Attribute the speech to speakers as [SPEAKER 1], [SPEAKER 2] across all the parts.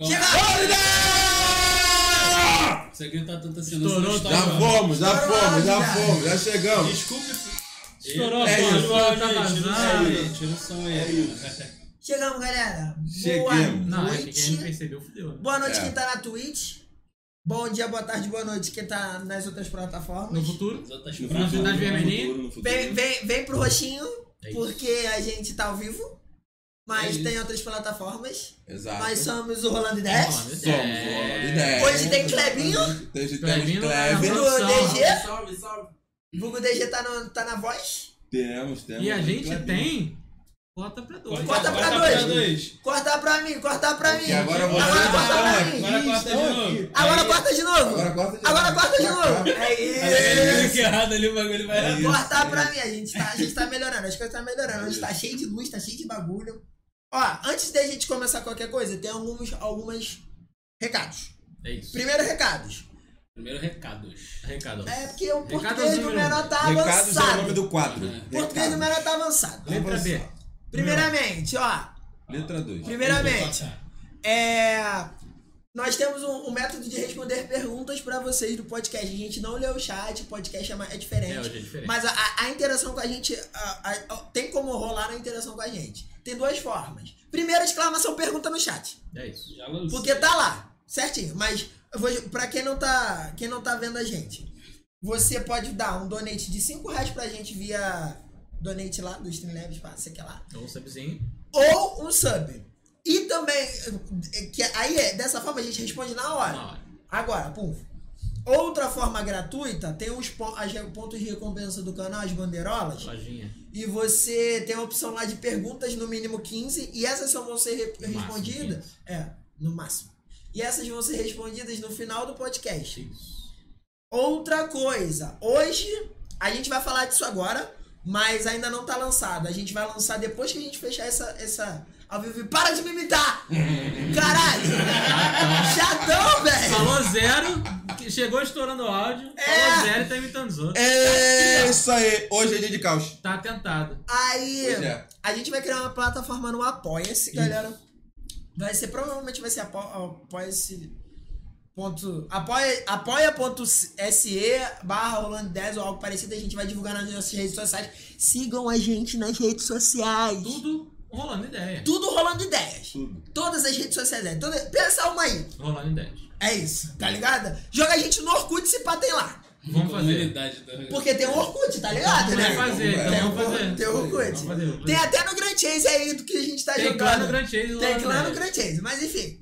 [SPEAKER 1] Então,
[SPEAKER 2] Chegada!
[SPEAKER 1] Você gritar tanto assim,
[SPEAKER 3] Estourou,
[SPEAKER 1] não
[SPEAKER 3] tá
[SPEAKER 1] estoura.
[SPEAKER 3] bom.
[SPEAKER 1] não.
[SPEAKER 3] Tá
[SPEAKER 2] Já fomos, já fomos, já
[SPEAKER 4] Caralho.
[SPEAKER 2] fomos, já chegamos.
[SPEAKER 1] Desculpe.
[SPEAKER 3] Estourou a
[SPEAKER 2] É
[SPEAKER 3] porta,
[SPEAKER 2] isso.
[SPEAKER 3] agora
[SPEAKER 1] Tira o
[SPEAKER 3] tá
[SPEAKER 1] som aí,
[SPEAKER 3] vazado.
[SPEAKER 1] é tira o som aí.
[SPEAKER 4] Chegamos, galera.
[SPEAKER 2] Cheguemos.
[SPEAKER 3] Não,
[SPEAKER 4] Boa
[SPEAKER 3] é que quem não
[SPEAKER 4] noite.
[SPEAKER 3] percebeu, fudeu. né?
[SPEAKER 4] Boa noite
[SPEAKER 2] É.
[SPEAKER 4] quem tá na Twitch. Bom dia, boa tarde, boa noite quem tá nas outras
[SPEAKER 3] No
[SPEAKER 4] plataformas.
[SPEAKER 3] futuro,
[SPEAKER 1] As outras
[SPEAKER 3] No
[SPEAKER 1] pratas,
[SPEAKER 3] futuro,
[SPEAKER 1] né?
[SPEAKER 3] no vermelhinho.
[SPEAKER 1] futuro, no futuro.
[SPEAKER 4] Vem, vem, vem pro roxinho,
[SPEAKER 3] É isso.
[SPEAKER 4] porque a gente tá ao vivo. Mas
[SPEAKER 1] É
[SPEAKER 4] tem outras plataformas.
[SPEAKER 2] Exato.
[SPEAKER 4] Nós somos o Rolando
[SPEAKER 3] Rolando
[SPEAKER 4] 10.
[SPEAKER 3] Ideias.
[SPEAKER 2] Somos, Então,
[SPEAKER 3] É.
[SPEAKER 2] é.
[SPEAKER 4] Hoje tem Clebinho,
[SPEAKER 2] Hoje temos
[SPEAKER 3] Clebinho lá na
[SPEAKER 2] Clever.
[SPEAKER 4] do
[SPEAKER 3] produção.
[SPEAKER 4] DG.
[SPEAKER 1] Salve, salve.
[SPEAKER 4] Vulgo DG tá, no- tá na voz.
[SPEAKER 2] Temos,
[SPEAKER 4] É,
[SPEAKER 2] temos.
[SPEAKER 3] E a gente
[SPEAKER 2] Clebinho.
[SPEAKER 3] tem. Cota pra dois.
[SPEAKER 4] Corta pra dois. Corta pra mim, corta pra mim.
[SPEAKER 2] E agora você
[SPEAKER 4] agora corta pra
[SPEAKER 2] aqui,
[SPEAKER 4] mim.
[SPEAKER 1] Agora corta de
[SPEAKER 2] estão
[SPEAKER 1] novo.
[SPEAKER 2] aqui.
[SPEAKER 4] Agora corta de novo.
[SPEAKER 2] Agora corta de
[SPEAKER 4] Agora
[SPEAKER 2] novo.
[SPEAKER 4] corta de
[SPEAKER 2] Pra cá.
[SPEAKER 4] novo. É isso.
[SPEAKER 1] Ele que errado ali, o bagulho vai errado.
[SPEAKER 2] Isso,
[SPEAKER 4] Cortar
[SPEAKER 2] é.
[SPEAKER 4] pra mim, a gente, tá, a gente tá melhorando, as coisas tá melhorando. A gente
[SPEAKER 2] Isso.
[SPEAKER 4] tá cheio de luz, tá cheio de bagulho. Ó, antes da gente começar qualquer coisa, tem alguns, algumas recados.
[SPEAKER 3] É isso.
[SPEAKER 4] Primeiro, recados.
[SPEAKER 1] Primeiro recados.
[SPEAKER 3] Recado.
[SPEAKER 4] É porque o português
[SPEAKER 3] Recados
[SPEAKER 4] do
[SPEAKER 3] número
[SPEAKER 4] menor tá
[SPEAKER 2] Recados é o nome
[SPEAKER 4] avançado.
[SPEAKER 2] do quadro.
[SPEAKER 1] É.
[SPEAKER 4] O português do menor tá avançado.
[SPEAKER 3] Letra B.
[SPEAKER 4] Primeiramente, ó,
[SPEAKER 2] Letra 2.
[SPEAKER 4] primeiramente, é. Nós temos um, um método de responder perguntas pra vocês do podcast. A gente não lê o chat, o podcast é, ma- é
[SPEAKER 3] É,
[SPEAKER 4] diferente.
[SPEAKER 3] hoje é diferente.
[SPEAKER 4] Mas a, a- a interação com a gente. a- a- a- tem como rolar a interação com a gente. Tem duas formas. Primeiro, exclamação pergunta no chat.
[SPEAKER 3] É isso.
[SPEAKER 1] Já lancei.
[SPEAKER 4] Porque tá lá, certinho. Mas eu vou, pra quem não, tá, quem não tá vendo a gente, você pode dar um donate de 5 reais pra gente via donate lá do Streamlabs, pá, sei que lá.
[SPEAKER 3] Ou um subzinho.
[SPEAKER 4] Ou um sub. E também. eh, Que aí, é, dessa forma, a gente responde na hora.
[SPEAKER 3] Na hora.
[SPEAKER 4] Agora, pum. Outra forma gratuita tem os pon- as re- pontos de recompensa do canal, as bandeirolas.
[SPEAKER 3] Lojinha.
[SPEAKER 4] E você tem a opção lá de perguntas, no mínimo 15, e essas só vão ser re-
[SPEAKER 3] máximo
[SPEAKER 4] respondidas.
[SPEAKER 3] 15.
[SPEAKER 4] É, no máximo. E essas vão ser respondidas no final do podcast.
[SPEAKER 3] Isso.
[SPEAKER 4] Outra coisa, hoje a gente vai falar disso agora, mas ainda não tá lançado. A gente vai lançar depois que a gente fechar essa. essa... Ao vivo, e para de me imitar! Caralho! Chatão, velho!
[SPEAKER 3] Falou zero, que chegou estourando o áudio.
[SPEAKER 4] É.
[SPEAKER 3] Falou zero e tá imitando os outros.
[SPEAKER 2] É isso aí. Hoje é dia de caos.
[SPEAKER 3] Tá tentado.
[SPEAKER 4] Aí.
[SPEAKER 2] Hoje é.
[SPEAKER 4] A gente vai criar uma plataforma no Apoia-se, galera. Vai ser, provavelmente vai ser apo- apoia-se. Ponto, apoia, apoia.se barra rolando 10 ou algo parecido, a gente vai divulgar nas nossas redes sociais. Sigam a gente nas redes sociais. Tudo,
[SPEAKER 3] Tudo rolando ideia.
[SPEAKER 4] rolando ideias.
[SPEAKER 2] Tudo.
[SPEAKER 4] Todas as redes sociais. é, Toda, pensa uma aí.
[SPEAKER 3] Rolando ideias.
[SPEAKER 4] É isso, tá ligado? Joga a gente no Orkut se pá, tem lá.
[SPEAKER 3] Vamos fazer.
[SPEAKER 1] Comunidade do-
[SPEAKER 4] Porque tem o Orkut, tá ligado?
[SPEAKER 3] Vamos
[SPEAKER 4] Né?
[SPEAKER 3] fazer, então
[SPEAKER 4] Tem o
[SPEAKER 3] vamos fazer.
[SPEAKER 4] tem o Orkut.
[SPEAKER 3] Vamos fazer. vamos
[SPEAKER 4] Tem
[SPEAKER 3] fazer.
[SPEAKER 4] até no Grand Chase aí do que a gente tá
[SPEAKER 3] Tem
[SPEAKER 4] jogando.
[SPEAKER 3] lá no Grand
[SPEAKER 4] Tem
[SPEAKER 3] Chase.
[SPEAKER 4] que
[SPEAKER 3] rolando
[SPEAKER 4] ir lá no
[SPEAKER 3] ideias.
[SPEAKER 4] Grand Chase, mas enfim.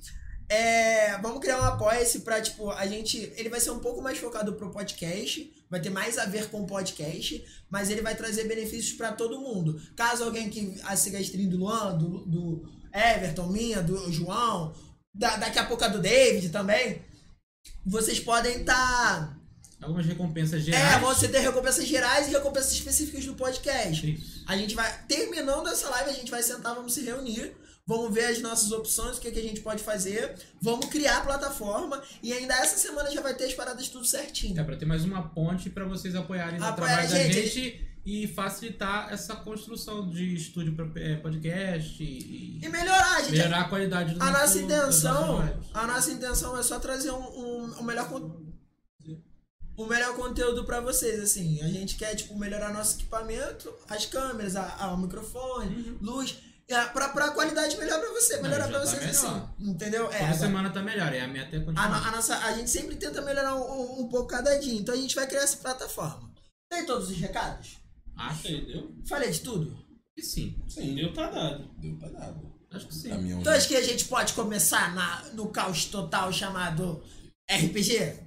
[SPEAKER 4] É, vamos criar um apoia-se pra, tipo, a gente. Ele vai ser um pouco mais focado pro podcast. Vai ter mais a ver com o podcast, mas ele vai trazer benefícios pra todo mundo. Caso alguém que a siga a stream do Luan, do, do Everton, minha, do João, da- daqui a pouco a do David também, vocês podem estar.
[SPEAKER 3] Algumas recompensas
[SPEAKER 4] É,
[SPEAKER 3] gerais.
[SPEAKER 4] vão ter recompensas gerais e recompensas específicas do podcast.
[SPEAKER 3] É Isso.
[SPEAKER 4] A gente vai, terminando essa live, a gente vai sentar, vamos se reunir, vamos ver as nossas opções, o que, que a gente pode fazer, vamos criar a plataforma e ainda essa semana já vai ter as paradas tudo
[SPEAKER 3] É
[SPEAKER 4] certinho.
[SPEAKER 3] pra ter mais uma ponte pra vocês apoiarem o
[SPEAKER 4] Apoiar
[SPEAKER 3] trabalho
[SPEAKER 4] a
[SPEAKER 3] da
[SPEAKER 4] gente.
[SPEAKER 3] gente e facilitar essa construção de estúdio pra eh, podcast e,
[SPEAKER 4] E melhorar, a gente.
[SPEAKER 3] melhorar a qualidade do
[SPEAKER 4] a nossa
[SPEAKER 3] nosso-
[SPEAKER 4] intenção,
[SPEAKER 3] das nossas lives.
[SPEAKER 4] a nossa intenção é só trazer um, um- o melhor con- o melhor conteúdo pra vocês, assim. A gente quer tipo melhorar nosso equipamento, as câmeras, a, a- o microfone, luz, e a- pra, pra qualidade melhor pra você,
[SPEAKER 3] Uhum. Não,
[SPEAKER 4] melhorar
[SPEAKER 3] já
[SPEAKER 4] pra
[SPEAKER 3] tá
[SPEAKER 4] vocês assim.
[SPEAKER 3] melhor.
[SPEAKER 4] Entendeu?
[SPEAKER 3] Toda
[SPEAKER 4] É, vai-
[SPEAKER 3] semana tá melhor, é a meta é
[SPEAKER 4] A, no-
[SPEAKER 3] continuar.
[SPEAKER 4] a nossa, a gente sempre tenta melhorar um, um pouco cada dia, então a gente vai criar essa plataforma. Tem todos os recados?
[SPEAKER 1] Isso
[SPEAKER 3] Acho
[SPEAKER 1] aí, deu?
[SPEAKER 4] Falei de
[SPEAKER 2] Uhum.
[SPEAKER 4] tudo?
[SPEAKER 3] que sim.
[SPEAKER 2] Sim.
[SPEAKER 1] Deu tá dado.
[SPEAKER 2] Deu um pra nada.
[SPEAKER 3] Acho que sim.
[SPEAKER 2] Caminhão.
[SPEAKER 4] Então acho que a gente pode começar na, no caos total chamado RPG?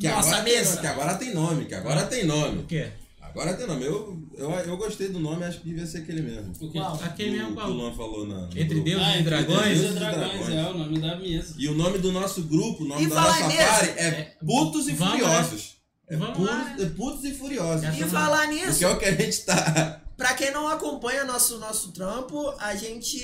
[SPEAKER 2] Que
[SPEAKER 4] Nossa
[SPEAKER 2] agora,
[SPEAKER 4] mesa.
[SPEAKER 2] Que agora tem nome, que agora tem nome.
[SPEAKER 3] O quê?
[SPEAKER 2] Agora tem nome. Eu, eu, eu gostei do nome, acho que devia ser aquele mesmo.
[SPEAKER 1] Porque...
[SPEAKER 4] Uau.
[SPEAKER 3] Aquele
[SPEAKER 2] O-
[SPEAKER 3] mesmo
[SPEAKER 2] que o
[SPEAKER 3] qual?
[SPEAKER 2] Luan falou na. no
[SPEAKER 3] Entre
[SPEAKER 2] grupo.
[SPEAKER 3] Deus
[SPEAKER 1] Ah,
[SPEAKER 3] e Dragões?
[SPEAKER 1] Deuses e dragões,
[SPEAKER 2] Dragões.
[SPEAKER 1] é o nome da mesa.
[SPEAKER 2] E o nome do nosso grupo, o nome
[SPEAKER 4] E
[SPEAKER 2] da
[SPEAKER 4] falar
[SPEAKER 2] nossa
[SPEAKER 4] nisso,
[SPEAKER 2] party é
[SPEAKER 3] é-
[SPEAKER 2] Putos e
[SPEAKER 3] Vamos, né?
[SPEAKER 2] Furiosos. É,
[SPEAKER 3] Vamos
[SPEAKER 2] putos,
[SPEAKER 3] lá, né?
[SPEAKER 2] é Putos e Furiosos.
[SPEAKER 3] Essa
[SPEAKER 4] E
[SPEAKER 3] Isso,
[SPEAKER 4] falar
[SPEAKER 2] Porque
[SPEAKER 4] nisso,
[SPEAKER 2] é o que a gente tá.
[SPEAKER 4] pra quem não acompanha nosso, nosso trampo, a gente.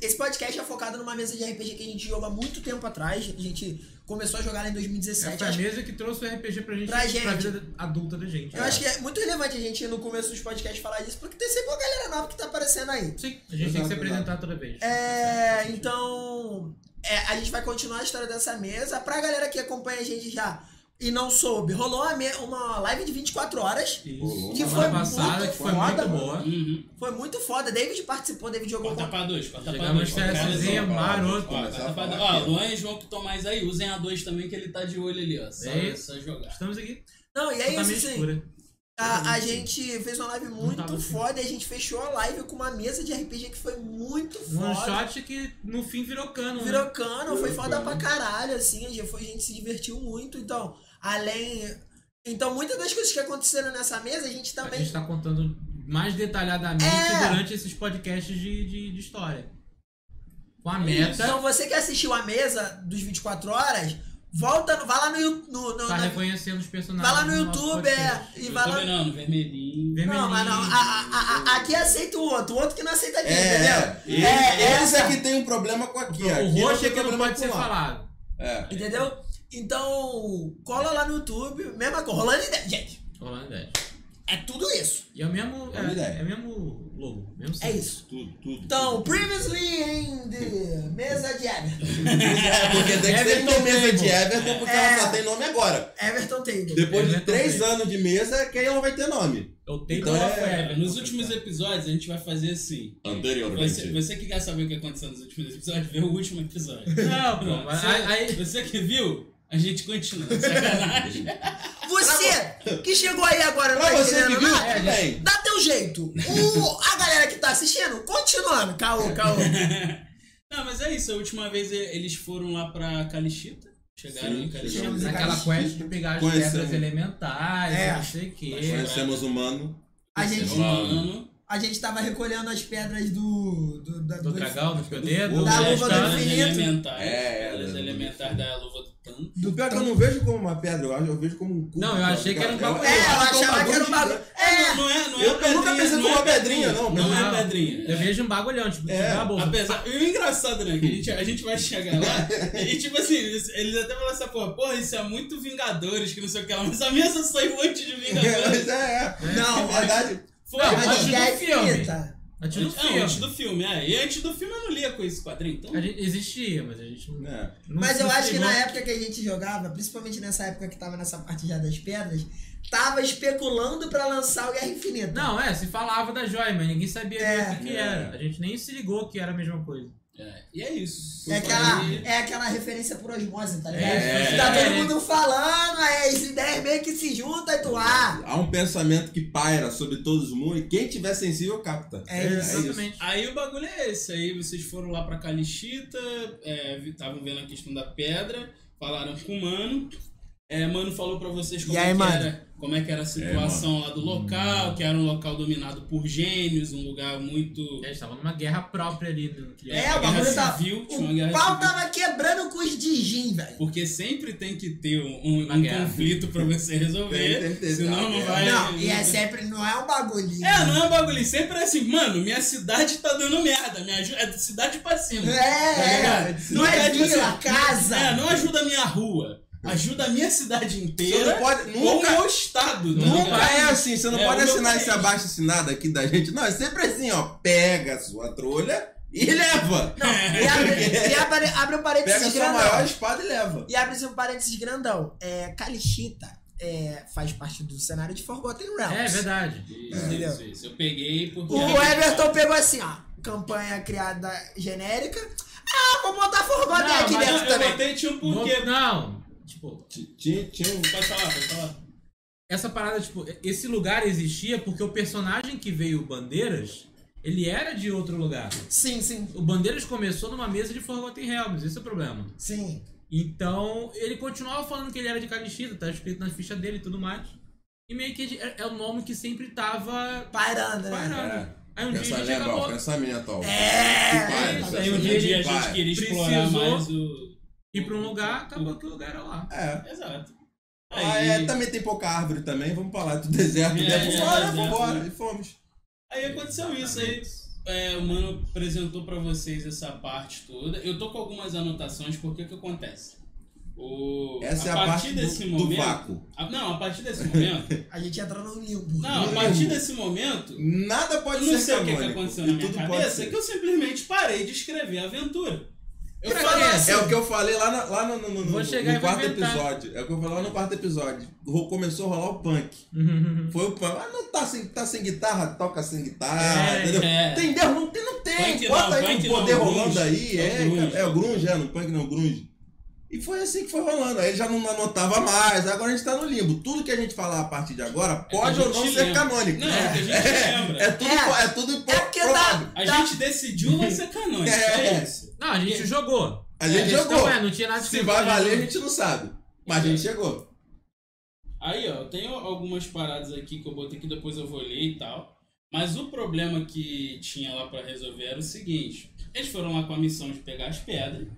[SPEAKER 4] Esse podcast é focado numa mesa de RPG que a gente jogou há muito tempo atrás. A gente começou a jogar lá em 2017.
[SPEAKER 2] É,
[SPEAKER 3] Essa é
[SPEAKER 4] acho-
[SPEAKER 3] mesa que trouxe o RPG pra gente,
[SPEAKER 4] Pra gente.
[SPEAKER 3] pra vida adulta da gente.
[SPEAKER 4] Eu acho que é muito relevante a gente no começo dos podcasts falar disso, porque tem sempre uma galera nova que É, tá aparecendo aí.
[SPEAKER 3] Sim, a gente tem que
[SPEAKER 2] Exato,
[SPEAKER 3] se
[SPEAKER 2] exato.
[SPEAKER 3] apresentar toda vez.
[SPEAKER 4] É, então. é, a gente vai continuar a história dessa mesa. Pra galera que acompanha a gente já e não soube, rolou uma, me- uma live de 24 horas.
[SPEAKER 3] Isso.
[SPEAKER 2] Que
[SPEAKER 3] Semana
[SPEAKER 4] foi
[SPEAKER 3] passada,
[SPEAKER 4] muito
[SPEAKER 3] que foi
[SPEAKER 4] foda,
[SPEAKER 3] muito
[SPEAKER 4] mano.
[SPEAKER 3] boa.
[SPEAKER 1] Uhum.
[SPEAKER 4] Foi muito foda. David participou, David jogou
[SPEAKER 1] Corta
[SPEAKER 4] com.
[SPEAKER 1] pra dois, corta pra
[SPEAKER 3] Chegamos
[SPEAKER 1] dois.
[SPEAKER 3] no TSzinho
[SPEAKER 2] Vamos falar, vamos
[SPEAKER 3] maroto.
[SPEAKER 1] Ó,
[SPEAKER 2] começar
[SPEAKER 1] corta
[SPEAKER 2] a
[SPEAKER 1] pra dois.
[SPEAKER 2] falar
[SPEAKER 1] Ó,
[SPEAKER 2] aqui, ó.
[SPEAKER 1] Luan e João que estão mais aí, usem a dois também que ele tá de olho ali, ó. Só,
[SPEAKER 3] É isso.
[SPEAKER 1] só jogar.
[SPEAKER 3] Estamos aqui.
[SPEAKER 4] Não, e é
[SPEAKER 3] Totalmente
[SPEAKER 4] isso, assim.
[SPEAKER 3] escura.
[SPEAKER 4] A, a gente fez uma live muito
[SPEAKER 3] tava assim.
[SPEAKER 4] foda e a gente fechou a live com uma mesa de RPG que foi muito
[SPEAKER 3] Um
[SPEAKER 4] foda.
[SPEAKER 3] shot que no fim virou cano. né?
[SPEAKER 4] Virou cano, foi
[SPEAKER 2] Virou
[SPEAKER 4] foda
[SPEAKER 2] cano.
[SPEAKER 4] pra caralho, assim, a gente, foi, a gente se divertiu muito, então, além... Então, muitas das coisas que aconteceram nessa mesa, a gente
[SPEAKER 3] A
[SPEAKER 4] também...
[SPEAKER 3] gente tá contando mais detalhadamente
[SPEAKER 4] É.
[SPEAKER 3] durante esses podcasts de, de, de história. Com a
[SPEAKER 1] Isso.
[SPEAKER 3] meta,
[SPEAKER 4] Então, você que assistiu a mesa dos 24 horas, volta, no- vai lá no... Yu- no, no
[SPEAKER 3] tá
[SPEAKER 4] na-
[SPEAKER 3] reconhecendo os personagens.
[SPEAKER 4] vai lá no
[SPEAKER 3] do nosso
[SPEAKER 4] YouTube,
[SPEAKER 3] podcast. é
[SPEAKER 4] é, e vai lá...
[SPEAKER 1] YouTube não, no vermelhinho.
[SPEAKER 4] Não, mas não, a, a- a- a- aqui aceita o outro, o outro que não aceita aqui, entendeu?
[SPEAKER 2] É, esse,
[SPEAKER 4] É,
[SPEAKER 2] esse
[SPEAKER 4] essa.
[SPEAKER 2] aqui tem um problema com aqui.
[SPEAKER 3] O
[SPEAKER 2] aqui
[SPEAKER 3] roxo é
[SPEAKER 2] tem
[SPEAKER 3] que não
[SPEAKER 2] problema
[SPEAKER 3] pode
[SPEAKER 2] com
[SPEAKER 3] ser
[SPEAKER 2] lá.
[SPEAKER 3] falado.
[SPEAKER 2] É.
[SPEAKER 4] Entendeu? Então, cola lá no YouTube, mesma coisa, rolando ideia. Gente,
[SPEAKER 3] Rolando 10.
[SPEAKER 4] é tudo isso,
[SPEAKER 3] E é o mesmo.
[SPEAKER 2] Boa ideia.
[SPEAKER 3] É, é o mesmo logo. Mesmo
[SPEAKER 4] é
[SPEAKER 3] símbolo.
[SPEAKER 4] isso.
[SPEAKER 2] Tudo, tudo.
[SPEAKER 4] Então, previously in the mesa de Everton.
[SPEAKER 2] É, porque tem que ser
[SPEAKER 3] Everton
[SPEAKER 2] tem mesa
[SPEAKER 3] Table.
[SPEAKER 2] de Everton, porque
[SPEAKER 4] É.
[SPEAKER 2] ela só tem nome agora.
[SPEAKER 4] Everton Table.
[SPEAKER 2] Depois de
[SPEAKER 3] Everton
[SPEAKER 2] três
[SPEAKER 3] Table.
[SPEAKER 2] anos de mesa, que aí ela vai ter nome.
[SPEAKER 3] Eu tenho
[SPEAKER 2] Então
[SPEAKER 3] uma tá-
[SPEAKER 2] é-
[SPEAKER 3] forever.
[SPEAKER 1] Nos últimos episódios a gente vai fazer assim. Você,
[SPEAKER 2] Anteriormente.
[SPEAKER 1] você que quer saber o que aconteceu nos últimos episódios, vê o último episódio.
[SPEAKER 3] Não, é pô. mas
[SPEAKER 1] Você,
[SPEAKER 3] Aí, aí-
[SPEAKER 1] você que viu, a gente continua. tá Sacanagem.
[SPEAKER 4] Você que chegou aí agora, não
[SPEAKER 2] Pra
[SPEAKER 4] tá
[SPEAKER 2] você que
[SPEAKER 4] entendendo
[SPEAKER 2] viu,
[SPEAKER 4] nada?
[SPEAKER 2] tudo bem.
[SPEAKER 4] Dá teu jeito. O- a galera que tá assistindo, continuando. Caô, caô.
[SPEAKER 1] Não, mas é isso. A última vez e- eles foram lá pra Calixita. Chegaram
[SPEAKER 2] Sim,
[SPEAKER 1] em Calixita.
[SPEAKER 2] chegamos.
[SPEAKER 3] naquela quest de pegar as
[SPEAKER 2] Conhecemos.
[SPEAKER 3] pedras elementais,
[SPEAKER 4] É.
[SPEAKER 3] não sei o quê.
[SPEAKER 2] Conhecemos o Mano.
[SPEAKER 4] A gente,
[SPEAKER 1] Mano,
[SPEAKER 4] a gente tava recolhendo as pedras do. Do, da-
[SPEAKER 3] Do dragão, do pioneiro,
[SPEAKER 2] Da
[SPEAKER 3] é do
[SPEAKER 4] luva do
[SPEAKER 3] Gestan.
[SPEAKER 1] pedras
[SPEAKER 4] infinito.
[SPEAKER 1] elementais.
[SPEAKER 2] É,
[SPEAKER 1] pedras
[SPEAKER 2] da-
[SPEAKER 1] elementais da luva do tanto.
[SPEAKER 4] do
[SPEAKER 2] Pior que eu não vejo como uma pedra, eu acho, eu vejo como um cubo.
[SPEAKER 3] Não, eu achei que era um bagulho.
[SPEAKER 4] É, eu achava que era um bagulho.
[SPEAKER 2] gigante.
[SPEAKER 4] É,
[SPEAKER 1] Não é, não é
[SPEAKER 2] Eu- eu nunca
[SPEAKER 1] pedrinha,
[SPEAKER 2] pensei
[SPEAKER 1] não
[SPEAKER 2] como
[SPEAKER 1] é
[SPEAKER 2] uma pedrinha, não,
[SPEAKER 1] Não
[SPEAKER 3] Não.
[SPEAKER 1] é pedrinha.
[SPEAKER 3] Eu vejo um bagulhão, tipo,
[SPEAKER 2] É.
[SPEAKER 3] é. uma bolsa.
[SPEAKER 1] Apesar, e o engraçado, né? Que a gente, a gente vai chegar lá e, tipo assim, eles, eles até falam assim, porra, porra, isso é muito Vingadores, que não sei o que lá, mas a mesa sai um monte de Vingadores.
[SPEAKER 2] Mas é, é.
[SPEAKER 4] Não,
[SPEAKER 2] Na verdade,
[SPEAKER 1] Foi
[SPEAKER 3] Não,
[SPEAKER 1] antes
[SPEAKER 4] a
[SPEAKER 3] antes
[SPEAKER 4] gente
[SPEAKER 3] do
[SPEAKER 4] é
[SPEAKER 3] filme.
[SPEAKER 4] infinita.
[SPEAKER 3] Antes do
[SPEAKER 1] Antes, não, antes
[SPEAKER 3] filme.
[SPEAKER 1] do filme, é. E antes do filme eu não lia com esse quadrinho, então.
[SPEAKER 3] A gente- existia, mas a gente não.
[SPEAKER 2] né,
[SPEAKER 3] não
[SPEAKER 4] Mas eu
[SPEAKER 3] se
[SPEAKER 4] acho que
[SPEAKER 3] pegou.
[SPEAKER 4] na época que a gente jogava, principalmente nessa época que tava nessa parte já das pedras, tava especulando pra lançar o Guerra Infinita.
[SPEAKER 3] Não, é, se falava da joia, mas ninguém sabia
[SPEAKER 4] É.
[SPEAKER 3] o que, que
[SPEAKER 2] É.
[SPEAKER 3] era. A gente nem se ligou que era a mesma coisa.
[SPEAKER 1] É, e é isso.
[SPEAKER 4] É aquela,
[SPEAKER 1] Aí-
[SPEAKER 4] é aquela referência por osmose, tá ligado?
[SPEAKER 2] É.
[SPEAKER 4] Tá todo mundo falando, aí as ideias meio que se juntam e tu, ah,
[SPEAKER 2] há um pensamento que paira sobre todos os mundos e quem tiver sensível capta.
[SPEAKER 4] É isso.
[SPEAKER 3] Exatamente.
[SPEAKER 1] Aí o bagulho é esse. Aí vocês foram lá pra Calixita, estavam vendo a questão da pedra, falaram com o Mano. É, mano falou pra vocês como,
[SPEAKER 4] E aí,
[SPEAKER 1] é, que
[SPEAKER 4] mano?
[SPEAKER 1] Era, como é que era a situação lá do local, que era um local dominado por gênios, um lugar muito.
[SPEAKER 3] A gente tava numa guerra própria ali. né, No...
[SPEAKER 4] É,
[SPEAKER 1] uma
[SPEAKER 4] o bagulho
[SPEAKER 1] guerra
[SPEAKER 4] tá-
[SPEAKER 1] civil, tinha uma
[SPEAKER 4] o
[SPEAKER 1] guerra
[SPEAKER 4] pau
[SPEAKER 1] civil.
[SPEAKER 4] tava quebrando com os de gin, velho.
[SPEAKER 1] Porque sempre tem que ter um, um
[SPEAKER 3] Uma guerra.
[SPEAKER 1] conflito pra você resolver.
[SPEAKER 2] Tem, tem, tem,
[SPEAKER 1] senão
[SPEAKER 2] tá,
[SPEAKER 1] não
[SPEAKER 2] é.
[SPEAKER 1] vai.
[SPEAKER 4] Não, e é sempre, não é um bagulhinho.
[SPEAKER 1] É, não é um bagulho. Sempre é assim, mano, minha cidade tá dando merda. Me ajuda. É de cidade pra cima.
[SPEAKER 4] É, é. não é
[SPEAKER 1] Nunca ajuda-
[SPEAKER 4] vila, casa.
[SPEAKER 1] É, não ajuda a minha rua. Ajuda a minha cidade
[SPEAKER 2] Você
[SPEAKER 1] inteira.
[SPEAKER 2] não é um
[SPEAKER 1] ou
[SPEAKER 2] pode,
[SPEAKER 1] o
[SPEAKER 2] nunca,
[SPEAKER 1] meu estado. tá
[SPEAKER 2] Nunca
[SPEAKER 1] ligado?
[SPEAKER 2] é assim, você não
[SPEAKER 1] É,
[SPEAKER 2] pode
[SPEAKER 1] o meu
[SPEAKER 2] assinar
[SPEAKER 1] país.
[SPEAKER 2] esse abaixo assinado aqui da gente. Não, é sempre assim, ó. Pega a sua trolha e leva.
[SPEAKER 4] Não,
[SPEAKER 1] Tá
[SPEAKER 4] e abre, e abre, abre um
[SPEAKER 2] Pega a
[SPEAKER 4] parênteses
[SPEAKER 2] sua maior
[SPEAKER 4] grandão.
[SPEAKER 2] espada e leva.
[SPEAKER 4] E abre um parênteses grandão. É, Calixita é, faz parte do cenário de Forgotten Realms.
[SPEAKER 3] É verdade.
[SPEAKER 1] Isso, isso, isso. Eu peguei porque.
[SPEAKER 4] O Everton pegou assim, ó. Campanha criada genérica. Ah, vou botar
[SPEAKER 2] é
[SPEAKER 4] Forgotten
[SPEAKER 3] Não,
[SPEAKER 4] aqui
[SPEAKER 1] Mas eu,
[SPEAKER 4] dentro
[SPEAKER 1] eu
[SPEAKER 4] também.
[SPEAKER 1] botei tinha um
[SPEAKER 3] Não-
[SPEAKER 1] porquê.
[SPEAKER 3] Não. Tipo,
[SPEAKER 2] Tinha, tinha um-
[SPEAKER 1] Pode falar, pode falar.
[SPEAKER 3] essa parada, tipo, esse lugar existia porque o personagem que veio, o Bandeiras, ele era de outro lugar.
[SPEAKER 4] Sim, sim,
[SPEAKER 3] O Bandeiras começou numa mesa de Forgotten Realms, esse é o problema.
[SPEAKER 4] sim.
[SPEAKER 3] Então, ele continuava falando que ele era de Calixita, tá escrito na ficha dele e tudo mais. E meio que é, é o nome que sempre tava
[SPEAKER 2] É,
[SPEAKER 4] Parando, né?
[SPEAKER 3] parado. Aí um dia
[SPEAKER 2] Pensamento,
[SPEAKER 3] ele chega
[SPEAKER 2] ó,
[SPEAKER 3] pô,
[SPEAKER 2] pensamento,
[SPEAKER 4] É.
[SPEAKER 2] ó. Vai,
[SPEAKER 3] isso,
[SPEAKER 2] pensamento
[SPEAKER 3] aí um
[SPEAKER 2] de
[SPEAKER 3] dia ele-
[SPEAKER 1] a gente
[SPEAKER 2] vai.
[SPEAKER 1] queria
[SPEAKER 3] Precisou.
[SPEAKER 1] explorar mais o.
[SPEAKER 3] ir pra um lugar, acabou que o lugar era lá.
[SPEAKER 2] É.
[SPEAKER 1] Exato.
[SPEAKER 2] Ah,
[SPEAKER 1] Aí,
[SPEAKER 2] é, também tem pouca árvore também, vamos pra lá do deserto,
[SPEAKER 1] É,
[SPEAKER 2] né?
[SPEAKER 1] é,
[SPEAKER 2] Vambora,
[SPEAKER 1] é,
[SPEAKER 2] vambora, e fomos.
[SPEAKER 1] aí aconteceu isso aí. É, o mano apresentou pra vocês essa parte toda. Eu tô com algumas anotações porque o que acontece? O...
[SPEAKER 2] Essa é a
[SPEAKER 1] partir
[SPEAKER 2] parte
[SPEAKER 1] desse
[SPEAKER 2] do, do
[SPEAKER 1] momento.
[SPEAKER 2] vácuo.
[SPEAKER 1] a- Não, a partir desse momento.
[SPEAKER 4] A gente entra num limbo.
[SPEAKER 1] não, a partir desse momento.
[SPEAKER 2] Nada pode
[SPEAKER 1] eu não
[SPEAKER 2] ser
[SPEAKER 1] sei o que, que
[SPEAKER 2] canônico,
[SPEAKER 1] aconteceu
[SPEAKER 2] e
[SPEAKER 1] na minha
[SPEAKER 2] tudo pode
[SPEAKER 1] cabeça,
[SPEAKER 2] ser.
[SPEAKER 1] que eu simplesmente parei de escrever a aventura. Eu
[SPEAKER 3] Pra
[SPEAKER 1] falo
[SPEAKER 3] quê?
[SPEAKER 1] assim.
[SPEAKER 2] É o que eu falei lá, na- lá no, no- no-
[SPEAKER 3] Vou
[SPEAKER 2] no-
[SPEAKER 3] chegar
[SPEAKER 2] no
[SPEAKER 3] e vou
[SPEAKER 2] quarto
[SPEAKER 3] inventar.
[SPEAKER 2] episódio. É o que eu falei lá no quarto episódio. Ro- Começou a rolar o punk. Foi o punk. Ah, não tá sem, tá sem guitarra, toca sem guitarra,
[SPEAKER 3] É,
[SPEAKER 2] entendeu?
[SPEAKER 1] é.
[SPEAKER 2] Tem Deus, não tem, não tem.
[SPEAKER 1] Punk
[SPEAKER 2] Bota
[SPEAKER 1] não,
[SPEAKER 2] aí
[SPEAKER 1] punk
[SPEAKER 2] um poder
[SPEAKER 1] não,
[SPEAKER 2] rolando
[SPEAKER 1] grunge.
[SPEAKER 2] aí.
[SPEAKER 1] É
[SPEAKER 2] É,
[SPEAKER 1] o grunge.
[SPEAKER 2] cara, é o grunge, é, no punk não, grunge. E foi assim que foi rolando. Aí ele já não anotava mais. Agora a gente tá no limbo. Tudo que a gente falar a partir de agora pode
[SPEAKER 1] É, a
[SPEAKER 2] ou não
[SPEAKER 1] gente
[SPEAKER 2] ser
[SPEAKER 1] lembra.
[SPEAKER 2] canônico.
[SPEAKER 1] Não, é
[SPEAKER 2] é,
[SPEAKER 1] que a gente lembra.
[SPEAKER 2] é tudo,
[SPEAKER 4] É.
[SPEAKER 2] é tudo
[SPEAKER 4] É porque
[SPEAKER 2] provável.
[SPEAKER 4] dá.
[SPEAKER 1] A
[SPEAKER 4] dá-
[SPEAKER 1] gente decidiu vai ser canônico.
[SPEAKER 2] É.
[SPEAKER 1] É isso.
[SPEAKER 3] Não, a gente jogou.
[SPEAKER 2] A gente
[SPEAKER 3] A
[SPEAKER 2] jogou.
[SPEAKER 3] Então, é, não tinha nada de
[SPEAKER 2] Se
[SPEAKER 3] escrito,
[SPEAKER 2] vai
[SPEAKER 3] né?
[SPEAKER 2] valer, a gente não sabe. Mas a gente chegou.
[SPEAKER 1] Aí, ó, eu tenho algumas paradas aqui que eu botei que depois eu vou ler e tal. Mas o problema que tinha lá pra resolver era o seguinte: eles foram lá com a missão de pegar as pedras.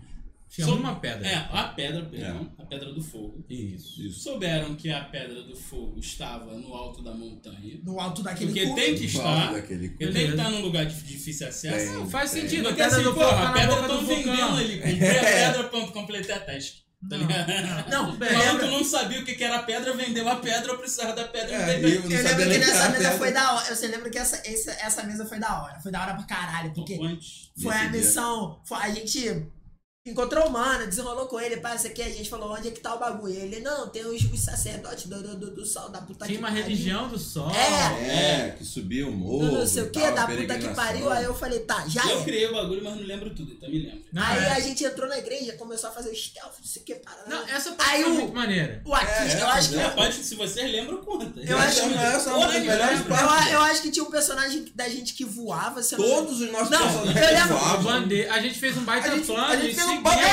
[SPEAKER 3] Tinha um-
[SPEAKER 1] Só-
[SPEAKER 3] uma pedra.
[SPEAKER 1] É, a pedra, perdão,
[SPEAKER 2] É.
[SPEAKER 1] a pedra do fogo.
[SPEAKER 3] Isso.
[SPEAKER 1] Souberam que a pedra do fogo estava no alto da montanha.
[SPEAKER 4] No alto daquele
[SPEAKER 1] Porque
[SPEAKER 4] cu.
[SPEAKER 1] tem que estar.
[SPEAKER 2] Fala daquele cu.
[SPEAKER 1] Porque tem que estar num lugar de difícil
[SPEAKER 4] é
[SPEAKER 1] acesso.
[SPEAKER 4] assim,
[SPEAKER 2] Tem.
[SPEAKER 3] Não, faz
[SPEAKER 2] Tem.
[SPEAKER 3] sentido. A
[SPEAKER 1] Porque
[SPEAKER 3] pedra
[SPEAKER 1] assim,
[SPEAKER 3] do
[SPEAKER 1] pô,
[SPEAKER 3] fogo tá
[SPEAKER 1] a
[SPEAKER 3] na
[SPEAKER 1] pedra
[SPEAKER 3] boca do
[SPEAKER 1] estão vendendo
[SPEAKER 3] vulcão.
[SPEAKER 1] ali. Comprei a pedra pra completar a task. Tá ligado?
[SPEAKER 4] É. Não, É.
[SPEAKER 3] Tudo
[SPEAKER 1] O
[SPEAKER 3] bem.
[SPEAKER 1] maluco não sabia o que que era pedra, vendeu a pedra, eu precisava da pedra.
[SPEAKER 2] É,
[SPEAKER 1] vendeu.
[SPEAKER 2] e eu-
[SPEAKER 4] Eu
[SPEAKER 2] Não sabia
[SPEAKER 4] lembro que
[SPEAKER 2] nem que
[SPEAKER 4] nessa
[SPEAKER 2] era
[SPEAKER 4] mesa
[SPEAKER 2] pedra.
[SPEAKER 4] foi da hora. Eu sei, lembro que essa, essa, essa mesa foi da hora. Foi da hora pra caralho. Porque
[SPEAKER 1] Antes.
[SPEAKER 4] foi a
[SPEAKER 2] Nesse dia.
[SPEAKER 4] missão. foi- a gente encontrou o mano, desenrolou com ele, passa aqui, a gente falou onde é que tá o bagulho. Ele, não, tem os, os sacerdotes do, do, do, do sol, da puta
[SPEAKER 3] Tinha
[SPEAKER 4] que
[SPEAKER 3] uma
[SPEAKER 4] pariu.
[SPEAKER 3] religião do sol.
[SPEAKER 4] É.
[SPEAKER 2] Tá É, que subiu o morro.
[SPEAKER 4] Do não sei o
[SPEAKER 2] e
[SPEAKER 4] que,
[SPEAKER 2] tal,
[SPEAKER 4] da puta que
[SPEAKER 2] peregrinação.
[SPEAKER 4] pariu. Aí eu falei, tá, já
[SPEAKER 1] Eu
[SPEAKER 4] é.
[SPEAKER 1] criei o bagulho, mas não lembro tudo, então me lembro.
[SPEAKER 3] Não,
[SPEAKER 4] aí
[SPEAKER 3] é.
[SPEAKER 4] a gente entrou na igreja, começou a fazer o stealth, não sei o que, parada.
[SPEAKER 3] Não, essa
[SPEAKER 4] Aí
[SPEAKER 3] parte é
[SPEAKER 4] o-
[SPEAKER 3] muito maneira.
[SPEAKER 4] O Akis,
[SPEAKER 2] É,
[SPEAKER 4] eu acho que.
[SPEAKER 2] é,
[SPEAKER 1] É, pode, se vocês lembram, conta.
[SPEAKER 4] Eu acho que-
[SPEAKER 2] Não, essa é
[SPEAKER 1] Porra,
[SPEAKER 2] uma das
[SPEAKER 1] ele
[SPEAKER 2] melhores
[SPEAKER 1] lembra.
[SPEAKER 2] partes.
[SPEAKER 4] Eu, eu acho que tinha um personagem da gente que voava, se eu não me
[SPEAKER 2] Todos os nossos
[SPEAKER 4] Não, eu
[SPEAKER 2] personagens
[SPEAKER 4] lembro-
[SPEAKER 2] voavam.
[SPEAKER 3] Bande- A gente fez um baita
[SPEAKER 2] Ah, A gente-
[SPEAKER 3] plano
[SPEAKER 2] a gente
[SPEAKER 3] e
[SPEAKER 2] fez um
[SPEAKER 3] seguiu.
[SPEAKER 2] baita-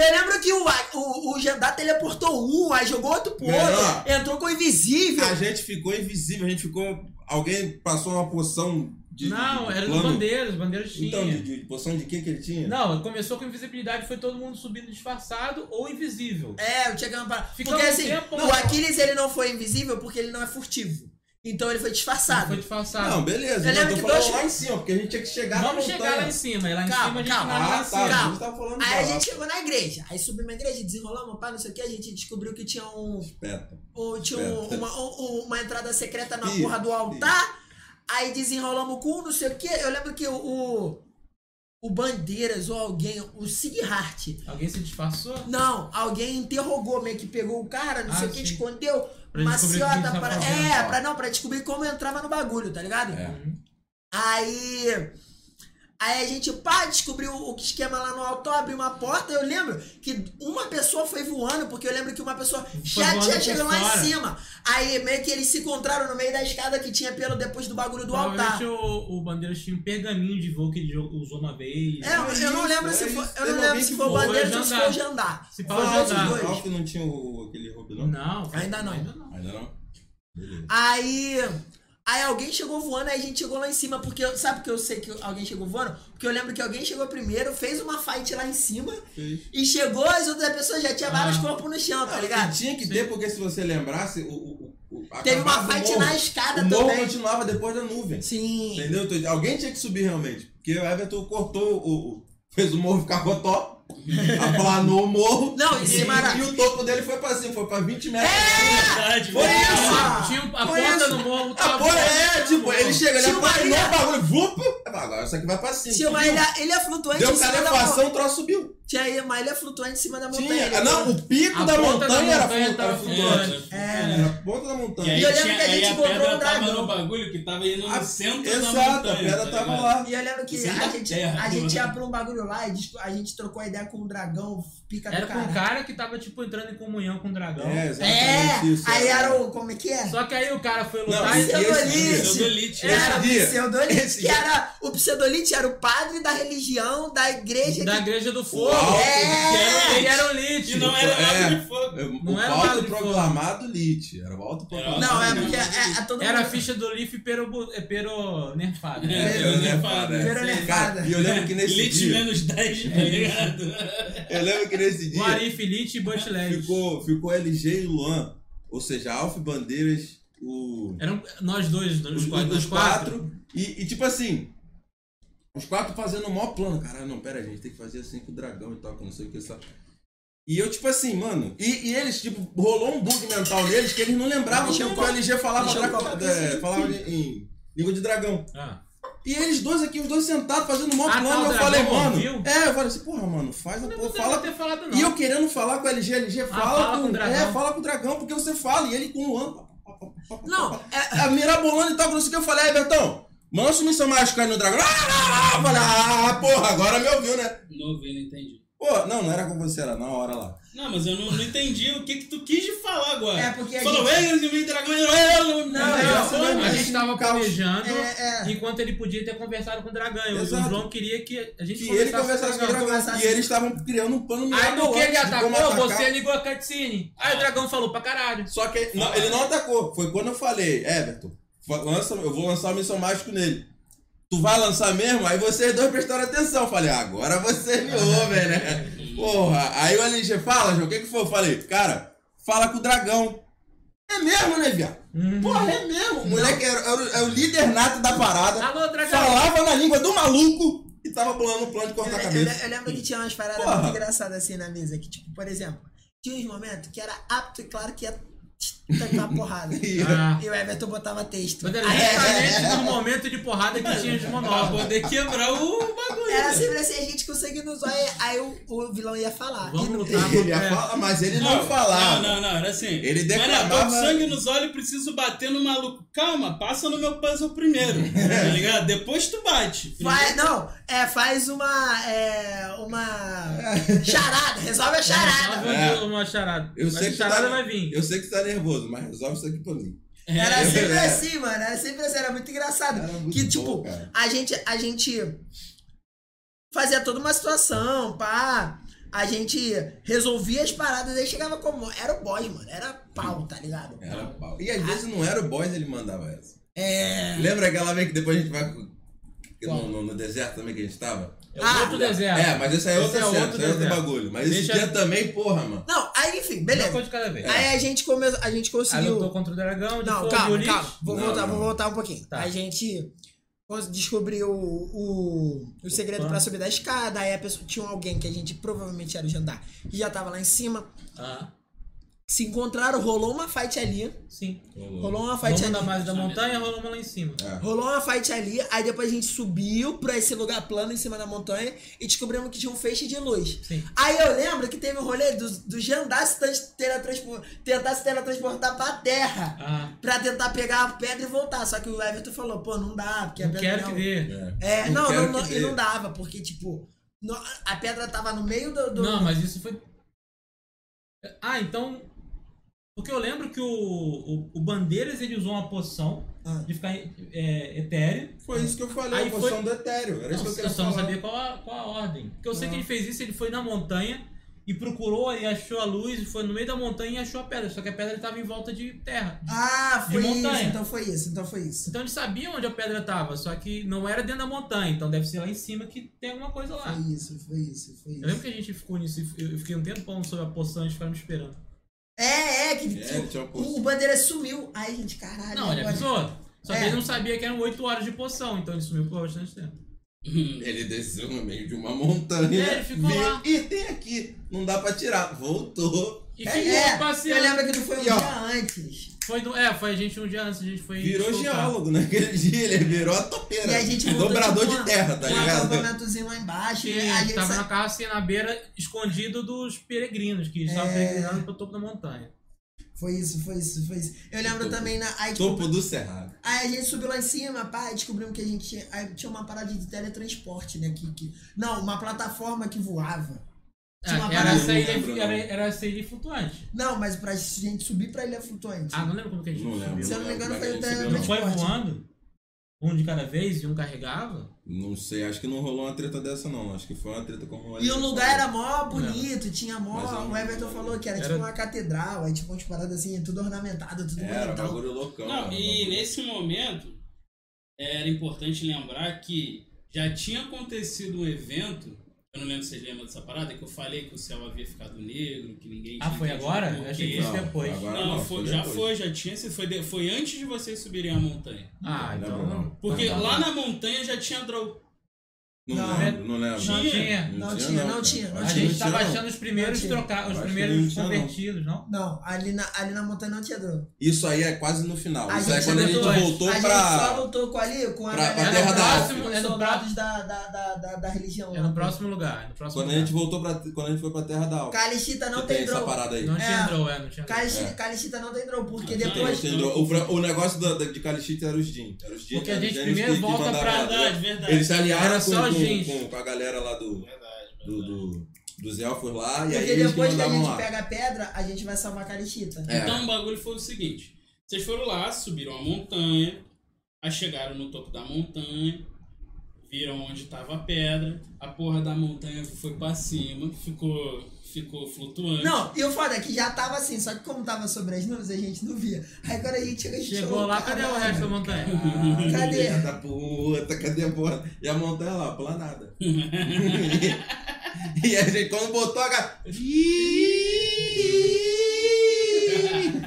[SPEAKER 4] É, eu lembro que o, o, o Jandar teleportou um, aí jogou outro pro
[SPEAKER 2] Melhor.
[SPEAKER 4] outro, entrou com o invisível.
[SPEAKER 2] A gente ficou invisível, a gente ficou. Alguém passou uma poção de.
[SPEAKER 3] Não,
[SPEAKER 2] de
[SPEAKER 3] era do
[SPEAKER 2] plano.
[SPEAKER 3] Bandeiras, Bandeiras tinha.
[SPEAKER 2] Então, de, de poção de que que ele tinha?
[SPEAKER 3] Não, começou com invisibilidade, foi todo mundo subindo disfarçado ou invisível.
[SPEAKER 4] É, eu tinha que parar.
[SPEAKER 3] Ficou
[SPEAKER 4] Porque
[SPEAKER 3] um
[SPEAKER 4] assim,
[SPEAKER 3] tempo-
[SPEAKER 4] o Aquiles ele não foi invisível porque ele não é furtivo. Então ele foi
[SPEAKER 3] Não
[SPEAKER 4] disfarçado.
[SPEAKER 3] Foi disfarçado.
[SPEAKER 2] Não, beleza.
[SPEAKER 4] tá. Eu
[SPEAKER 2] mas
[SPEAKER 4] lembro
[SPEAKER 2] tô
[SPEAKER 4] que
[SPEAKER 2] falando
[SPEAKER 4] dois-
[SPEAKER 2] lá em cima, porque a gente tinha que chegar
[SPEAKER 3] Vamos
[SPEAKER 2] na
[SPEAKER 3] chegar lá em
[SPEAKER 2] montanha.
[SPEAKER 3] cima, e lá em
[SPEAKER 4] Calma,
[SPEAKER 3] cima a gente
[SPEAKER 4] calma.
[SPEAKER 3] não era
[SPEAKER 2] Ah,
[SPEAKER 3] assim.
[SPEAKER 2] tá. A
[SPEAKER 4] Calma.
[SPEAKER 2] gente tava falando
[SPEAKER 4] Aí a
[SPEAKER 2] de
[SPEAKER 4] gente chegou na igreja, aí subiu na igreja, desenrolamos, pá, não sei o que, a gente descobriu que tinha um.
[SPEAKER 2] Peta.
[SPEAKER 4] um- tinha um-
[SPEAKER 2] É.
[SPEAKER 4] uma, um- uma entrada secreta na
[SPEAKER 2] Ih,
[SPEAKER 4] porra do altar. Aí desenrolamos com um, não sei o que. Eu lembro que o. o o Bandeiras ou alguém, o Sighart,
[SPEAKER 3] Alguém se disfarçou?
[SPEAKER 4] Não, alguém interrogou, meio que pegou o cara, não
[SPEAKER 3] Ah,
[SPEAKER 4] sei o que,
[SPEAKER 3] sim.
[SPEAKER 4] escondeu.
[SPEAKER 3] Pra descobrir o que
[SPEAKER 4] maciota
[SPEAKER 3] ele tá
[SPEAKER 4] para.
[SPEAKER 3] fazendo,
[SPEAKER 4] É,
[SPEAKER 3] ó.
[SPEAKER 4] pra não, pra descobrir como entrava no bagulho, tá ligado?
[SPEAKER 2] É.
[SPEAKER 4] Aí. Aí a gente, pá, descobriu o que esquema lá no alto, abriu uma porta. Eu lembro que uma pessoa foi voando, porque eu lembro que uma pessoa já
[SPEAKER 3] voando
[SPEAKER 4] tinha
[SPEAKER 3] por
[SPEAKER 4] chegado lá em
[SPEAKER 3] fora.
[SPEAKER 4] cima. Aí meio que eles se encontraram no meio da escada que tinha pelo depois do bagulho do altar.
[SPEAKER 3] Provavelmente o, o Bandeiras tinha um pergaminho de voo que ele jo- usou uma vez.
[SPEAKER 4] É, eu, eu não
[SPEAKER 2] Isso,
[SPEAKER 4] lembro
[SPEAKER 2] é
[SPEAKER 4] se foi.
[SPEAKER 2] isso.
[SPEAKER 4] Eu
[SPEAKER 2] Teve
[SPEAKER 4] não lembro
[SPEAKER 2] alguém
[SPEAKER 4] se
[SPEAKER 2] que
[SPEAKER 4] foi o
[SPEAKER 2] voou, é
[SPEAKER 4] Bandeira ou se
[SPEAKER 3] Jandar.
[SPEAKER 4] foi o Jandar.
[SPEAKER 3] Se pau
[SPEAKER 2] Ah,
[SPEAKER 4] Fala dos
[SPEAKER 2] o
[SPEAKER 3] jogar.
[SPEAKER 4] dois.
[SPEAKER 2] Ralph não tinha o, aquele roubo, não?
[SPEAKER 3] Não,
[SPEAKER 4] Ainda não.
[SPEAKER 3] Ainda não.
[SPEAKER 2] Ainda não? Beleza.
[SPEAKER 4] Aí. Aí alguém chegou voando, aí a gente chegou lá em cima, porque eu- sabe que eu sei que alguém chegou voando? Porque eu lembro que alguém chegou primeiro, fez uma fight lá em cima
[SPEAKER 2] Fez.
[SPEAKER 4] e chegou, as outras pessoas já tinham vários
[SPEAKER 3] Ah.
[SPEAKER 4] corpos no chão, tá
[SPEAKER 2] Não,
[SPEAKER 4] ligado?
[SPEAKER 2] e tinha que ter, porque se você lembrasse, o, o, o, o-
[SPEAKER 4] Teve uma
[SPEAKER 2] acabava o
[SPEAKER 4] fight
[SPEAKER 2] morro.
[SPEAKER 4] na escada
[SPEAKER 2] O morro
[SPEAKER 4] também.
[SPEAKER 2] continuava depois da nuvem.
[SPEAKER 4] Sim.
[SPEAKER 2] Entendeu? Então, Alguém tinha que subir realmente. Porque o Everton cortou o. o- fez o morro ficar cotó, aplanou o morro.
[SPEAKER 4] Não, em
[SPEAKER 2] e,
[SPEAKER 4] cima era-
[SPEAKER 2] e o topo dele foi pra cima, foi pra 20 metros.
[SPEAKER 4] É,
[SPEAKER 1] Verdade, né?
[SPEAKER 2] Foi
[SPEAKER 1] verdade.
[SPEAKER 2] isso.
[SPEAKER 4] Ah,
[SPEAKER 3] Tinha um- a
[SPEAKER 2] foi
[SPEAKER 3] ponta
[SPEAKER 2] isso.
[SPEAKER 3] do morro
[SPEAKER 2] Ah,
[SPEAKER 3] tava
[SPEAKER 2] pô, é,
[SPEAKER 3] voando.
[SPEAKER 2] tipo, ele chega, ele
[SPEAKER 4] Tinha então, uma
[SPEAKER 2] aplanou
[SPEAKER 4] ilha-
[SPEAKER 2] o bagulho, vup! é, Agora isso aqui vai pra cima.
[SPEAKER 4] Tinha uma
[SPEAKER 2] subiu.
[SPEAKER 4] ilha, ilha é, flutuante em
[SPEAKER 2] Deu
[SPEAKER 4] cima da montanha.
[SPEAKER 2] calefação, o troço subiu.
[SPEAKER 4] Tinha aí uma ilha flutuante em cima da montanha.
[SPEAKER 2] Tinha. Ah, Não, o pico
[SPEAKER 3] A
[SPEAKER 2] da
[SPEAKER 3] ponta da
[SPEAKER 2] montanha era
[SPEAKER 3] montanha
[SPEAKER 2] flu-
[SPEAKER 3] tava né?
[SPEAKER 2] era flutuante.
[SPEAKER 3] flutuante.
[SPEAKER 2] Era a ponta da
[SPEAKER 1] É. E aí,
[SPEAKER 2] montanha.
[SPEAKER 4] É. E eu lembro
[SPEAKER 1] tinha,
[SPEAKER 4] que a
[SPEAKER 1] aí
[SPEAKER 4] gente
[SPEAKER 1] a
[SPEAKER 4] encontrou
[SPEAKER 1] pedra
[SPEAKER 4] um
[SPEAKER 1] tava
[SPEAKER 4] dragão.
[SPEAKER 1] no bagulho que tava indo no
[SPEAKER 2] A-
[SPEAKER 1] centro da montanha.
[SPEAKER 2] Exato, a pedra
[SPEAKER 1] tá
[SPEAKER 2] tava
[SPEAKER 1] ligado?
[SPEAKER 2] lá.
[SPEAKER 4] E eu lembro que
[SPEAKER 1] Sim,
[SPEAKER 4] a
[SPEAKER 2] tá
[SPEAKER 1] da
[SPEAKER 4] gente,
[SPEAKER 1] terra,
[SPEAKER 4] a gente
[SPEAKER 1] mano.
[SPEAKER 2] né?
[SPEAKER 4] ia pra um bagulho lá e dis- a gente trocou a ideia com um dragão, pica
[SPEAKER 3] Era
[SPEAKER 4] do
[SPEAKER 3] com um
[SPEAKER 4] cara.
[SPEAKER 3] cara que tava, tipo, entrando em comunhão com o dragão.
[SPEAKER 4] É,
[SPEAKER 2] É, exatamente isso.
[SPEAKER 4] aí
[SPEAKER 2] é.
[SPEAKER 4] era o. Como é que é?
[SPEAKER 3] Só que aí o cara foi lutar
[SPEAKER 2] Não,
[SPEAKER 3] e
[SPEAKER 2] esse-
[SPEAKER 4] Pseudolite.
[SPEAKER 1] um
[SPEAKER 2] esse-
[SPEAKER 1] Pseudolite.
[SPEAKER 2] Esse
[SPEAKER 4] Era o
[SPEAKER 2] dia.
[SPEAKER 4] pseudolite,
[SPEAKER 2] Esse
[SPEAKER 4] que
[SPEAKER 2] dia.
[SPEAKER 4] era. O pseudolite era o padre da religião da igreja
[SPEAKER 3] da
[SPEAKER 4] que.
[SPEAKER 3] igreja do
[SPEAKER 2] O
[SPEAKER 3] fogo.
[SPEAKER 2] alto
[SPEAKER 4] É!
[SPEAKER 3] Ele era um o Lich.
[SPEAKER 1] E não era nada de fogo.
[SPEAKER 2] é, O
[SPEAKER 3] Não era o
[SPEAKER 2] alto
[SPEAKER 3] Padre Fogo.
[SPEAKER 2] proclamado Lich. Era o alto proclamado.
[SPEAKER 4] Não, é
[SPEAKER 1] Não,
[SPEAKER 4] porque
[SPEAKER 1] não.
[SPEAKER 4] é, é todo
[SPEAKER 3] Era a
[SPEAKER 4] mundo.
[SPEAKER 3] ficha do Leaf pero, bu- é, pero né? nerfada.
[SPEAKER 1] É,
[SPEAKER 2] É,
[SPEAKER 1] eu
[SPEAKER 2] eu
[SPEAKER 1] lembro,
[SPEAKER 2] lembro,
[SPEAKER 1] né?
[SPEAKER 4] Primeira
[SPEAKER 1] Sim.
[SPEAKER 4] levada.
[SPEAKER 2] E eu lembro que nesse
[SPEAKER 1] Lit
[SPEAKER 2] dia. É.
[SPEAKER 1] menos 10, tá ligado?
[SPEAKER 2] Eu lembro que nesse
[SPEAKER 3] O
[SPEAKER 2] dia
[SPEAKER 3] Arif, Lich e Butlet.
[SPEAKER 2] ficou, ficou LG e Luan. Ou seja, Alf Bandeiras, o.
[SPEAKER 3] Eram nós dois, nós
[SPEAKER 2] Os,
[SPEAKER 3] quatro.
[SPEAKER 2] os
[SPEAKER 3] nós
[SPEAKER 2] quatro. E, e tipo assim. Os quatro fazendo o maior plano. Caralho, não, pera, gente, tem que fazer assim com o dragão e tal, com não sei o que. Sabe? E eu, tipo assim, mano. E, e eles, tipo, rolou um bug mental neles que eles não lembravam
[SPEAKER 4] Deixa
[SPEAKER 2] que
[SPEAKER 4] eu
[SPEAKER 2] o
[SPEAKER 4] colar.
[SPEAKER 2] LG falava,
[SPEAKER 4] Deixa eu
[SPEAKER 2] dra-
[SPEAKER 4] colar.
[SPEAKER 2] é, falava em, em língua de dragão.
[SPEAKER 3] Ah,
[SPEAKER 2] E eles dois aqui, os dois sentados, fazendo um maior
[SPEAKER 3] Ah,
[SPEAKER 2] plano.
[SPEAKER 3] tá,
[SPEAKER 2] eu
[SPEAKER 3] o
[SPEAKER 2] falei,
[SPEAKER 3] dragão
[SPEAKER 2] mano.
[SPEAKER 3] ouviu?
[SPEAKER 2] É, eu falei assim, porra, mano, faz a
[SPEAKER 3] Não
[SPEAKER 2] porra,
[SPEAKER 3] deveria
[SPEAKER 2] fala.
[SPEAKER 3] ter falado, não.
[SPEAKER 2] E eu querendo falar com a LG, LG, fala,
[SPEAKER 3] fala com o dragão.
[SPEAKER 2] É, fala com o dragão, porque você fala, e ele com um o Luan. pá, pá, pá, pá, pá,
[SPEAKER 4] Não,
[SPEAKER 2] pá, pá. a mirabolando e tal, não sei o que eu falei, aí, Bertão, manda sua missão mágica aí no dragão. Ah, ah, ah, eu falei, ah, porra, agora me ouviu, né?
[SPEAKER 1] Não ouvi, não entendi.
[SPEAKER 2] Pô, não, não era com você, era na hora lá.
[SPEAKER 1] Não, mas eu não, não entendi o que que tu quis de falar agora.
[SPEAKER 4] É, porque a
[SPEAKER 1] Falou, ei, eu me dragão, eu- eu- eu-
[SPEAKER 4] Não,
[SPEAKER 1] eu- eu-
[SPEAKER 4] não,
[SPEAKER 1] eu-
[SPEAKER 4] não,
[SPEAKER 3] A
[SPEAKER 1] eu-
[SPEAKER 2] mas-
[SPEAKER 3] gente tava
[SPEAKER 2] Caos.
[SPEAKER 3] planejando
[SPEAKER 4] É, é.
[SPEAKER 3] enquanto ele podia ter conversado com o dragão. O
[SPEAKER 2] Exato.
[SPEAKER 3] João queria que a gente
[SPEAKER 2] Que ele conversasse com o dragão.
[SPEAKER 4] conversasse-
[SPEAKER 2] E eles estavam criando um plano
[SPEAKER 3] Aí no que
[SPEAKER 2] mirabolante
[SPEAKER 3] ele
[SPEAKER 2] de como
[SPEAKER 3] atacou,
[SPEAKER 2] atacar.
[SPEAKER 3] você ligou a cutscene. Aí o dragão falou pra caralho.
[SPEAKER 2] Só que não, ele não atacou. Foi quando eu falei, Everton, fa- lança, eu vou lançar o Missão Mágico nele. Tu vai lançar mesmo? Aí vocês dois prestaram atenção. Eu Falei, agora você me ouve, né? Porra. Aí o LG fala, João, o que que foi? Eu falei, cara, fala com o dragão. É mesmo, né, viado? Porra, é mesmo. O moleque era, era o- era o líder nato da parada.
[SPEAKER 3] Alô, dragão.
[SPEAKER 2] Falava na língua do maluco e tava bolando um plano de cortar a
[SPEAKER 4] Eu, eu,
[SPEAKER 2] cabeça.
[SPEAKER 4] eu lembro que tinha umas paradas
[SPEAKER 2] Porra.
[SPEAKER 4] muito engraçadas assim na mesa. Que, tipo, por exemplo, tinha uns momentos que era apto e claro que ia tacar uma porrada.
[SPEAKER 2] E-
[SPEAKER 3] Ah.
[SPEAKER 4] E o Everton botava texto.
[SPEAKER 3] Quando era né?
[SPEAKER 4] Aí,
[SPEAKER 3] justamente no momento de porrada que tinha de
[SPEAKER 1] Pra
[SPEAKER 3] monólogo.
[SPEAKER 1] poder quebrar o bagulho.
[SPEAKER 4] Era
[SPEAKER 1] né?
[SPEAKER 4] sempre assim, a gente conseguindo nos olhos, aí o, o vilão ia falar.
[SPEAKER 3] Vamos
[SPEAKER 4] E não-
[SPEAKER 3] lutar.
[SPEAKER 2] Ele ia falar, mas ele não, falava.
[SPEAKER 1] Não, não, não, era assim.
[SPEAKER 2] Ele
[SPEAKER 1] Olha,
[SPEAKER 2] declamava-
[SPEAKER 1] tô com sangue nos olhos, preciso bater no maluco. Calma, passa no meu puzzle primeiro, tá ligado? Depois tu bate.
[SPEAKER 4] Faz, não, é, faz uma. É, uma. Charada, resolve a
[SPEAKER 3] Ah,
[SPEAKER 4] charada.
[SPEAKER 3] vou
[SPEAKER 2] É.
[SPEAKER 3] ver uma charada.
[SPEAKER 2] Eu
[SPEAKER 3] Mas
[SPEAKER 2] sei, que tu
[SPEAKER 3] charada
[SPEAKER 2] tá,
[SPEAKER 3] vai vir.
[SPEAKER 2] eu sei que tu tá nervoso, mas resolve isso aqui pra mim.
[SPEAKER 1] É,
[SPEAKER 4] Era
[SPEAKER 2] eu-
[SPEAKER 4] sempre
[SPEAKER 2] é.
[SPEAKER 4] assim, mano. Era sempre assim, era muito engraçado.
[SPEAKER 2] Era muito
[SPEAKER 4] que,
[SPEAKER 2] bom,
[SPEAKER 4] tipo,
[SPEAKER 2] cara.
[SPEAKER 4] a gente, a gente fazia toda uma situação, pá. A gente resolvia as paradas, aí chegava como. Era o boss, mano. Era pau, tá ligado?
[SPEAKER 2] Era
[SPEAKER 3] Ah.
[SPEAKER 2] pau. E às vezes não era o boss, ele mandava essa.
[SPEAKER 4] É.
[SPEAKER 2] Lembra aquela vez que depois a gente vai com- que no, no- no deserto também que a gente tava?
[SPEAKER 3] É
[SPEAKER 4] Ah,
[SPEAKER 3] outro deserto.
[SPEAKER 2] É, mas esse aí é
[SPEAKER 3] Esse
[SPEAKER 2] outra
[SPEAKER 3] é
[SPEAKER 2] cena,
[SPEAKER 3] outro
[SPEAKER 2] esse aí é outro
[SPEAKER 3] deserto.
[SPEAKER 2] bagulho. Mas esse
[SPEAKER 3] Deixa-
[SPEAKER 2] dia também, porra, mano.
[SPEAKER 4] Não, aí enfim,
[SPEAKER 3] Uma coisa
[SPEAKER 4] beleza.
[SPEAKER 3] de cada
[SPEAKER 2] É.
[SPEAKER 3] vez.
[SPEAKER 4] Aí a gente começou. A gente
[SPEAKER 3] Aí
[SPEAKER 4] conseguiu.
[SPEAKER 3] lutou contra o dragão,
[SPEAKER 4] Não,
[SPEAKER 3] depois o
[SPEAKER 4] calma,
[SPEAKER 3] Bolich.
[SPEAKER 4] calma. Vou
[SPEAKER 2] Não,
[SPEAKER 4] voltar,
[SPEAKER 2] não.
[SPEAKER 4] vou voltar um pouquinho.
[SPEAKER 3] Tá.
[SPEAKER 4] A gente descobriu o, o, o segredo
[SPEAKER 3] plano.
[SPEAKER 4] pra subir da escada. Aí a pessoa, tinha alguém que a gente provavelmente era o jantar que já tava lá em cima.
[SPEAKER 3] Ah,
[SPEAKER 4] Se encontraram, rolou uma fight ali.
[SPEAKER 3] sim.
[SPEAKER 4] Rolou uma fight
[SPEAKER 3] Vamos na
[SPEAKER 4] ali.
[SPEAKER 3] mais da montanha, rolou uma lá em cima.
[SPEAKER 2] É.
[SPEAKER 4] Rolou uma fight ali, aí depois a gente subiu pra esse lugar plano em cima da montanha e descobrimos que tinha um feixe de luz.
[SPEAKER 3] Sim.
[SPEAKER 4] Aí eu lembro que teve um rolê do, do Jandar se trans- teletranspor- tentar se teletransportar pra terra.
[SPEAKER 3] Ah,
[SPEAKER 4] Pra tentar pegar a pedra e voltar. Só que o Everton falou, pô, não dá, porque a
[SPEAKER 3] não
[SPEAKER 4] pedra
[SPEAKER 3] quero
[SPEAKER 4] não-
[SPEAKER 3] que dê.
[SPEAKER 2] É.
[SPEAKER 4] É, não,
[SPEAKER 2] quero
[SPEAKER 4] não, não, e
[SPEAKER 2] que dê.
[SPEAKER 4] não dava, porque, tipo, no- a pedra tava no meio do. do-
[SPEAKER 3] Não, mas isso foi. Ah, então. Porque eu lembro que o, o, o Bandeiras ele usou uma poção
[SPEAKER 4] Ah.
[SPEAKER 3] de ficar é, etéreo.
[SPEAKER 2] Foi isso que eu falei,
[SPEAKER 3] Aí
[SPEAKER 2] a posição
[SPEAKER 3] foi-
[SPEAKER 2] do etéreo. Era
[SPEAKER 3] Não,
[SPEAKER 2] isso que
[SPEAKER 3] então
[SPEAKER 2] eu
[SPEAKER 3] eu
[SPEAKER 2] queria
[SPEAKER 3] só não
[SPEAKER 2] falar. É.
[SPEAKER 3] sabia qual a, qual a ordem. Porque eu sei que ele fez isso, ele foi na montanha e procurou e achou a luz, e foi no meio da montanha e achou a pedra. Só que a pedra estava em volta de terra.
[SPEAKER 4] Ah, foi
[SPEAKER 3] De
[SPEAKER 4] isso,
[SPEAKER 3] montanha.
[SPEAKER 4] então foi isso, então foi isso.
[SPEAKER 3] Então eles sabiam onde a pedra estava, só que não era dentro da montanha, então deve ser lá em cima que tem alguma coisa lá.
[SPEAKER 4] Foi isso, foi isso, foi
[SPEAKER 3] Eu lembro
[SPEAKER 4] isso.
[SPEAKER 3] que a gente ficou nisso, e eu eu fiquei um tempão sobre a poção, eles ficaram me esperando.
[SPEAKER 4] É, é, que
[SPEAKER 2] É, ele tinha uma
[SPEAKER 4] o, o
[SPEAKER 2] posição.
[SPEAKER 4] bandeira sumiu. Ai, gente, caralho.
[SPEAKER 3] Não, ele
[SPEAKER 4] agora-
[SPEAKER 3] avisou. Só que
[SPEAKER 4] É.
[SPEAKER 3] ele não sabia que eram 8 horas de poção, então ele sumiu por bastante tempo.
[SPEAKER 1] Hum.
[SPEAKER 2] Ele desceu no meio de uma montanha.
[SPEAKER 3] É, ele ficou lá.
[SPEAKER 2] E tem aqui, não dá pra tirar. Voltou.
[SPEAKER 3] E
[SPEAKER 4] É,
[SPEAKER 3] ficou
[SPEAKER 4] é, eu
[SPEAKER 3] passeando.
[SPEAKER 4] lembro que não foi um
[SPEAKER 2] E, ó.
[SPEAKER 4] dia antes.
[SPEAKER 3] Foi do, é, foi a gente um dia antes, a gente foi.
[SPEAKER 2] Virou
[SPEAKER 3] soltar.
[SPEAKER 2] geólogo naquele dia, ele virou a topeira.
[SPEAKER 4] E a gente voltou
[SPEAKER 2] Dobrador
[SPEAKER 4] tipo,
[SPEAKER 2] de terra, tá
[SPEAKER 4] um
[SPEAKER 2] ligado?
[SPEAKER 4] acampamentozinho lá embaixo.
[SPEAKER 3] Que
[SPEAKER 4] E a gente
[SPEAKER 3] tava
[SPEAKER 4] sa-
[SPEAKER 3] na carrocinha na beira, escondido dos peregrinos, que estavam peregrinando pro topo da montanha.
[SPEAKER 4] Foi isso, foi isso, foi isso. Eu lembro
[SPEAKER 2] Topo.
[SPEAKER 4] também na. Aí, tipo,
[SPEAKER 2] Topo do Cerrado.
[SPEAKER 4] Aí a gente subiu lá em cima, pá, e descobrimos que a gente tinha, aí tinha uma parada de teletransporte, né? Que, que- não, uma plataforma que voava.
[SPEAKER 3] É,
[SPEAKER 4] Tinha uma
[SPEAKER 3] era,
[SPEAKER 4] parada-
[SPEAKER 3] essa
[SPEAKER 2] Eu não lembro,
[SPEAKER 3] ilha,
[SPEAKER 2] não.
[SPEAKER 3] era, era essa ilha flutuante.
[SPEAKER 4] Não, mas pra gente subir pra ilha flutuante.
[SPEAKER 3] Ah, não lembro como que a gente
[SPEAKER 2] Não
[SPEAKER 4] Se
[SPEAKER 2] lembro.
[SPEAKER 3] subiu.
[SPEAKER 4] eu não me engano,
[SPEAKER 2] Como é
[SPEAKER 4] foi
[SPEAKER 2] que
[SPEAKER 4] até
[SPEAKER 2] a gente subiu,
[SPEAKER 3] Não foi
[SPEAKER 4] transporte.
[SPEAKER 3] voando? Um de cada vez e um carregava?
[SPEAKER 2] Não sei, acho que não rolou uma treta dessa, não. Acho que foi uma treta como
[SPEAKER 4] E o lugar era mó bonito, tinha
[SPEAKER 2] Mas eu
[SPEAKER 4] mó.
[SPEAKER 2] não-
[SPEAKER 4] O Everton falou que era,
[SPEAKER 3] Era-
[SPEAKER 4] tipo uma catedral, aí tipo umas paradas assim, tudo ornamentado, tudo
[SPEAKER 2] Era,
[SPEAKER 4] bonitão.
[SPEAKER 2] bagulho loucão.
[SPEAKER 1] Não,
[SPEAKER 2] era
[SPEAKER 1] e
[SPEAKER 2] bagulho.
[SPEAKER 1] nesse momento era importante lembrar que já tinha acontecido um evento. Eu não lembro se vocês lembram dessa parada, que eu falei que o céu havia ficado negro, que ninguém
[SPEAKER 3] Ah,
[SPEAKER 1] tinha
[SPEAKER 3] foi
[SPEAKER 1] entendido
[SPEAKER 3] agora?
[SPEAKER 1] por
[SPEAKER 3] Eu achei
[SPEAKER 1] quê.
[SPEAKER 3] que fosse
[SPEAKER 2] Não,
[SPEAKER 3] depois.
[SPEAKER 2] agora-
[SPEAKER 1] Não,
[SPEAKER 2] não,
[SPEAKER 1] foi-
[SPEAKER 2] foi
[SPEAKER 1] já
[SPEAKER 2] depois.
[SPEAKER 1] foi, já tinha sido. Foi, de- foi antes de vocês subirem a montanha.
[SPEAKER 3] Ah,
[SPEAKER 2] Não
[SPEAKER 3] então.
[SPEAKER 2] lembro, não.
[SPEAKER 1] Porque
[SPEAKER 3] Então tá.
[SPEAKER 1] lá na montanha já tinha draw.
[SPEAKER 2] Não,
[SPEAKER 4] Não.
[SPEAKER 2] lembro, não lembro.
[SPEAKER 3] Não tinha.
[SPEAKER 4] Não tinha, não tinha, não
[SPEAKER 2] cara.
[SPEAKER 3] A
[SPEAKER 2] Acho
[SPEAKER 4] tinha.
[SPEAKER 2] que
[SPEAKER 3] gente tava
[SPEAKER 2] não.
[SPEAKER 3] achando os primeiros
[SPEAKER 4] Não tinha.
[SPEAKER 3] trocados, os
[SPEAKER 2] Acho que
[SPEAKER 3] primeiros
[SPEAKER 2] não tinha, não.
[SPEAKER 3] convertidos, não?
[SPEAKER 4] Não, ali na, ali na montanha não tinha drone.
[SPEAKER 2] Isso aí é quase no final.
[SPEAKER 4] A
[SPEAKER 2] Isso aí é
[SPEAKER 4] gente
[SPEAKER 2] quando a gente
[SPEAKER 3] voltou antes.
[SPEAKER 2] voltou
[SPEAKER 4] a gente só
[SPEAKER 2] pra.
[SPEAKER 4] lutou com ali, com a
[SPEAKER 2] pra- pra
[SPEAKER 4] galera
[SPEAKER 2] Terra
[SPEAKER 4] dos
[SPEAKER 2] da África.
[SPEAKER 4] soldados
[SPEAKER 3] É no
[SPEAKER 4] da, da, da, da, da religião.
[SPEAKER 3] É no próximo lugar. é No próximo
[SPEAKER 2] Quando a
[SPEAKER 3] lugar.
[SPEAKER 2] gente voltou pra. Quando a gente foi pra Terra da Alta.
[SPEAKER 4] Calixita não
[SPEAKER 2] que
[SPEAKER 4] tem,
[SPEAKER 2] tem essa
[SPEAKER 4] drone.
[SPEAKER 2] parada aí.
[SPEAKER 3] Não tinha
[SPEAKER 4] É.
[SPEAKER 3] draw, é, não tinha draw.
[SPEAKER 4] Calixita, Calixita não tem drone, porque
[SPEAKER 1] Não,
[SPEAKER 2] Não
[SPEAKER 4] depois...
[SPEAKER 2] tem droga. O, pro- o negócio da- da- de Calixita era os Jin. Era os Jin.
[SPEAKER 3] Porque a
[SPEAKER 2] era os
[SPEAKER 3] gente
[SPEAKER 2] Jin
[SPEAKER 3] primeiro
[SPEAKER 2] que- que
[SPEAKER 3] volta
[SPEAKER 2] mandavam
[SPEAKER 3] pra
[SPEAKER 2] lá.
[SPEAKER 1] Verdade, verdade.
[SPEAKER 2] Ah, Eles se
[SPEAKER 3] Era
[SPEAKER 2] aliaram com,
[SPEAKER 3] só gente.
[SPEAKER 2] com- com- com a galera lá do,
[SPEAKER 1] Verdade,
[SPEAKER 2] do-
[SPEAKER 1] verdade.
[SPEAKER 2] do- dos elfos lá. E aí
[SPEAKER 4] Porque
[SPEAKER 2] eles que
[SPEAKER 4] depois que a
[SPEAKER 2] mandavam
[SPEAKER 4] gente
[SPEAKER 2] lá.
[SPEAKER 4] pega a pedra, a gente vai salvar Calixita.
[SPEAKER 2] É.
[SPEAKER 1] Então o bagulho foi o seguinte: vocês foram lá, subiram a montanha, aí chegaram no topo da montanha, viram onde tava a pedra, a porra da montanha foi pra cima, ficou, ficou flutuante.
[SPEAKER 4] Não, e o foda é que já tava assim, só que como tava sobre as nuvens, a gente não via. Aí quando a gente chega, a gente
[SPEAKER 3] Chegou
[SPEAKER 4] chegou, um.
[SPEAKER 3] lá, cadê o
[SPEAKER 4] caralho.
[SPEAKER 3] resto da montanha?
[SPEAKER 2] Ah,
[SPEAKER 4] Cadê?
[SPEAKER 2] filha Da puta, cadê a porra? E a montanha lá, planada. e a gente, quando botou a. ga-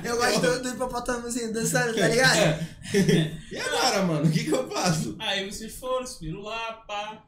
[SPEAKER 4] Eu gosto do, do hipopotâmozinho dançando,
[SPEAKER 2] É.
[SPEAKER 4] tá ligado?
[SPEAKER 2] E agora, mano? O que que eu faço?
[SPEAKER 1] Aí vocês foram, subiram lá, pá.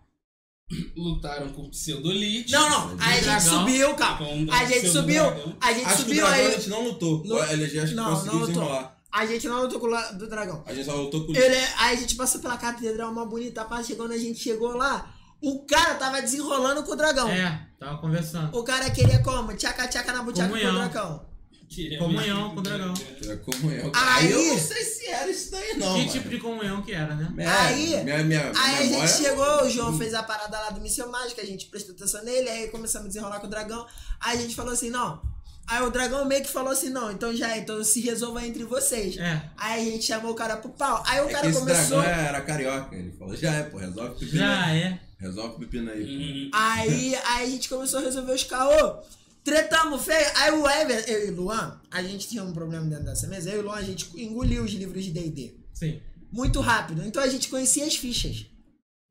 [SPEAKER 1] Lutaram com o pseudolite.
[SPEAKER 4] Não, não, aí a gente
[SPEAKER 3] Dragão. um
[SPEAKER 4] subiu, calma.
[SPEAKER 1] com o
[SPEAKER 4] A gente subiu,
[SPEAKER 1] pseudodragão.
[SPEAKER 4] a gente
[SPEAKER 2] Acho que o
[SPEAKER 4] subiu
[SPEAKER 2] dragão a
[SPEAKER 4] aí.
[SPEAKER 2] gente não lutou.
[SPEAKER 4] Lu-
[SPEAKER 2] Ele acho que
[SPEAKER 4] Não,
[SPEAKER 2] conseguiu
[SPEAKER 4] não lutou.
[SPEAKER 2] desenrolar.
[SPEAKER 4] A gente não lutou com o la- do dragão.
[SPEAKER 2] A gente só lutou com o
[SPEAKER 4] Ele, aí a gente passou pela catedral, uma bonita parte, chegando a gente chegou lá, o cara tava desenrolando com o dragão.
[SPEAKER 3] É, tava conversando.
[SPEAKER 4] O cara queria como? Tchaca-tchaca na buchaca com o
[SPEAKER 3] Comunhão.
[SPEAKER 4] dragão.
[SPEAKER 1] Que é
[SPEAKER 3] Comunhão
[SPEAKER 1] mesmo,
[SPEAKER 3] com o dragão.
[SPEAKER 1] né?
[SPEAKER 2] É como é.
[SPEAKER 4] Aí-
[SPEAKER 2] eu não sei se era isso daí, não.
[SPEAKER 3] que
[SPEAKER 2] mano.
[SPEAKER 3] tipo de comunhão que era, né?
[SPEAKER 2] É,
[SPEAKER 4] Aí-
[SPEAKER 2] Minha, minha,
[SPEAKER 4] Aí a
[SPEAKER 2] memória- Hum.
[SPEAKER 4] gente chegou, o João fez a parada lá do Missão Mágica, a gente prestou atenção nele, aí começamos a desenrolar com o dragão. Aí a gente falou assim, não. Aí o dragão meio que falou assim, não, então já é, então se resolva entre vocês.
[SPEAKER 3] É.
[SPEAKER 4] Aí a gente chamou o cara pro pau. Aí o
[SPEAKER 2] É que
[SPEAKER 4] cara
[SPEAKER 2] esse
[SPEAKER 4] começou.
[SPEAKER 2] dragão era carioca. Ele falou, já é, pô, resolve o pepino aí.
[SPEAKER 3] Já Hum, é.
[SPEAKER 2] Resolve o pepino aí. pô.
[SPEAKER 1] Uhum.
[SPEAKER 4] Aí, aí a gente começou a resolver os caô. Tretamos feio. Aí o Ever, eu e o Luan, a gente tinha um problema dentro dessa mesa. Eu e o Luan, a gente engoliu os livros de DD.
[SPEAKER 3] Sim.
[SPEAKER 4] Muito rápido. Então a gente conhecia as fichas.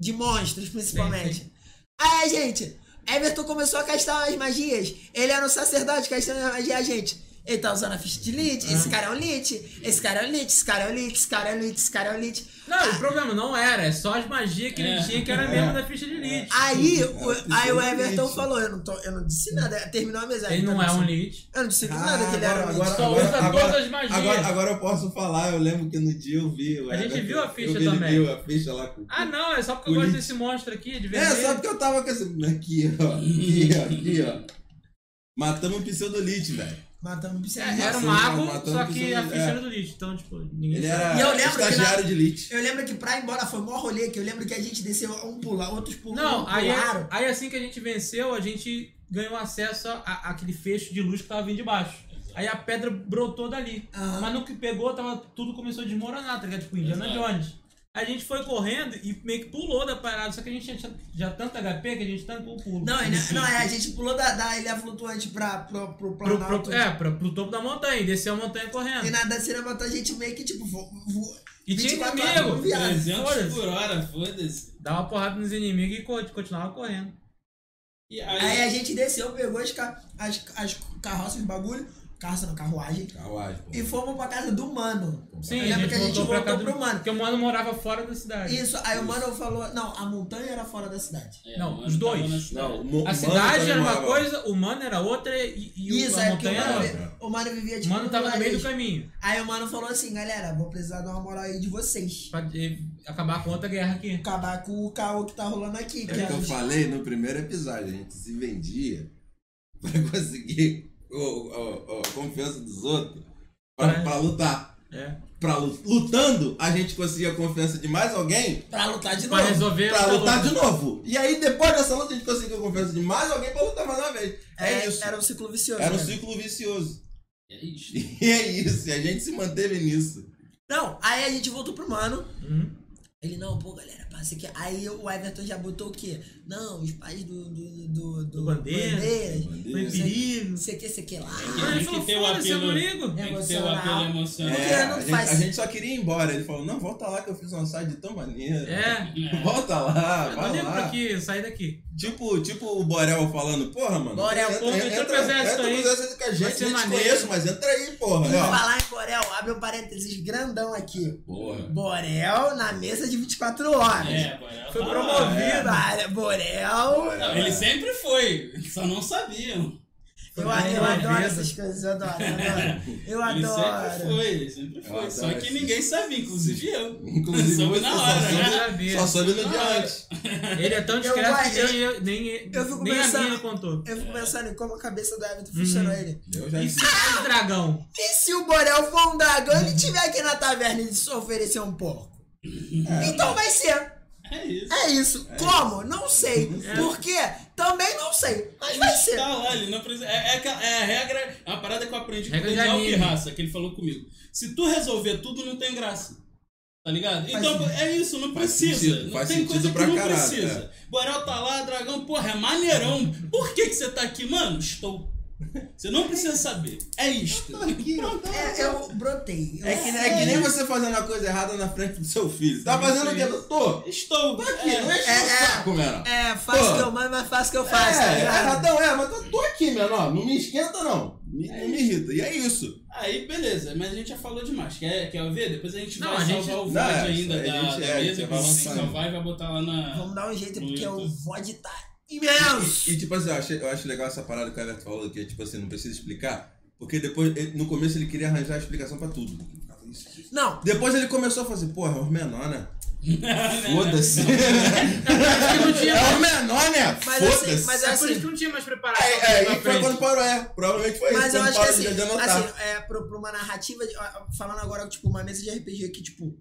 [SPEAKER 4] De monstros, principalmente.
[SPEAKER 3] Sim,
[SPEAKER 4] Aí, gente, Everton começou a castar as magias. Ele era um sacerdote castando as magias, a gente. Ele tá usando a ficha de
[SPEAKER 3] Ah.
[SPEAKER 4] Lich, esse cara é um Lich, esse cara é um Lich, esse cara é um Lich, esse cara é um Lich, esse cara é um Lich.
[SPEAKER 3] Não, o problema não era, é só as magias que ele
[SPEAKER 1] É.
[SPEAKER 3] tinha que era
[SPEAKER 2] É.
[SPEAKER 3] mesmo da ficha de Lich.
[SPEAKER 4] Aí,
[SPEAKER 2] É,
[SPEAKER 4] o,
[SPEAKER 2] isso
[SPEAKER 4] aí o
[SPEAKER 2] é um
[SPEAKER 4] Everton
[SPEAKER 2] Lich.
[SPEAKER 4] falou, eu não, tô, eu não disse nada, terminou a mesa.
[SPEAKER 3] Ele
[SPEAKER 4] eu
[SPEAKER 3] não
[SPEAKER 2] então
[SPEAKER 3] é
[SPEAKER 4] disse-
[SPEAKER 3] um Lich.
[SPEAKER 4] Eu não disse
[SPEAKER 2] Ah,
[SPEAKER 4] nada que ele era um Lich.
[SPEAKER 3] Só usa todas as magias.
[SPEAKER 2] assim, Agora, agora eu posso falar, eu lembro que no dia eu vi. o
[SPEAKER 3] A gente
[SPEAKER 2] Everton-
[SPEAKER 3] viu a
[SPEAKER 2] eu
[SPEAKER 3] ficha
[SPEAKER 2] vi, ele
[SPEAKER 3] também.
[SPEAKER 2] viu a ficha lá com.
[SPEAKER 3] Ah, não, é só porque
[SPEAKER 2] O
[SPEAKER 3] eu gosto
[SPEAKER 2] Lich.
[SPEAKER 3] desse monstro aqui, de
[SPEAKER 2] é,
[SPEAKER 3] vermelho.
[SPEAKER 2] só porque eu tava com essa. Aqui, ó. Aqui, ó. Aqui, ó. Matamos o pseudolite, velho.
[SPEAKER 4] Matamos o
[SPEAKER 3] É,
[SPEAKER 4] Pseudo.
[SPEAKER 3] era um
[SPEAKER 2] Matando-
[SPEAKER 3] mago,
[SPEAKER 2] matando
[SPEAKER 3] só que a
[SPEAKER 2] pessoas-
[SPEAKER 3] ficha
[SPEAKER 2] é.
[SPEAKER 3] era do Lich. Então, tipo, ninguém
[SPEAKER 2] Ele
[SPEAKER 3] sabe.
[SPEAKER 2] era
[SPEAKER 4] E eu lembro que na-
[SPEAKER 2] estagiário de elite.
[SPEAKER 4] é, Eu lembro que pra ir embora foi mó rolê, que eu lembro que a gente desceu um pular, outros pularam.
[SPEAKER 3] Não, aí,
[SPEAKER 4] pularam.
[SPEAKER 3] aí assim que a gente venceu, a gente ganhou acesso a- àquele fecho de luz que tava vindo de baixo. Aí a pedra brotou dali.
[SPEAKER 4] Aham.
[SPEAKER 3] Mas no que pegou, tava, tudo começou a desmoronar, tá ligado? Tipo, Indiana
[SPEAKER 1] Exato.
[SPEAKER 3] Jones. A gente foi correndo e meio que pulou da parada, só que a gente tinha tinha já tanto HP que a gente tancou o pulo.
[SPEAKER 4] Não, ele- não, é, a gente pulou da, da ilha flutuante pra, pro, pro
[SPEAKER 3] Pro,
[SPEAKER 4] Planalto.
[SPEAKER 3] pro, é, pra, pro topo da montanha, e desceu a montanha correndo.
[SPEAKER 4] E na dancinha matou a gente meio que tipo. Vo, vo,
[SPEAKER 3] E tinha
[SPEAKER 4] 24
[SPEAKER 3] inimigo.
[SPEAKER 4] horas, um viado.
[SPEAKER 1] 300
[SPEAKER 3] foda-se.
[SPEAKER 1] por hora, foda-se.
[SPEAKER 3] Dava porrada nos inimigos e co- continuava correndo.
[SPEAKER 1] E
[SPEAKER 4] Aí a gente desceu, pegou as, ca- as, as carroças de bagulho, carroça na carruagem,
[SPEAKER 2] Carruagem, pô.
[SPEAKER 4] e fomos pra casa do mano.
[SPEAKER 3] Sim,
[SPEAKER 4] Eu lembro que a gente voltou,
[SPEAKER 3] pra casa do- é
[SPEAKER 4] pro mano.
[SPEAKER 3] Porque o mano morava fora da cidade.
[SPEAKER 4] Isso, aí o mano falou, não, a montanha era fora da cidade.
[SPEAKER 1] É,
[SPEAKER 3] Não,
[SPEAKER 1] mano,
[SPEAKER 3] os
[SPEAKER 1] tava
[SPEAKER 3] dois.
[SPEAKER 1] na cidade.
[SPEAKER 2] Não, o Mo-
[SPEAKER 3] A
[SPEAKER 2] Mano
[SPEAKER 3] cidade
[SPEAKER 2] também
[SPEAKER 3] era uma
[SPEAKER 2] morava lá.
[SPEAKER 3] coisa, o mano era outra e, e
[SPEAKER 4] Isso,
[SPEAKER 3] o- a
[SPEAKER 4] é porque o
[SPEAKER 3] montanha era
[SPEAKER 4] mano,
[SPEAKER 3] outra.
[SPEAKER 4] vi- o mano vivia
[SPEAKER 3] O
[SPEAKER 4] tipo.
[SPEAKER 3] mano tava no meio do
[SPEAKER 4] vilarejo.
[SPEAKER 3] caminho.
[SPEAKER 4] Aí o mano falou assim, galera, vou precisar dar uma moral aí de vocês.
[SPEAKER 3] Pra eh, acabar com outra guerra aqui.
[SPEAKER 4] Acabar com o caô que tá rolando aqui.
[SPEAKER 2] É o que eu
[SPEAKER 4] os-
[SPEAKER 2] falei no primeiro episódio, a gente se vendia pra conseguir o, o- o- a confiança dos outros pra,
[SPEAKER 3] É.
[SPEAKER 2] pra lutar.
[SPEAKER 3] É.
[SPEAKER 2] Pra, lu- lutando, a gente conseguia a confiança de mais alguém
[SPEAKER 4] Pra lutar de
[SPEAKER 3] Pra
[SPEAKER 4] novo.
[SPEAKER 3] resolver
[SPEAKER 2] pra
[SPEAKER 3] outra
[SPEAKER 2] lutar
[SPEAKER 3] luta.
[SPEAKER 2] de novo. E aí, depois dessa luta, a gente conseguiu a confiança de mais alguém pra lutar mais uma vez. É, isso.
[SPEAKER 4] Era um ciclo vicioso.
[SPEAKER 2] Era um
[SPEAKER 4] né?
[SPEAKER 2] ciclo vicioso.
[SPEAKER 1] É isso.
[SPEAKER 2] E é isso. E a gente se manteve nisso.
[SPEAKER 4] Não, aí a gente voltou pro mano.
[SPEAKER 3] Uhum.
[SPEAKER 4] Ele, não, pô, galera, passa aqui. Aí o Everton já botou o quê? Não, os pais do. do. do. do
[SPEAKER 3] Bandeira.
[SPEAKER 4] Bandeiras,
[SPEAKER 3] Foi em
[SPEAKER 2] Bandeira.
[SPEAKER 3] perigo.
[SPEAKER 4] Não sei o que, sei o que lá.
[SPEAKER 1] Tem
[SPEAKER 3] Ele
[SPEAKER 1] que
[SPEAKER 3] falou,
[SPEAKER 1] ter o
[SPEAKER 3] foda-se, é eu não
[SPEAKER 1] apelo-
[SPEAKER 3] ligo.
[SPEAKER 1] Tem que ter o apelo
[SPEAKER 4] Emocional.
[SPEAKER 1] emocional.
[SPEAKER 2] É,
[SPEAKER 4] não
[SPEAKER 2] a, gente,
[SPEAKER 4] faz-
[SPEAKER 2] a gente só queria ir embora. Ele falou: não, volta lá que eu fiz uma side tão maneira.
[SPEAKER 3] É.
[SPEAKER 2] Volta lá,
[SPEAKER 3] Eu não
[SPEAKER 2] vai
[SPEAKER 3] ligo pra
[SPEAKER 2] lá.
[SPEAKER 3] aqui, sair daqui.
[SPEAKER 2] Tipo, tipo o Borel falando, porra, mano.
[SPEAKER 4] Borel,
[SPEAKER 2] entra,
[SPEAKER 3] porra, entra pro exército
[SPEAKER 2] entra pro
[SPEAKER 3] aí.
[SPEAKER 2] exército com a
[SPEAKER 3] Vai
[SPEAKER 2] gente,
[SPEAKER 3] ser
[SPEAKER 2] eu te
[SPEAKER 3] maneiro.
[SPEAKER 2] conheço, mas entra aí, porra.
[SPEAKER 4] E
[SPEAKER 2] Ó,
[SPEAKER 4] falar em Corel, a abre um parênteses grandão aqui.
[SPEAKER 2] Boa.
[SPEAKER 4] Borel na mesa de 24 horas.
[SPEAKER 1] É, Borel.
[SPEAKER 3] Foi
[SPEAKER 1] tá
[SPEAKER 3] promovido.
[SPEAKER 1] lá.
[SPEAKER 4] Vida, área Borel.
[SPEAKER 1] Não, ele sempre foi, só não sabiam.
[SPEAKER 4] Eu, eu
[SPEAKER 3] Borel na
[SPEAKER 4] adoro
[SPEAKER 3] mesa.
[SPEAKER 4] essas coisas, eu adoro, eu adoro. Eu
[SPEAKER 1] Ele sempre
[SPEAKER 4] adoro.
[SPEAKER 1] foi, ele sempre
[SPEAKER 2] Eu
[SPEAKER 1] foi.
[SPEAKER 2] adoro
[SPEAKER 1] Só que
[SPEAKER 2] esses-
[SPEAKER 1] ninguém sabia, inclusive eu.
[SPEAKER 2] Inclusive,
[SPEAKER 1] Soube
[SPEAKER 2] você
[SPEAKER 1] na
[SPEAKER 2] só
[SPEAKER 1] hora,
[SPEAKER 2] soube-
[SPEAKER 1] né?
[SPEAKER 3] sabia.
[SPEAKER 2] Só soube no dia
[SPEAKER 1] Ah,
[SPEAKER 2] antes.
[SPEAKER 3] Ele é tão discreto
[SPEAKER 4] Eu-
[SPEAKER 3] que nem, eu- nem,
[SPEAKER 4] eu fico
[SPEAKER 3] nem a
[SPEAKER 4] pensando-
[SPEAKER 3] minha contou.
[SPEAKER 4] Eu fico pensando em como a cabeça do Everton funcionou ele.
[SPEAKER 2] Eu já
[SPEAKER 3] E
[SPEAKER 2] disse.
[SPEAKER 3] se é um dragão?
[SPEAKER 4] E se o Borel for um dragão e ele estiver aqui na taverna e se oferecer um porco? Então vai ser.
[SPEAKER 1] É isso.
[SPEAKER 4] É isso. Como? Não sei. Por quê? Também não sei. Mas vai ser.
[SPEAKER 1] Tá lá, ele não precisa. É, é, aquela- é a regra, é uma parada que eu aprendi com o
[SPEAKER 3] Regra de
[SPEAKER 1] Daniel
[SPEAKER 3] anime.
[SPEAKER 1] Pirraça, que ele falou comigo. Se tu resolver tudo, não tem graça. Tá ligado? Então é isso, não
[SPEAKER 2] Faz
[SPEAKER 1] precisa.
[SPEAKER 2] sentido,
[SPEAKER 1] não
[SPEAKER 2] faz
[SPEAKER 1] tem coisa que
[SPEAKER 2] sentido pra
[SPEAKER 1] não
[SPEAKER 2] caralho, é.
[SPEAKER 1] precisa. Borel tá lá, dragão, porra, é maneirão. Por que, que você tá aqui, mano? Estou. Você não precisa saber. É isto. Pronto.
[SPEAKER 4] É, eu brotei. Eu-
[SPEAKER 2] É que, é que nem você fazendo a coisa errada na frente do seu filho. Tá fazendo o quê? Tô.
[SPEAKER 1] Estou.
[SPEAKER 2] Tá aqui,
[SPEAKER 1] É.
[SPEAKER 2] não enche
[SPEAKER 4] É,
[SPEAKER 2] o
[SPEAKER 4] é.
[SPEAKER 2] saco, menor.
[SPEAKER 4] É, faço
[SPEAKER 2] Pô.
[SPEAKER 4] que eu mando, mas faço que eu faço. tá
[SPEAKER 2] É, é,
[SPEAKER 4] ligado?
[SPEAKER 2] radão, é, mas eu tô aqui, menor. Não me esquenta, não. Me- não me irrita. E é isso.
[SPEAKER 1] Aí, beleza, mas a gente já falou demais. Quer, quer ouvir? Depois a gente
[SPEAKER 3] Não,
[SPEAKER 1] vai
[SPEAKER 3] a gente-
[SPEAKER 1] salvar o
[SPEAKER 2] Não,
[SPEAKER 1] VOD
[SPEAKER 2] é,
[SPEAKER 1] ainda
[SPEAKER 2] a
[SPEAKER 1] da,
[SPEAKER 2] gente-
[SPEAKER 1] da
[SPEAKER 2] é, a gente
[SPEAKER 1] mesa, que
[SPEAKER 2] vai
[SPEAKER 1] a gente
[SPEAKER 2] avançando.
[SPEAKER 1] salvar e vai botar lá na.
[SPEAKER 4] Vamos dar um jeito, porque
[SPEAKER 1] Muito.
[SPEAKER 4] o VOD tá imenso.
[SPEAKER 2] E, e, tipo assim, eu, achei, eu acho legal essa parada que o Everton falou, que tipo assim, não precisa explicar. Porque depois, ele- no começo, ele queria arranjar a explicação pra tudo.
[SPEAKER 4] Não,
[SPEAKER 2] Depois ele começou a fazer, porra, é os menor, né? Foda-se.
[SPEAKER 3] Acho que não tinha
[SPEAKER 2] é os menor, né?
[SPEAKER 4] Mas assim,
[SPEAKER 2] Foda-se.
[SPEAKER 4] mas
[SPEAKER 3] É
[SPEAKER 4] assim,
[SPEAKER 3] por isso que não tinha mais preparado.
[SPEAKER 2] Aí, aí,
[SPEAKER 3] pra
[SPEAKER 2] aí É, foi
[SPEAKER 3] frente.
[SPEAKER 2] quando parou, é. Provavelmente foi
[SPEAKER 4] Mas
[SPEAKER 2] isso.
[SPEAKER 4] eu
[SPEAKER 2] quando
[SPEAKER 4] acho que
[SPEAKER 2] parou,
[SPEAKER 4] assim,
[SPEAKER 2] de anotar.
[SPEAKER 4] assim é, pra, pra uma narrativa, de- ó, falando agora, tipo, uma mesa de RPG que, tipo,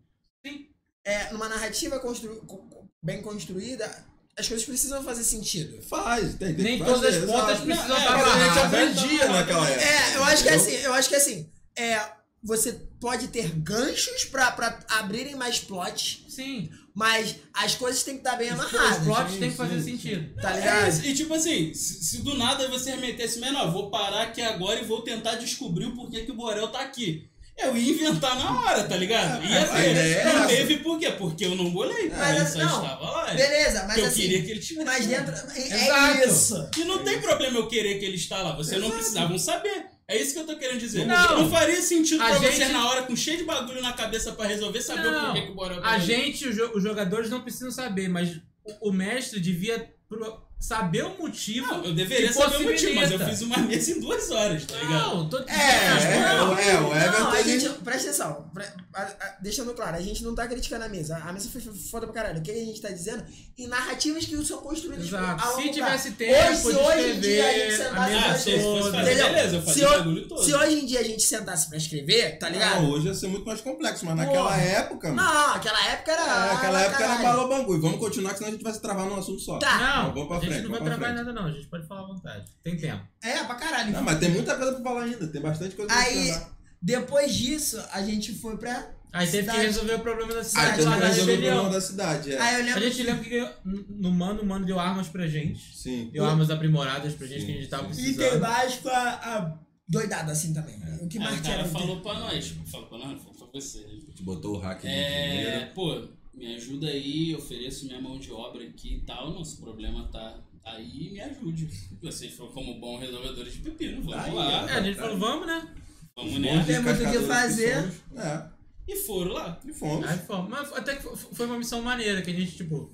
[SPEAKER 4] é, numa narrativa constru- co- co- bem construída, as coisas precisam fazer sentido.
[SPEAKER 2] Faz, tem, tem
[SPEAKER 3] Nem
[SPEAKER 2] que
[SPEAKER 3] todas
[SPEAKER 2] fazer,
[SPEAKER 3] as pontas
[SPEAKER 2] exato.
[SPEAKER 3] precisam
[SPEAKER 1] Não, é,
[SPEAKER 3] estar
[SPEAKER 2] Mas a gente
[SPEAKER 3] amarradas.
[SPEAKER 2] aprendia naquela época.
[SPEAKER 4] né? É, eu acho que é
[SPEAKER 2] entendeu?
[SPEAKER 4] assim, eu acho que é assim, é, você pode ter ganchos pra, pra abrirem mais plots,
[SPEAKER 3] Sim. mas
[SPEAKER 4] mas as coisas têm que estar bem
[SPEAKER 3] Os
[SPEAKER 4] amarradas,
[SPEAKER 3] plots têm que fazer sentido.
[SPEAKER 4] tá
[SPEAKER 1] É
[SPEAKER 4] ligado?
[SPEAKER 1] isso, E tipo assim, se, se do nada você metesse, menor, vou parar aqui agora e vou tentar descobrir o porquê que o Borel tá aqui. Eu ia inventar na hora, tá ligado? Ia
[SPEAKER 2] mas a ideia
[SPEAKER 1] ter.
[SPEAKER 2] é
[SPEAKER 1] Não
[SPEAKER 2] essa. Ah,
[SPEAKER 1] teve por quê? Porque eu não bolei.
[SPEAKER 4] Mas
[SPEAKER 1] ele
[SPEAKER 4] assim,
[SPEAKER 1] só
[SPEAKER 4] não.
[SPEAKER 1] estava lá.
[SPEAKER 4] Beleza, mas
[SPEAKER 1] eu
[SPEAKER 4] assim,
[SPEAKER 1] queria que ele tivesse.
[SPEAKER 4] mas dentro, é
[SPEAKER 3] Exato.
[SPEAKER 4] isso.
[SPEAKER 1] E não tem problema eu querer que ele está lá. Vocês não precisavam saber. É isso que eu tô querendo dizer.
[SPEAKER 3] Não.
[SPEAKER 1] faria sentido
[SPEAKER 3] A
[SPEAKER 1] pra
[SPEAKER 3] gente-
[SPEAKER 1] vocês na hora, com cheio de bagulho na cabeça pra resolver, saber
[SPEAKER 3] Não.
[SPEAKER 1] o porquê que o Borel tá
[SPEAKER 3] A
[SPEAKER 1] ali.
[SPEAKER 3] gente, os jo- os jogadores, não precisam saber, mas o, o mestre devia pro- saber o motivo.
[SPEAKER 1] Não, eu deveria
[SPEAKER 3] que
[SPEAKER 1] saber o motivo, mas eu
[SPEAKER 3] possibilita.
[SPEAKER 1] fiz uma mesa em duas horas, tá ligado?
[SPEAKER 3] Não, tô dizendo.
[SPEAKER 2] É, é,
[SPEAKER 3] não.
[SPEAKER 2] é, o Everton.
[SPEAKER 4] Não, a gente,
[SPEAKER 2] ele-
[SPEAKER 4] presta atenção, pre- a- a- deixando claro, a gente não tá criticando a mesa. A mesa foi foda pra caralho. O que a gente tá dizendo? E narrativas que são construídas
[SPEAKER 3] Exato.
[SPEAKER 4] a longo
[SPEAKER 3] Se tivesse
[SPEAKER 4] prazo.
[SPEAKER 3] tempo
[SPEAKER 4] hoje, se hoje
[SPEAKER 3] de
[SPEAKER 4] em
[SPEAKER 3] escrever,
[SPEAKER 4] dia a gente
[SPEAKER 3] a
[SPEAKER 4] sentasse
[SPEAKER 3] mesa
[SPEAKER 1] Ah,
[SPEAKER 4] pra
[SPEAKER 1] se eu fosse
[SPEAKER 3] toda.
[SPEAKER 4] escrever.
[SPEAKER 1] fazer,
[SPEAKER 4] Entendeu?
[SPEAKER 1] beleza, eu
[SPEAKER 4] Se,
[SPEAKER 1] fazia o bagulho
[SPEAKER 4] ho-
[SPEAKER 1] todo.
[SPEAKER 4] se hoje em dia a gente sentasse pra escrever, tá
[SPEAKER 2] Não,
[SPEAKER 4] ligado?
[SPEAKER 2] hoje ia ser muito mais complexo, mas
[SPEAKER 4] Porra.
[SPEAKER 2] naquela época.
[SPEAKER 4] Não,
[SPEAKER 2] mano,
[SPEAKER 4] aquela época era.
[SPEAKER 2] é, naquela
[SPEAKER 4] ah,
[SPEAKER 2] época era
[SPEAKER 4] caralho.
[SPEAKER 2] balobangu. E vamos continuar, que senão a gente vai se travar num assunto só.
[SPEAKER 4] Tá.
[SPEAKER 2] Não, vamos pra
[SPEAKER 3] a gente
[SPEAKER 2] frente,
[SPEAKER 3] não vai
[SPEAKER 2] vamos pra
[SPEAKER 3] trabalhar
[SPEAKER 2] frente.
[SPEAKER 3] nada, não. A gente pode falar à vontade. Tem tempo.
[SPEAKER 4] É, pra caralho.
[SPEAKER 2] Não, mas tem muita coisa pra falar ainda. Tem bastante coisa pra
[SPEAKER 4] Aí, tá,
[SPEAKER 2] falar.
[SPEAKER 4] depois disso, a gente foi pra.
[SPEAKER 3] Aí teve que
[SPEAKER 4] Cidade.
[SPEAKER 3] resolver o problema da
[SPEAKER 2] Aí
[SPEAKER 3] cidade,
[SPEAKER 2] teve
[SPEAKER 3] lá
[SPEAKER 2] que
[SPEAKER 3] da
[SPEAKER 2] resolver então o problema
[SPEAKER 3] rebelião.
[SPEAKER 2] da cidade. É.
[SPEAKER 4] Aí eu lembro.
[SPEAKER 3] A gente lembra que ganhou- no Mano, o Mano deu armas pra gente.
[SPEAKER 2] Sim.
[SPEAKER 3] Deu armas aprimoradas pra gente
[SPEAKER 2] Sim,
[SPEAKER 3] que a gente É. tava
[SPEAKER 2] sim.
[SPEAKER 4] E tem
[SPEAKER 3] precisando.
[SPEAKER 4] baixo com a, a doidada assim também. O que é
[SPEAKER 1] Aí
[SPEAKER 4] mais
[SPEAKER 1] o
[SPEAKER 4] tinha
[SPEAKER 1] cara
[SPEAKER 4] no
[SPEAKER 1] falou pra nós, falou pra nós, não, falou pra você. né?
[SPEAKER 2] A gente botou o hack de
[SPEAKER 1] É,
[SPEAKER 2] dinheiro.
[SPEAKER 1] pô, me ajuda aí, ofereço minha mão de obra aqui e tal, nosso problema tá aí, me ajude. Vocês foram como bons resolvedores de pepino, vamos
[SPEAKER 2] Aí,
[SPEAKER 1] lá,
[SPEAKER 3] É, a gente falou, vamos, né?
[SPEAKER 1] vamos
[SPEAKER 2] Monte
[SPEAKER 1] nessa.
[SPEAKER 2] de
[SPEAKER 4] Temos o que
[SPEAKER 2] cascadores
[SPEAKER 4] fazer.
[SPEAKER 2] somos. É,
[SPEAKER 1] E foram lá.
[SPEAKER 2] e fomos.
[SPEAKER 3] Aí fomos. Mas até que fo- foi uma missão maneira, que a gente, tipo.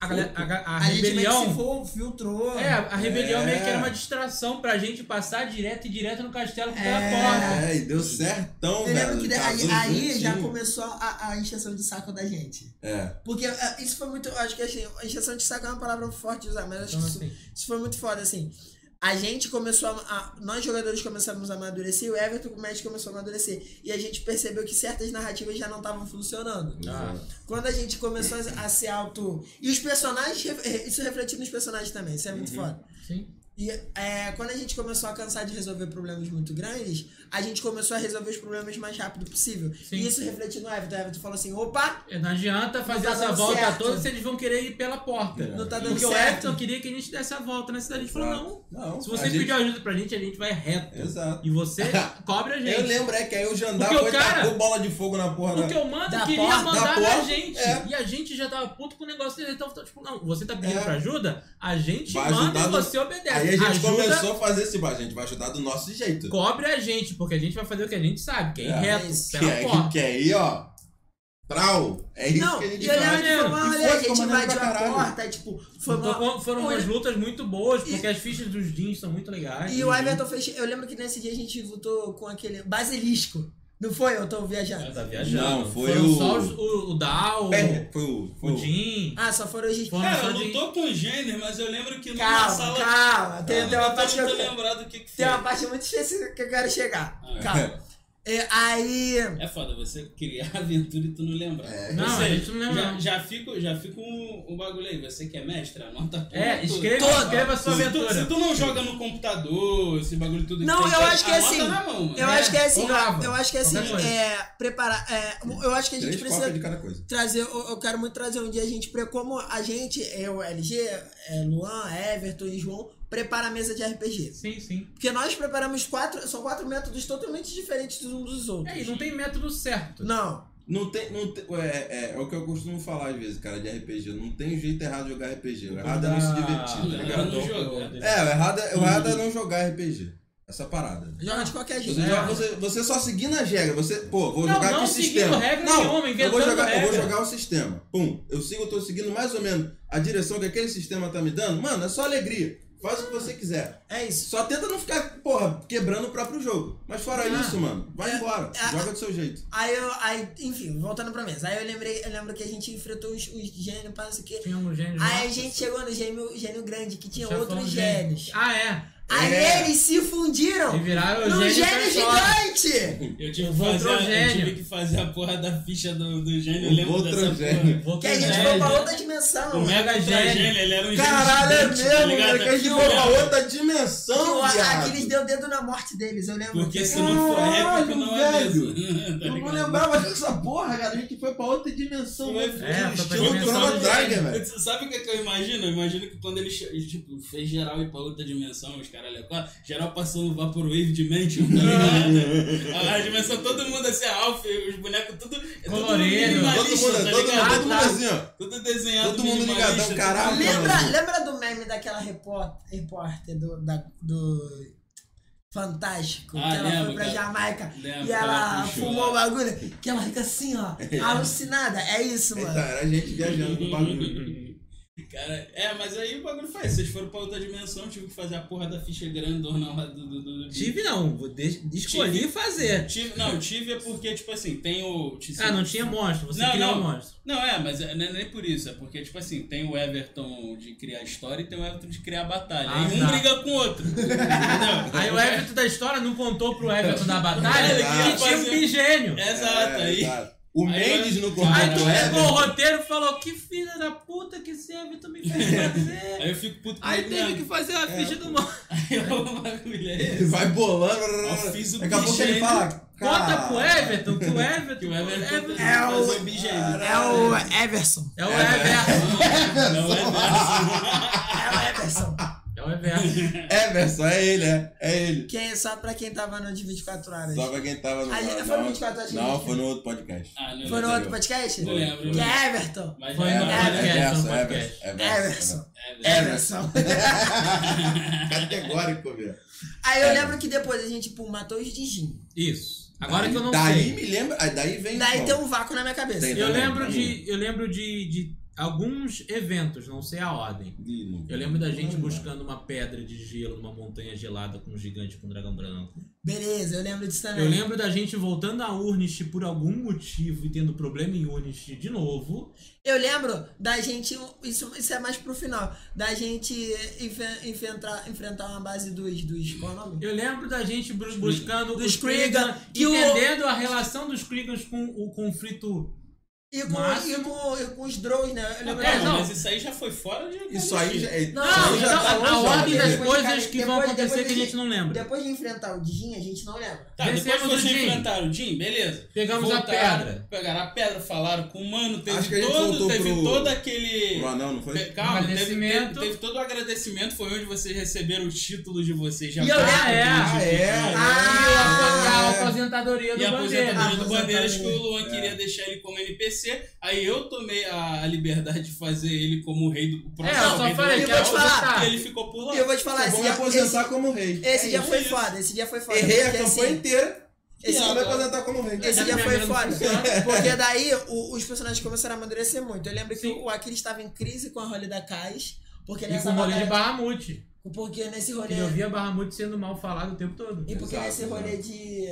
[SPEAKER 3] A, galera- a ga- a
[SPEAKER 4] A gente meio que tipo, se
[SPEAKER 3] rebelião.
[SPEAKER 4] for, filtrou.
[SPEAKER 3] É, a rebelião
[SPEAKER 2] É.
[SPEAKER 3] meio que era uma distração pra gente passar direto e direto no castelo pela
[SPEAKER 4] É.
[SPEAKER 3] porta.
[SPEAKER 2] É, e deu certão,
[SPEAKER 4] Eu
[SPEAKER 2] velho.
[SPEAKER 4] lembro que de- aí,
[SPEAKER 2] casou
[SPEAKER 4] aí já
[SPEAKER 2] juntinho.
[SPEAKER 4] começou a, a injeção de saco da gente.
[SPEAKER 2] É.
[SPEAKER 4] Porque é, isso foi muito. Acho que assim, a injeção de saco é uma palavra forte de usar, mas acho
[SPEAKER 3] Então,
[SPEAKER 4] que isso,
[SPEAKER 3] assim,
[SPEAKER 4] isso foi muito foda, assim. A gente começou a, a- Nós jogadores começamos a amadurecer, o Everton o Magic começou a amadurecer. E a gente percebeu que certas narrativas já não estavam funcionando.
[SPEAKER 3] Ah.
[SPEAKER 4] Quando a gente começou a se auto. E os personagens. ref- eh, Isso refletido nos personagens também, isso é muito foda.
[SPEAKER 3] sim.
[SPEAKER 4] E é, quando a gente começou a cansar de resolver problemas muito grandes, a gente começou a resolver os problemlos mais rápido possível.
[SPEAKER 3] Sim.
[SPEAKER 4] E isso refletindo no Everton. O Everton falou assim: opa,
[SPEAKER 3] É, Não adianta fazer
[SPEAKER 4] tá
[SPEAKER 3] essa
[SPEAKER 4] dando
[SPEAKER 3] volta
[SPEAKER 4] certo.
[SPEAKER 3] toda se eles vão querer ir pela porta.
[SPEAKER 2] Não
[SPEAKER 4] não tá dando
[SPEAKER 3] Porque o
[SPEAKER 4] certo.
[SPEAKER 3] Everton queria que a gente desse a volta na cidade. A gente falou,
[SPEAKER 2] Não.
[SPEAKER 3] não. Se
[SPEAKER 2] a
[SPEAKER 3] você
[SPEAKER 2] gente-
[SPEAKER 3] pedir ajuda pra gente, a gente vai reto.
[SPEAKER 2] Exato.
[SPEAKER 3] E você cobre a gente.
[SPEAKER 2] Eu lembro, é que aí o Jandar
[SPEAKER 3] Porque o
[SPEAKER 2] foi e
[SPEAKER 3] cara-
[SPEAKER 2] tacou bola de fogo na porra da.
[SPEAKER 3] Porque o Manda
[SPEAKER 4] Da
[SPEAKER 3] queria
[SPEAKER 4] porta,
[SPEAKER 3] mandar
[SPEAKER 2] da
[SPEAKER 3] na
[SPEAKER 2] porta,
[SPEAKER 3] gente.
[SPEAKER 2] é.
[SPEAKER 3] E a gente já tava puto com o negócio dele. Então, tipo, não, você tá pedindo
[SPEAKER 2] É.
[SPEAKER 3] pra ajuda, a gente
[SPEAKER 2] Vai
[SPEAKER 3] manda
[SPEAKER 2] ajudar
[SPEAKER 3] e
[SPEAKER 2] no-
[SPEAKER 3] você obedece.
[SPEAKER 2] A Aí a gente
[SPEAKER 3] Ajuda-
[SPEAKER 2] começou a fazer esse bar, a gente vai ajudar do nosso jeito.
[SPEAKER 3] Cobre a gente, porque a gente vai fazer o que a gente sabe, que é ir
[SPEAKER 2] É,
[SPEAKER 3] reto,
[SPEAKER 4] isso.
[SPEAKER 3] pé
[SPEAKER 2] Que
[SPEAKER 3] na
[SPEAKER 2] é,
[SPEAKER 3] porta.
[SPEAKER 2] que é aí, ó. Trau. É isso
[SPEAKER 4] Não,
[SPEAKER 2] que a
[SPEAKER 4] e
[SPEAKER 2] gente
[SPEAKER 4] a
[SPEAKER 2] vai.
[SPEAKER 3] olhar-
[SPEAKER 4] galera
[SPEAKER 3] maneiro.
[SPEAKER 4] falou,
[SPEAKER 2] E
[SPEAKER 4] olha,
[SPEAKER 2] foi,
[SPEAKER 4] a gente
[SPEAKER 2] ficou maneiro
[SPEAKER 4] invadiu
[SPEAKER 2] pra
[SPEAKER 4] a
[SPEAKER 2] caralho.
[SPEAKER 4] porta, tipo, foi
[SPEAKER 3] Então,
[SPEAKER 4] uma...
[SPEAKER 3] foram- foram umas lutas muito boas, porque as fichas dos jeans são muito legais. né?
[SPEAKER 4] E o Everton fez... Eu lembro que nesse dia a gente lutou com aquele basilisco. Não foi? Eu tô viajando.
[SPEAKER 3] Tá viajando.
[SPEAKER 2] Não, foi
[SPEAKER 3] Foram
[SPEAKER 2] o-
[SPEAKER 3] só os- o, o Dow,
[SPEAKER 2] É, foi o. Foi
[SPEAKER 3] o
[SPEAKER 2] o-
[SPEAKER 3] Jean.
[SPEAKER 4] Ah, só foram os...
[SPEAKER 3] Foram
[SPEAKER 1] Cara,
[SPEAKER 3] só
[SPEAKER 1] eu
[SPEAKER 3] de-
[SPEAKER 1] não tô com gênero, mas eu lembro que numa
[SPEAKER 4] Calma,
[SPEAKER 1] sala.
[SPEAKER 4] calma. Tem, tem uma
[SPEAKER 1] eu
[SPEAKER 4] parte que
[SPEAKER 1] tô
[SPEAKER 4] eu-
[SPEAKER 1] muito lembrado do que, que foi.
[SPEAKER 4] tem uma parte muito específica que eu quero chegar.
[SPEAKER 1] Ah, é.
[SPEAKER 4] Calma. É, aí...
[SPEAKER 1] É foda você criar aventura e tu não lembrar.
[SPEAKER 2] É.
[SPEAKER 3] Não,
[SPEAKER 1] Ou
[SPEAKER 3] a
[SPEAKER 1] seja,
[SPEAKER 3] gente não lembra.
[SPEAKER 1] Já,
[SPEAKER 3] não.
[SPEAKER 1] já fico, já fico um, um bagulho aí. Você que é mestre, anota tudo.
[SPEAKER 3] É,
[SPEAKER 1] tudo.
[SPEAKER 3] escreva,
[SPEAKER 4] Toda.
[SPEAKER 3] escreva a sua
[SPEAKER 1] Se tu, se
[SPEAKER 3] aventura.
[SPEAKER 1] tu não joga no computador, esse bagulho tudo.
[SPEAKER 4] Não,
[SPEAKER 1] tem
[SPEAKER 4] eu acho que é
[SPEAKER 1] anota
[SPEAKER 4] assim.
[SPEAKER 1] Na mão, mano.
[SPEAKER 4] Eu
[SPEAKER 3] É,
[SPEAKER 4] acho que é assim,
[SPEAKER 3] ou grava,
[SPEAKER 4] eu acho que é assim,
[SPEAKER 3] qualquer coisa.
[SPEAKER 4] é, preparar, é, eu acho que a gente
[SPEAKER 2] Três
[SPEAKER 4] precisa
[SPEAKER 2] cópias de cada coisa.
[SPEAKER 4] trazer, eu, eu quero muito trazer um dia a gente, pre- como a gente, eu, LG, é, Luan, Everton e João, prepara a mesa de RPG.
[SPEAKER 3] Sim, sim.
[SPEAKER 4] Porque nós preparamos quatro, são quatro métodos totalmente diferentes uns dos outros.
[SPEAKER 3] É, e não tem método certo.
[SPEAKER 4] Não,
[SPEAKER 2] Não tem. Não tem é, é, é o que eu costumo falar às vezes, cara, de RPG. Não tem jeito errado de jogar RPG. O errado é não se divertir, tá
[SPEAKER 1] Ah,
[SPEAKER 2] ligado?
[SPEAKER 1] não jogo,
[SPEAKER 2] É, o errado é, o errado é não jogar RPG. Essa parada.
[SPEAKER 4] joga de qualquer
[SPEAKER 2] Você,
[SPEAKER 4] jeito.
[SPEAKER 2] joga- você, você só seguindo as regras. Você, pô, vou
[SPEAKER 3] Não,
[SPEAKER 2] jogar
[SPEAKER 3] não
[SPEAKER 2] aqui o
[SPEAKER 3] seguindo
[SPEAKER 2] sistema.
[SPEAKER 3] regra
[SPEAKER 2] não,
[SPEAKER 3] nenhuma,
[SPEAKER 2] eu vou,
[SPEAKER 3] inventando
[SPEAKER 2] jogar, eu vou
[SPEAKER 3] regra.
[SPEAKER 2] jogar o sistema. Pum, eu sigo, eu tô seguindo mais ou menos a direção que aquele sistema tá me dando. Mano, é só alegria. Faz o que você quiser.
[SPEAKER 4] É isso.
[SPEAKER 2] Só tenta não ficar, porra, quebrando o próprio jogo. Mas fora
[SPEAKER 4] Ah.
[SPEAKER 2] isso, mano, vai embora.
[SPEAKER 4] Ah.
[SPEAKER 2] Joga do seu jeito.
[SPEAKER 4] Aí eu, aí, enfim, voltando pra mesa. Aí eu lembrei, eu lembro que a gente enfrentou os, os gênios, pá, não sei o quê.
[SPEAKER 3] Tinha um gênio.
[SPEAKER 4] Aí a gente chegou no Ah, é gênio, gênio grande, que tinha
[SPEAKER 3] Já
[SPEAKER 4] outros
[SPEAKER 3] falamos
[SPEAKER 4] gênios.
[SPEAKER 3] Ah, é.
[SPEAKER 4] Aí
[SPEAKER 2] É.
[SPEAKER 4] eles se
[SPEAKER 3] E
[SPEAKER 4] fundiram
[SPEAKER 3] viraram o
[SPEAKER 4] num
[SPEAKER 3] gênio.
[SPEAKER 4] gênio
[SPEAKER 3] gigante.
[SPEAKER 4] gigante!
[SPEAKER 1] Eu tive,
[SPEAKER 3] Eu
[SPEAKER 1] que
[SPEAKER 3] vou
[SPEAKER 1] fazer,
[SPEAKER 3] pro
[SPEAKER 1] a- eu
[SPEAKER 3] gênio.
[SPEAKER 1] tive que fazer a porra da ficha do, do gênio. Eu
[SPEAKER 2] Eu
[SPEAKER 1] lembro
[SPEAKER 2] vou
[SPEAKER 1] dessa
[SPEAKER 2] pro
[SPEAKER 1] porra.
[SPEAKER 2] gênio.
[SPEAKER 3] Voltou
[SPEAKER 4] Que a gente
[SPEAKER 1] gênio.
[SPEAKER 4] foi pra outra dimensão.
[SPEAKER 1] O Mega
[SPEAKER 3] Gênio.
[SPEAKER 1] Gênio, ele era um
[SPEAKER 2] Caralho, é
[SPEAKER 1] gênio.
[SPEAKER 2] mesmo,
[SPEAKER 1] gigante, tá
[SPEAKER 2] cara,
[SPEAKER 1] ligado?
[SPEAKER 2] que a gente
[SPEAKER 1] Eu
[SPEAKER 2] foi pra
[SPEAKER 1] lembro.
[SPEAKER 2] outra dimensão,
[SPEAKER 4] Pô,
[SPEAKER 2] viado.
[SPEAKER 4] Aquiles deu o dedo na morte deles, eu lembro.
[SPEAKER 1] Porque se não for
[SPEAKER 2] Caralho,
[SPEAKER 1] épico, não é
[SPEAKER 2] velho.
[SPEAKER 1] mesmo. Tá
[SPEAKER 2] Eu não
[SPEAKER 1] ligado?
[SPEAKER 2] lembrava dessa porra, cara. A gente foi pra outra dimensão.
[SPEAKER 1] Foi,
[SPEAKER 2] né?
[SPEAKER 1] foi.
[SPEAKER 3] É, foi pra
[SPEAKER 2] estilo
[SPEAKER 3] dimensão
[SPEAKER 2] Chrono
[SPEAKER 3] do
[SPEAKER 2] Trigger, velho.
[SPEAKER 1] Você Sabe o que, é que eu imagino? Eu imagino que quando ele che- tipo, fez geral ir pra outra dimensão, os caras levaram, geral passando Vaporwave Dimension, tá ligado? a, a dimensão, todo mundo assim, a Alf, os bonecos, tudo. é todo mundo
[SPEAKER 3] Colorido.
[SPEAKER 2] Todo
[SPEAKER 1] minimalista,
[SPEAKER 2] mundo,
[SPEAKER 1] tá
[SPEAKER 2] todo, mundo,
[SPEAKER 1] ligado?
[SPEAKER 2] todo
[SPEAKER 4] Ah,
[SPEAKER 2] mundo assim, ó.
[SPEAKER 1] Tudo desenhado.
[SPEAKER 2] Todo mundo
[SPEAKER 1] minimalista,
[SPEAKER 2] ligadão,
[SPEAKER 1] tudo-
[SPEAKER 2] caralho.
[SPEAKER 4] Lembra,
[SPEAKER 2] Mano.
[SPEAKER 4] lembra do meme daquela repórter, repórter do, da- do Fantástico?
[SPEAKER 1] Ah,
[SPEAKER 4] que ela foi
[SPEAKER 1] lembro,
[SPEAKER 4] pra
[SPEAKER 1] cara.
[SPEAKER 4] Jamaica
[SPEAKER 1] Lembro,
[SPEAKER 4] e ela
[SPEAKER 1] cara, puxou.
[SPEAKER 4] fumou o bagulho. Que ela fica assim, ó, alucinada. É isso,
[SPEAKER 2] Eita,
[SPEAKER 4] mano.
[SPEAKER 2] era a gente viajando com o bagulho.
[SPEAKER 1] Cara, é, mas aí o bagulho faz. Vocês foram pra outra dimensão, tive que fazer a porra da ficha grandona lá do. do, do, do-
[SPEAKER 3] Tive não, vou de- escolhi
[SPEAKER 1] Tive.
[SPEAKER 3] fazer.
[SPEAKER 1] Tive- Não, tive é porque, tipo assim, tem o. te-
[SPEAKER 3] Ah, não tinha monstro, você
[SPEAKER 1] Não,
[SPEAKER 3] criou
[SPEAKER 1] não.
[SPEAKER 3] monstro.
[SPEAKER 1] Não, é, mas é- não é nem por isso. É porque, tipo assim, tem o Everton de criar história e tem o Everton de criar batalha.
[SPEAKER 3] Ah,
[SPEAKER 1] aí um
[SPEAKER 3] tá.
[SPEAKER 1] briga com o outro. entendeu?
[SPEAKER 3] Aí o Everton da história não contou pro Everton da batalha
[SPEAKER 2] Verdade.
[SPEAKER 3] que tinha um bigênio.
[SPEAKER 1] Exato,
[SPEAKER 2] É,
[SPEAKER 1] aí.
[SPEAKER 2] exato. O
[SPEAKER 1] Aí vai-
[SPEAKER 2] Mendes no né?
[SPEAKER 3] Aí
[SPEAKER 1] é
[SPEAKER 3] tu
[SPEAKER 2] comando do
[SPEAKER 3] pegou o
[SPEAKER 2] Everton.
[SPEAKER 3] roteiro e falou, que filha da puta que esse Everton me fez fazer.
[SPEAKER 1] Aí eu fico puto com
[SPEAKER 3] Aí
[SPEAKER 1] ele
[SPEAKER 3] teve que
[SPEAKER 1] mesmo.
[SPEAKER 3] fazer a ficha do monstro.
[SPEAKER 1] Aí eu bagulho é
[SPEAKER 2] Ele
[SPEAKER 1] esse.
[SPEAKER 2] vai bolando. né?
[SPEAKER 1] Eu fiz o
[SPEAKER 2] Daqui a pouco
[SPEAKER 1] bicho
[SPEAKER 2] ele
[SPEAKER 1] aí.
[SPEAKER 2] fala.
[SPEAKER 3] Conta pro
[SPEAKER 2] "Cara,
[SPEAKER 3] Everton, que o Everton...
[SPEAKER 1] Que o Everton
[SPEAKER 3] Everton-
[SPEAKER 1] é
[SPEAKER 4] É o-
[SPEAKER 1] o bigênio.
[SPEAKER 4] É o Everson.
[SPEAKER 3] É o Everton.
[SPEAKER 1] Não,
[SPEAKER 2] é
[SPEAKER 1] o Everton.
[SPEAKER 4] É o Everson.
[SPEAKER 3] É o Everton.
[SPEAKER 2] Everson, é ele, é. É ele.
[SPEAKER 4] Quem, só pra quem tava no de 24 horas.
[SPEAKER 2] Só pra quem tava no.
[SPEAKER 4] A gente-
[SPEAKER 2] não,
[SPEAKER 4] foi no 24 horas,
[SPEAKER 2] Não,
[SPEAKER 4] gente.
[SPEAKER 2] foi no outro podcast.
[SPEAKER 1] Ah, não
[SPEAKER 4] Foi no
[SPEAKER 1] lembro.
[SPEAKER 4] outro podcast?
[SPEAKER 1] Não lembro.
[SPEAKER 4] Que é Everton.
[SPEAKER 1] Mas
[SPEAKER 3] Foi
[SPEAKER 1] vai
[SPEAKER 3] no
[SPEAKER 2] é
[SPEAKER 1] lá,
[SPEAKER 3] podcast,
[SPEAKER 1] né?
[SPEAKER 2] Everson,
[SPEAKER 3] no podcast.
[SPEAKER 2] Everson,
[SPEAKER 4] Everson.
[SPEAKER 2] Everson.
[SPEAKER 1] Everton.
[SPEAKER 3] É,
[SPEAKER 4] Everson.
[SPEAKER 2] Categórico, velho.
[SPEAKER 4] Aí
[SPEAKER 2] É.
[SPEAKER 4] eu lembro que depois a gente, tipo, matou os de Jim.
[SPEAKER 3] Isso. Agora que eu não
[SPEAKER 2] daí
[SPEAKER 3] sei.
[SPEAKER 2] me lembra. aí Daí vem.
[SPEAKER 4] Daí
[SPEAKER 2] bom,
[SPEAKER 4] tem um vácuo na minha cabeça.
[SPEAKER 2] Tem.
[SPEAKER 3] Eu
[SPEAKER 2] também,
[SPEAKER 3] lembro,
[SPEAKER 2] pra
[SPEAKER 3] de, eu lembro de, de alguns eventos, não sei a ordem.
[SPEAKER 4] um
[SPEAKER 2] de- no-
[SPEAKER 3] Eu lembro da gente
[SPEAKER 2] Não,
[SPEAKER 3] buscando uma pedra de gelo numa montanha gelada com um gigante com um dragão branco.
[SPEAKER 4] Beleza, eu lembro disso também.
[SPEAKER 3] Eu lembro da gente voltando a Urnist por algum motivo e tendo problema em Urnist de novo.
[SPEAKER 4] Eu lembro da gente. Isso, isso é mais pro final. Da gente enfe- enfrentar, enfrentar uma base dos. dos qual é o nome?
[SPEAKER 3] Eu lembro da gente bru- buscando
[SPEAKER 4] Dos
[SPEAKER 3] os Krigan,
[SPEAKER 4] Krigan, que o-
[SPEAKER 3] entendendo a relação dos Krigans com o conflito.
[SPEAKER 4] E com,
[SPEAKER 3] Máximo.
[SPEAKER 4] e com, e com os drones, né? Eu lembro
[SPEAKER 3] É,
[SPEAKER 4] da-
[SPEAKER 3] não.
[SPEAKER 1] Mas isso aí já foi fora de.
[SPEAKER 2] Isso aí já. é-
[SPEAKER 4] Não,
[SPEAKER 2] isso aí
[SPEAKER 4] já
[SPEAKER 3] então,
[SPEAKER 2] tá
[SPEAKER 3] a,
[SPEAKER 2] longe,
[SPEAKER 3] ordem
[SPEAKER 2] né?
[SPEAKER 3] das
[SPEAKER 4] Depois de-
[SPEAKER 3] coisas que vão
[SPEAKER 4] depois-
[SPEAKER 3] acontecer
[SPEAKER 4] depois
[SPEAKER 3] que a
[SPEAKER 4] de-
[SPEAKER 3] gente não lembra.
[SPEAKER 4] Depois de enfrentar o Jin, a gente não lembra.
[SPEAKER 1] Tá, depois que
[SPEAKER 3] Vencemos
[SPEAKER 1] vocês
[SPEAKER 3] o Jim.
[SPEAKER 1] enfrentaram o Jim, beleza.
[SPEAKER 3] Pegamos a pedra.
[SPEAKER 1] Pegaram a pedra, falaram com o mano, teve
[SPEAKER 2] Acho que a gente
[SPEAKER 1] todo,
[SPEAKER 2] voltou
[SPEAKER 1] teve
[SPEAKER 2] pro-
[SPEAKER 1] todo aquele.
[SPEAKER 2] Pro anão, não
[SPEAKER 1] Te-
[SPEAKER 2] foi?
[SPEAKER 1] Calma, teve, teve,
[SPEAKER 3] Agradecimento.
[SPEAKER 1] teve todo o agradecimento, foi onde vocês receberam o título de vocês já.
[SPEAKER 4] E eu lembro-
[SPEAKER 1] Ah, é.
[SPEAKER 2] Ah,
[SPEAKER 3] E
[SPEAKER 2] é.
[SPEAKER 3] a,
[SPEAKER 4] Ah,
[SPEAKER 3] a aposentadoria do
[SPEAKER 1] E a
[SPEAKER 4] é.
[SPEAKER 3] Bandeira. é
[SPEAKER 1] aposentadoria do
[SPEAKER 4] Bandeira.
[SPEAKER 1] Bandeiras que o Luan
[SPEAKER 2] É.
[SPEAKER 1] queria deixar ele como NPC, acontecer, aí eu tomei a, a liberdade de fazer ele como o rei do o próximo
[SPEAKER 3] É, eu só
[SPEAKER 1] rei do
[SPEAKER 3] falei que
[SPEAKER 4] era
[SPEAKER 1] negócio,
[SPEAKER 3] aposentar.
[SPEAKER 1] e ele ficou por lá.
[SPEAKER 4] E eu vou te falar, esse
[SPEAKER 2] Vou me
[SPEAKER 4] dia, assim, esse,
[SPEAKER 2] aposentar como rei.
[SPEAKER 4] esse
[SPEAKER 2] É
[SPEAKER 4] dia
[SPEAKER 2] isso.
[SPEAKER 4] foi
[SPEAKER 1] isso.
[SPEAKER 4] foda, esse dia foi foda.
[SPEAKER 2] Errei a
[SPEAKER 4] porque, assim,
[SPEAKER 2] campanha inteira.
[SPEAKER 4] esse
[SPEAKER 2] Esse
[SPEAKER 4] dia
[SPEAKER 2] vou me aposentar como rei.
[SPEAKER 4] Esse
[SPEAKER 3] Já
[SPEAKER 4] dia
[SPEAKER 3] me
[SPEAKER 4] foi
[SPEAKER 3] lembrando
[SPEAKER 4] foda.
[SPEAKER 3] do personagem.
[SPEAKER 4] Porque daí o- os personagens começaram a amadurecer muito. Eu lembro que
[SPEAKER 3] Sim.
[SPEAKER 4] o Aquiles estava em crise com a Holly da Cais. Porque
[SPEAKER 3] E
[SPEAKER 4] nessa
[SPEAKER 3] com o rolê de
[SPEAKER 4] batalha-
[SPEAKER 3] Barramute.
[SPEAKER 4] Porque nesse rolê.
[SPEAKER 3] Ele ouvia Barramute sendo mal falado o tempo todo.
[SPEAKER 4] E porque
[SPEAKER 2] Exato,
[SPEAKER 4] nesse rolê de.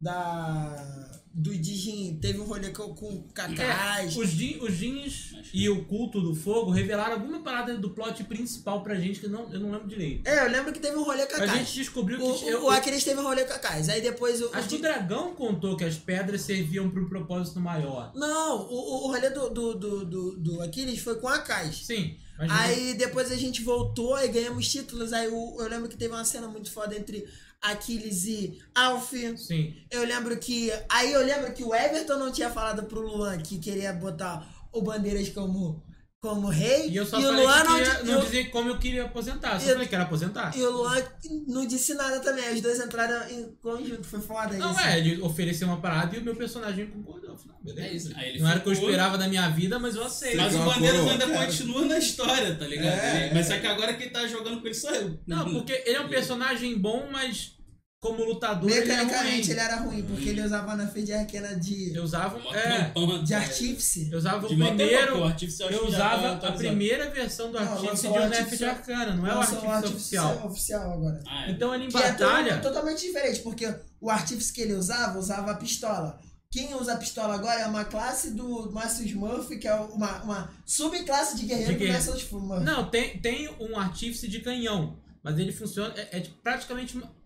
[SPEAKER 4] Da. Do Dijin, teve um rolê com, com Cacás.
[SPEAKER 3] É, Os, Jin- os jeans e o culto do fogo revelaram alguma parada do plot principal pra gente que não, eu não lembro direito.
[SPEAKER 4] É, eu lembro que teve um rolê com
[SPEAKER 3] A gente
[SPEAKER 4] Cacás.
[SPEAKER 3] descobriu que.
[SPEAKER 4] O, o,
[SPEAKER 3] eu-
[SPEAKER 4] o Aquiles teve um rolê com Cacás. Aí depois o. o
[SPEAKER 3] acho que o
[SPEAKER 4] Di-
[SPEAKER 3] dragão contou que as pedras serviam pra um propósito maior.
[SPEAKER 4] Não, o, o- o rolê do, do, do, do, do Aquiles foi com a Cacás.
[SPEAKER 3] Sim, mas
[SPEAKER 4] Aí depois a gente voltou e ganhamos títulos. Aí eu, eu lembro que teve uma cena muito foda entre Aquiles e Alf.
[SPEAKER 3] não- sim.
[SPEAKER 4] Eu lembro que. Aí eu lembro que o Everton não tinha falado pro Luan que queria botar o Bandeiras como, como rei.
[SPEAKER 3] E eu só
[SPEAKER 4] o
[SPEAKER 3] falei
[SPEAKER 4] Luan
[SPEAKER 3] que
[SPEAKER 4] não,
[SPEAKER 3] queria-
[SPEAKER 4] di-
[SPEAKER 3] não
[SPEAKER 4] e o-
[SPEAKER 3] dizia como eu queria aposentar. Só
[SPEAKER 4] eu-
[SPEAKER 3] falei que era aposentar.
[SPEAKER 4] e o Luan não disse nada também. Os dois entraram em conjunto. Foi foda
[SPEAKER 3] Não,
[SPEAKER 4] isso.
[SPEAKER 3] é, ele ofereceu uma parada e o meu personagem concordou. Eu falei, não, beleza.
[SPEAKER 1] assim. É isso. Aí ele
[SPEAKER 3] não era o que eu
[SPEAKER 1] ficou.
[SPEAKER 3] esperava da minha vida, mas eu aceito.
[SPEAKER 1] Mas
[SPEAKER 2] Ele
[SPEAKER 1] o
[SPEAKER 2] ganhou a
[SPEAKER 1] Bandeiras
[SPEAKER 2] coroa,
[SPEAKER 1] ainda
[SPEAKER 2] cara.
[SPEAKER 1] continua na história, tá ligado?
[SPEAKER 2] É,
[SPEAKER 1] Ele- Mas só que agora quem tá jogando com ele sou eu.
[SPEAKER 3] Não, porque ele é um personagem bom, mas como lutador ele é ruim.
[SPEAKER 4] Mecanicamente ele era ruim, porque ele usava na de arquena de,
[SPEAKER 3] Eu usava,
[SPEAKER 1] Mó
[SPEAKER 3] é,
[SPEAKER 1] tampão,
[SPEAKER 4] de
[SPEAKER 1] tá ligado?
[SPEAKER 4] artífice.
[SPEAKER 3] eu usava o
[SPEAKER 1] De mó tampão, pô,
[SPEAKER 3] primeiro...
[SPEAKER 1] artificial acho
[SPEAKER 3] Eu
[SPEAKER 1] que já tá
[SPEAKER 3] usava a
[SPEAKER 1] atualizado.
[SPEAKER 3] primeira versão do
[SPEAKER 4] Não,
[SPEAKER 3] artífice
[SPEAKER 4] lançou
[SPEAKER 3] de
[SPEAKER 4] o
[SPEAKER 3] Unef de
[SPEAKER 4] artificial-
[SPEAKER 3] Arcana, não é o
[SPEAKER 4] Lançou
[SPEAKER 3] artífice oficial.
[SPEAKER 4] oficial agora.
[SPEAKER 1] Ah, é.
[SPEAKER 3] Então ele em
[SPEAKER 4] Que é
[SPEAKER 3] batalha...
[SPEAKER 4] to- totalmente diferente, porque o artífice que ele usava, usava a pistola. Quem usa a pistola agora é uma classe do Márcio Smurf, que é uma, uma subclasse de guerreiro
[SPEAKER 3] De
[SPEAKER 4] do
[SPEAKER 3] guerreiro.
[SPEAKER 4] Márcio Smurf.
[SPEAKER 3] Não, tem, tem um artífice de canhão, mas ele funciona. É, é de praticamente uma-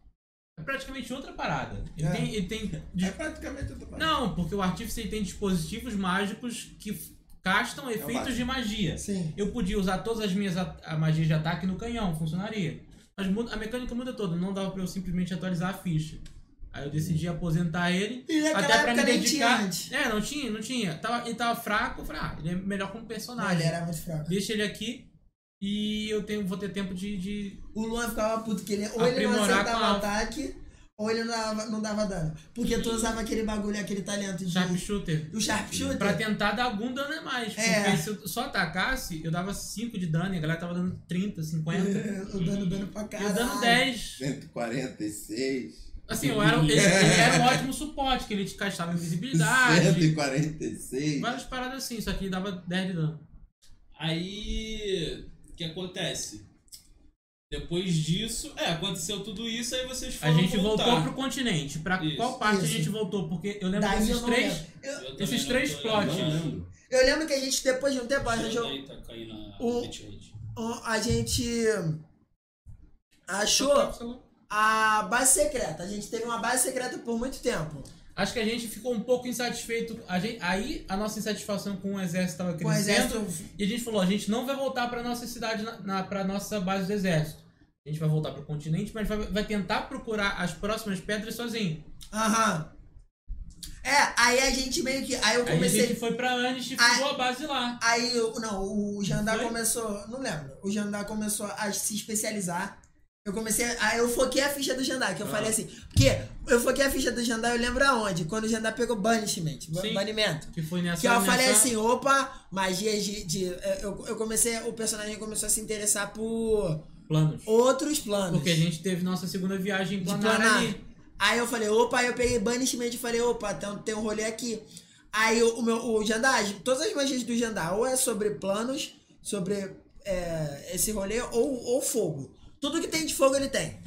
[SPEAKER 3] é praticamente outra parada. Ele
[SPEAKER 4] É.
[SPEAKER 3] tem. Ele tem
[SPEAKER 2] É
[SPEAKER 3] dis-
[SPEAKER 2] praticamente outra parada.
[SPEAKER 3] não, porque o artífice ele tem dispositivos mágicos que f-
[SPEAKER 4] É
[SPEAKER 3] castam efeitos
[SPEAKER 2] mágico.
[SPEAKER 3] de magia.
[SPEAKER 4] Sim.
[SPEAKER 3] Eu podia usar todas as minhas at- a magias de ataque no canhão, funcionaria. Mas muda- a mecânica muda toda, não dava pra eu simplesmente atualizar a ficha. Aí eu decidi aposentar ele.
[SPEAKER 4] E naquela
[SPEAKER 3] Até pra me
[SPEAKER 4] época nem tinha
[SPEAKER 3] dedicar.
[SPEAKER 4] antes.
[SPEAKER 3] É, não tinha, não tinha. Tava, ele tava fraco, eu falei, ah, ele é melhor como
[SPEAKER 4] Não,
[SPEAKER 3] personagem
[SPEAKER 4] ele era muito fraco.
[SPEAKER 3] deixa ele aqui e eu tenho, vou ter tempo de, de-
[SPEAKER 4] O Luan ficava puto, que ele, ou ele não
[SPEAKER 3] Aprimorar com a
[SPEAKER 4] acertava
[SPEAKER 3] alfa.
[SPEAKER 4] ataque, ou ele não dava, não dava dano. Porque tu usava aquele bagulho, aquele talento de.
[SPEAKER 3] sharpshooter.
[SPEAKER 4] do sharpshooter.
[SPEAKER 3] Pra tentar dar algum dano a mais. Porque
[SPEAKER 4] É.
[SPEAKER 3] se eu só atacasse, eu dava 5 de dano e a galera tava dando 30, 50.
[SPEAKER 4] o dano, dano pra
[SPEAKER 3] Eu
[SPEAKER 4] É. caralho.
[SPEAKER 3] dando 10.
[SPEAKER 2] 146.
[SPEAKER 3] Assim, eu era, ele, ele era um ótimo suporte, que ele te castava invisibilidade.
[SPEAKER 2] 146.
[SPEAKER 3] Várias paradas assim, só que ele dava 10 de dano.
[SPEAKER 1] Aí, o que acontece? Depois disso, é, aconteceu tudo isso, aí vocês
[SPEAKER 3] A
[SPEAKER 1] foram
[SPEAKER 3] gente
[SPEAKER 1] voltar.
[SPEAKER 3] voltou pro continente. Pra
[SPEAKER 1] Isso.
[SPEAKER 3] qual
[SPEAKER 4] Isso.
[SPEAKER 3] parte a gente voltou? Porque eu lembro
[SPEAKER 4] Daí eu
[SPEAKER 3] desses
[SPEAKER 4] não
[SPEAKER 3] três.
[SPEAKER 4] lembro. Eu,
[SPEAKER 1] Eu também
[SPEAKER 3] esses
[SPEAKER 1] não
[SPEAKER 3] três
[SPEAKER 1] tô
[SPEAKER 3] plots.
[SPEAKER 2] Não
[SPEAKER 1] lembrando.
[SPEAKER 2] lembro.
[SPEAKER 4] eu lembro que a gente, depois de um tempo, a gente
[SPEAKER 1] Isso daí tá caindo na
[SPEAKER 4] O-
[SPEAKER 1] hit rate.
[SPEAKER 4] Ó, Então, a gente achou a base secreta. A gente teve uma base secreta por muito tempo.
[SPEAKER 3] Acho que a gente ficou um pouco insatisfeito. A gente- aí a nossa insatisfação com o exército tava
[SPEAKER 4] Com o
[SPEAKER 3] crescendo.
[SPEAKER 4] exército.
[SPEAKER 3] E a gente falou, a gente não vai voltar pra nossa cidade, na, na, pra nossa base do exército. A gente vai voltar pro continente, mas vai, vai tentar procurar as próximas pedras sozinho.
[SPEAKER 4] Aham. É, aí a gente meio que. Aí eu
[SPEAKER 3] Aí a gente
[SPEAKER 4] comecei.
[SPEAKER 3] foi pra Anish e
[SPEAKER 4] Ah.
[SPEAKER 3] ficou a base lá.
[SPEAKER 4] Aí, eu- não, o Jandar
[SPEAKER 3] Foi?
[SPEAKER 4] começou. Não lembro. O Jandar começou a se especializar. Eu comecei. Aí eu foquei a ficha do Jandar, que eu
[SPEAKER 3] Ah.
[SPEAKER 4] falei assim. Porque eu foquei a ficha do Jandar, eu lembro aonde? Quando o Jandar pegou banishment
[SPEAKER 3] Sim.
[SPEAKER 4] banimento.
[SPEAKER 3] Que foi nessa...
[SPEAKER 4] Que eu falei
[SPEAKER 3] nessa-
[SPEAKER 4] assim, opa, magia de. de- eh, eu, eu comecei, o personagem começou a se interessar por
[SPEAKER 3] Planos.
[SPEAKER 4] outros planos.
[SPEAKER 3] Porque a gente teve nossa segunda viagem
[SPEAKER 4] de
[SPEAKER 3] planar
[SPEAKER 4] planar.
[SPEAKER 3] ali.
[SPEAKER 4] Aí eu falei, opa, aí eu peguei banishment e falei, opa, tem, tem um rolê aqui. Aí o, o meu, o Jandar, todas as magias do Jandar, ou é sobre planos, sobre é, esse rolê, ou, ou fogo. Tudo que tem de fogo ele tem.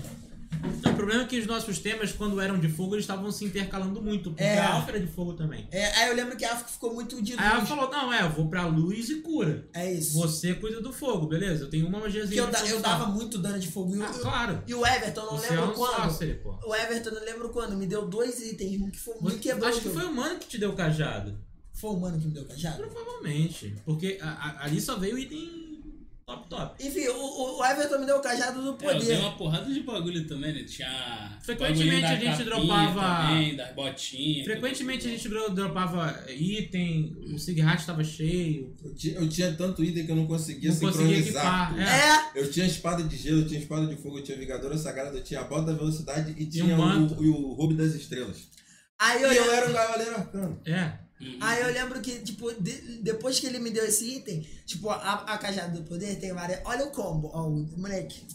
[SPEAKER 3] O problema é que os nossos temas, quando eram de fogo, eles estavam se intercalando muito. Porque
[SPEAKER 4] É.
[SPEAKER 3] a Alfa era de fogo também.
[SPEAKER 4] É, aí eu lembro que a Afro ficou muito de
[SPEAKER 3] Aí ela
[SPEAKER 4] luz.
[SPEAKER 3] falou, não, é, eu vou pra luz e cura.
[SPEAKER 4] É isso.
[SPEAKER 3] Você cuida do fogo, beleza? Eu tenho uma magiazinha.
[SPEAKER 4] Porque eu,
[SPEAKER 3] pra
[SPEAKER 4] da- eu
[SPEAKER 3] solucionar.
[SPEAKER 4] dava muito dano de fogo. E o,
[SPEAKER 3] Ah, claro.
[SPEAKER 4] e o Everton, não
[SPEAKER 3] Você é
[SPEAKER 4] lembro
[SPEAKER 3] um
[SPEAKER 4] quando.
[SPEAKER 3] sorcerer, pô.
[SPEAKER 4] O Everton, não lembro quando, me deu dois itens, um que foi, me quebrou.
[SPEAKER 3] Acho que
[SPEAKER 4] tudo.
[SPEAKER 3] foi o mano que te deu o cajado.
[SPEAKER 4] Foi o mano que me deu o cajado.
[SPEAKER 3] Provavelmente. Porque a- a- ali só veio item top top.
[SPEAKER 4] Enfim, o- o, o Everton me deu o cajado do
[SPEAKER 1] É, eu dei
[SPEAKER 4] poder.
[SPEAKER 1] uma porrada de bagulho também, né? Tinha.
[SPEAKER 3] Frequentemente
[SPEAKER 1] bagulho da
[SPEAKER 3] a gente
[SPEAKER 1] capinha
[SPEAKER 3] dropava-
[SPEAKER 1] Também, das botinhas.
[SPEAKER 3] Frequentemente a gente dro- dropava item, o Sighat estava cheio.
[SPEAKER 2] Eu tinha, eu tinha tanto item que eu não conseguia
[SPEAKER 3] Não conseguia
[SPEAKER 2] sincronizar.
[SPEAKER 3] equipar. É.
[SPEAKER 4] É,
[SPEAKER 2] Eu tinha espada de gelo, eu tinha espada de fogo, eu tinha Vingadora Sagrada, eu tinha a Bota da Velocidade e tinha
[SPEAKER 3] um manto.
[SPEAKER 2] o, e o Roubo das Estrelas.
[SPEAKER 4] aí
[SPEAKER 2] E
[SPEAKER 4] eu,
[SPEAKER 2] eu era
[SPEAKER 4] lembro,
[SPEAKER 2] um gaioleiro arcano.
[SPEAKER 3] É.
[SPEAKER 1] Uhum.
[SPEAKER 4] Aí eu lembro que, tipo, de- depois que ele me deu esse item, tipo, a, a cajada do poder tem várias. Olha o combo, ó, o- moleque.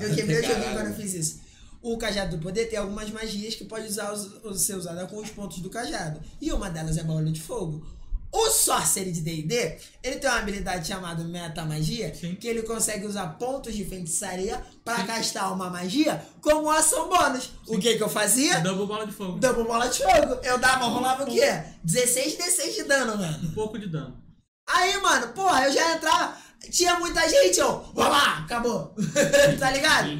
[SPEAKER 4] Eu quebrei o joguinho
[SPEAKER 2] Caralho.
[SPEAKER 4] quando eu fiz isso. O cajado do poder tem algumas magias que pode usar, os- ser usada com os pontos do cajado. E uma delas é bola de fogo. O Sorcery de D&D, ele tem uma habilidade chamada Metamagia,
[SPEAKER 3] Sim.
[SPEAKER 4] que ele consegue usar pontos de feitiçaria pra castar uma magia como ação bônus. O que que eu fazia?
[SPEAKER 3] Double bola de fogo.
[SPEAKER 4] Double bola de fogo. Eu dava, rolava o quê? 16 D6 de dano, mano.
[SPEAKER 3] Um pouco de dano.
[SPEAKER 4] Aí, mano, porra, eu já entrava. Tinha muita gente, eu. Vamos lá, acabou. tá ligado?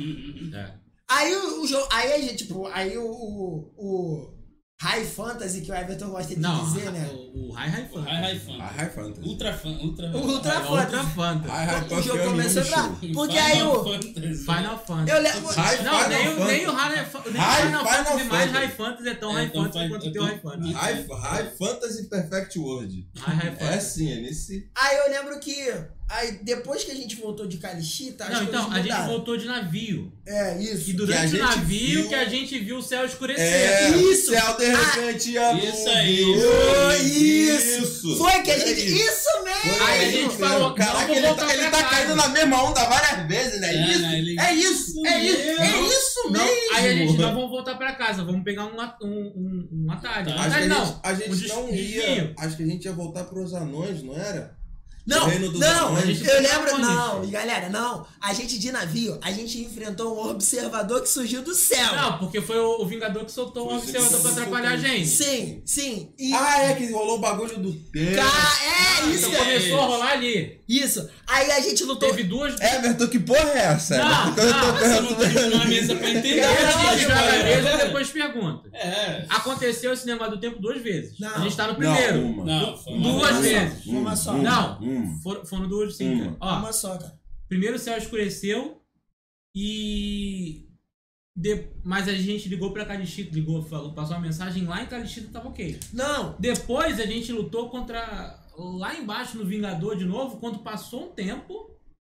[SPEAKER 3] É.
[SPEAKER 4] Aí o, o jogo. Aí a gente, tipo, aí o. o, o High Fantasy, que o Everton gosta de
[SPEAKER 3] Não,
[SPEAKER 4] dizer, né?
[SPEAKER 3] o, o High High É
[SPEAKER 1] O High
[SPEAKER 3] Fantasy.
[SPEAKER 1] High
[SPEAKER 2] A
[SPEAKER 1] Fantasy.
[SPEAKER 2] High Fantasy.
[SPEAKER 1] Ultra fan, ultra
[SPEAKER 4] O Ultra
[SPEAKER 3] É Ultra
[SPEAKER 4] Fantasy.
[SPEAKER 3] Fantasy.
[SPEAKER 2] A High é
[SPEAKER 4] O jogo começou a entrar.
[SPEAKER 2] show.
[SPEAKER 4] Porque aí
[SPEAKER 1] Final
[SPEAKER 4] o.
[SPEAKER 1] Fantasy.
[SPEAKER 3] Final Fantasy.
[SPEAKER 4] Eu lembro.
[SPEAKER 2] High
[SPEAKER 3] Não, nem, o-
[SPEAKER 2] Final
[SPEAKER 3] nem o
[SPEAKER 2] Fantasy.
[SPEAKER 3] High Fantasy. Nem
[SPEAKER 2] High
[SPEAKER 3] o Final
[SPEAKER 2] Final
[SPEAKER 3] Fantasy mais
[SPEAKER 2] Fantasy.
[SPEAKER 3] High Fantasy é tão
[SPEAKER 1] É,
[SPEAKER 3] High
[SPEAKER 1] então
[SPEAKER 3] Fantasy
[SPEAKER 1] faz-
[SPEAKER 3] quanto
[SPEAKER 1] é
[SPEAKER 3] tem o
[SPEAKER 1] tão-
[SPEAKER 3] High Fantasy.
[SPEAKER 2] High, High Fantasy Perfect World.
[SPEAKER 3] High High
[SPEAKER 2] É
[SPEAKER 3] Fantasy.
[SPEAKER 2] sim, é nesse.
[SPEAKER 4] Aí eu lembro que. Aí depois que a gente voltou de tá, Calixita, as
[SPEAKER 3] Não, então,
[SPEAKER 4] coisas
[SPEAKER 3] a gente
[SPEAKER 4] mudaram.
[SPEAKER 3] voltou de navio.
[SPEAKER 4] É, isso.
[SPEAKER 3] E durante
[SPEAKER 2] gente
[SPEAKER 3] o navio
[SPEAKER 2] viu-
[SPEAKER 3] que a gente viu o céu escurecer.
[SPEAKER 2] É,
[SPEAKER 4] Isso.
[SPEAKER 2] o céu de repente ah,
[SPEAKER 1] isso aí.
[SPEAKER 4] Isso.
[SPEAKER 2] Isso!
[SPEAKER 4] Foi que a
[SPEAKER 2] É
[SPEAKER 4] gente.
[SPEAKER 2] isso.
[SPEAKER 4] Isso mesmo!
[SPEAKER 2] Foi
[SPEAKER 3] Aí a
[SPEAKER 2] É isso
[SPEAKER 3] gente
[SPEAKER 2] mesmo.
[SPEAKER 3] falou, não,
[SPEAKER 2] Caraca,
[SPEAKER 3] vou
[SPEAKER 2] ele
[SPEAKER 3] voltar
[SPEAKER 2] tá, ele
[SPEAKER 3] pra
[SPEAKER 2] tá
[SPEAKER 3] casa.
[SPEAKER 2] caindo na mesma onda várias vezes, né?
[SPEAKER 1] É,
[SPEAKER 2] isso,
[SPEAKER 1] né, ele-
[SPEAKER 2] é isso, é isso, é
[SPEAKER 3] Não,
[SPEAKER 2] isso
[SPEAKER 3] Não, aí
[SPEAKER 2] mesmo!
[SPEAKER 3] a gente, nós vamos voltar pra casa, vamos pegar um, at- um, um, um atalho.
[SPEAKER 1] Acho
[SPEAKER 2] Acho que
[SPEAKER 3] Atalho
[SPEAKER 2] Tá. a gente,
[SPEAKER 3] não,
[SPEAKER 2] a gente
[SPEAKER 3] um des-
[SPEAKER 2] não
[SPEAKER 3] desvio.
[SPEAKER 2] ia. Acho que a gente ia voltar pros anões, não era?
[SPEAKER 4] Não,
[SPEAKER 2] O reino dos
[SPEAKER 4] não,
[SPEAKER 2] anões.
[SPEAKER 4] eu lembro.
[SPEAKER 3] Anões.
[SPEAKER 4] Não, galera, não. A gente de navio, a gente enfrentou um observador que surgiu do céu.
[SPEAKER 3] Não, porque foi o, o Vingador que soltou o
[SPEAKER 2] Foi o
[SPEAKER 3] observador pra
[SPEAKER 2] Vingador que
[SPEAKER 3] atrapalhar a
[SPEAKER 2] soltou.
[SPEAKER 3] gente.
[SPEAKER 4] Sim, sim. E
[SPEAKER 2] Ah, é que rolou o bagulho do tempo.
[SPEAKER 4] Ca- é isso,
[SPEAKER 3] Então
[SPEAKER 1] é
[SPEAKER 3] começou
[SPEAKER 1] isso.
[SPEAKER 3] a rolar ali.
[SPEAKER 4] isso. Aí a gente lutou.
[SPEAKER 3] Teve duas.
[SPEAKER 2] Everton, que porra é essa?
[SPEAKER 3] Não,
[SPEAKER 2] Everton, eu
[SPEAKER 3] não,
[SPEAKER 2] tô-
[SPEAKER 1] Você
[SPEAKER 2] eu
[SPEAKER 1] não
[SPEAKER 2] tô-
[SPEAKER 1] tem uma mesa pra entender.
[SPEAKER 4] Não,
[SPEAKER 1] né,
[SPEAKER 3] Joga a mesa e
[SPEAKER 1] cara?
[SPEAKER 3] depois pergunta.
[SPEAKER 1] É.
[SPEAKER 3] Aconteceu esse negócio do tempo duas vezes.
[SPEAKER 4] Não.
[SPEAKER 3] A gente tá no
[SPEAKER 2] Não,
[SPEAKER 3] primeiro.
[SPEAKER 2] uma.
[SPEAKER 1] Não, foi uma
[SPEAKER 3] Duas
[SPEAKER 1] vez.
[SPEAKER 3] vezes.
[SPEAKER 4] Uma só.
[SPEAKER 3] Não.
[SPEAKER 2] Uma.
[SPEAKER 3] Foram, foram duas, sim.
[SPEAKER 2] Uma.
[SPEAKER 3] cara. Ó,
[SPEAKER 4] Uma só, cara.
[SPEAKER 3] primeiro o céu escureceu e. de- Mas a gente ligou pra Calixito, ligou, falou, passou uma mensagem lá em Calixito tava ok.
[SPEAKER 4] Não.
[SPEAKER 3] Depois a gente lutou contra. lá embaixo no Vingador de novo, quando passou um tempo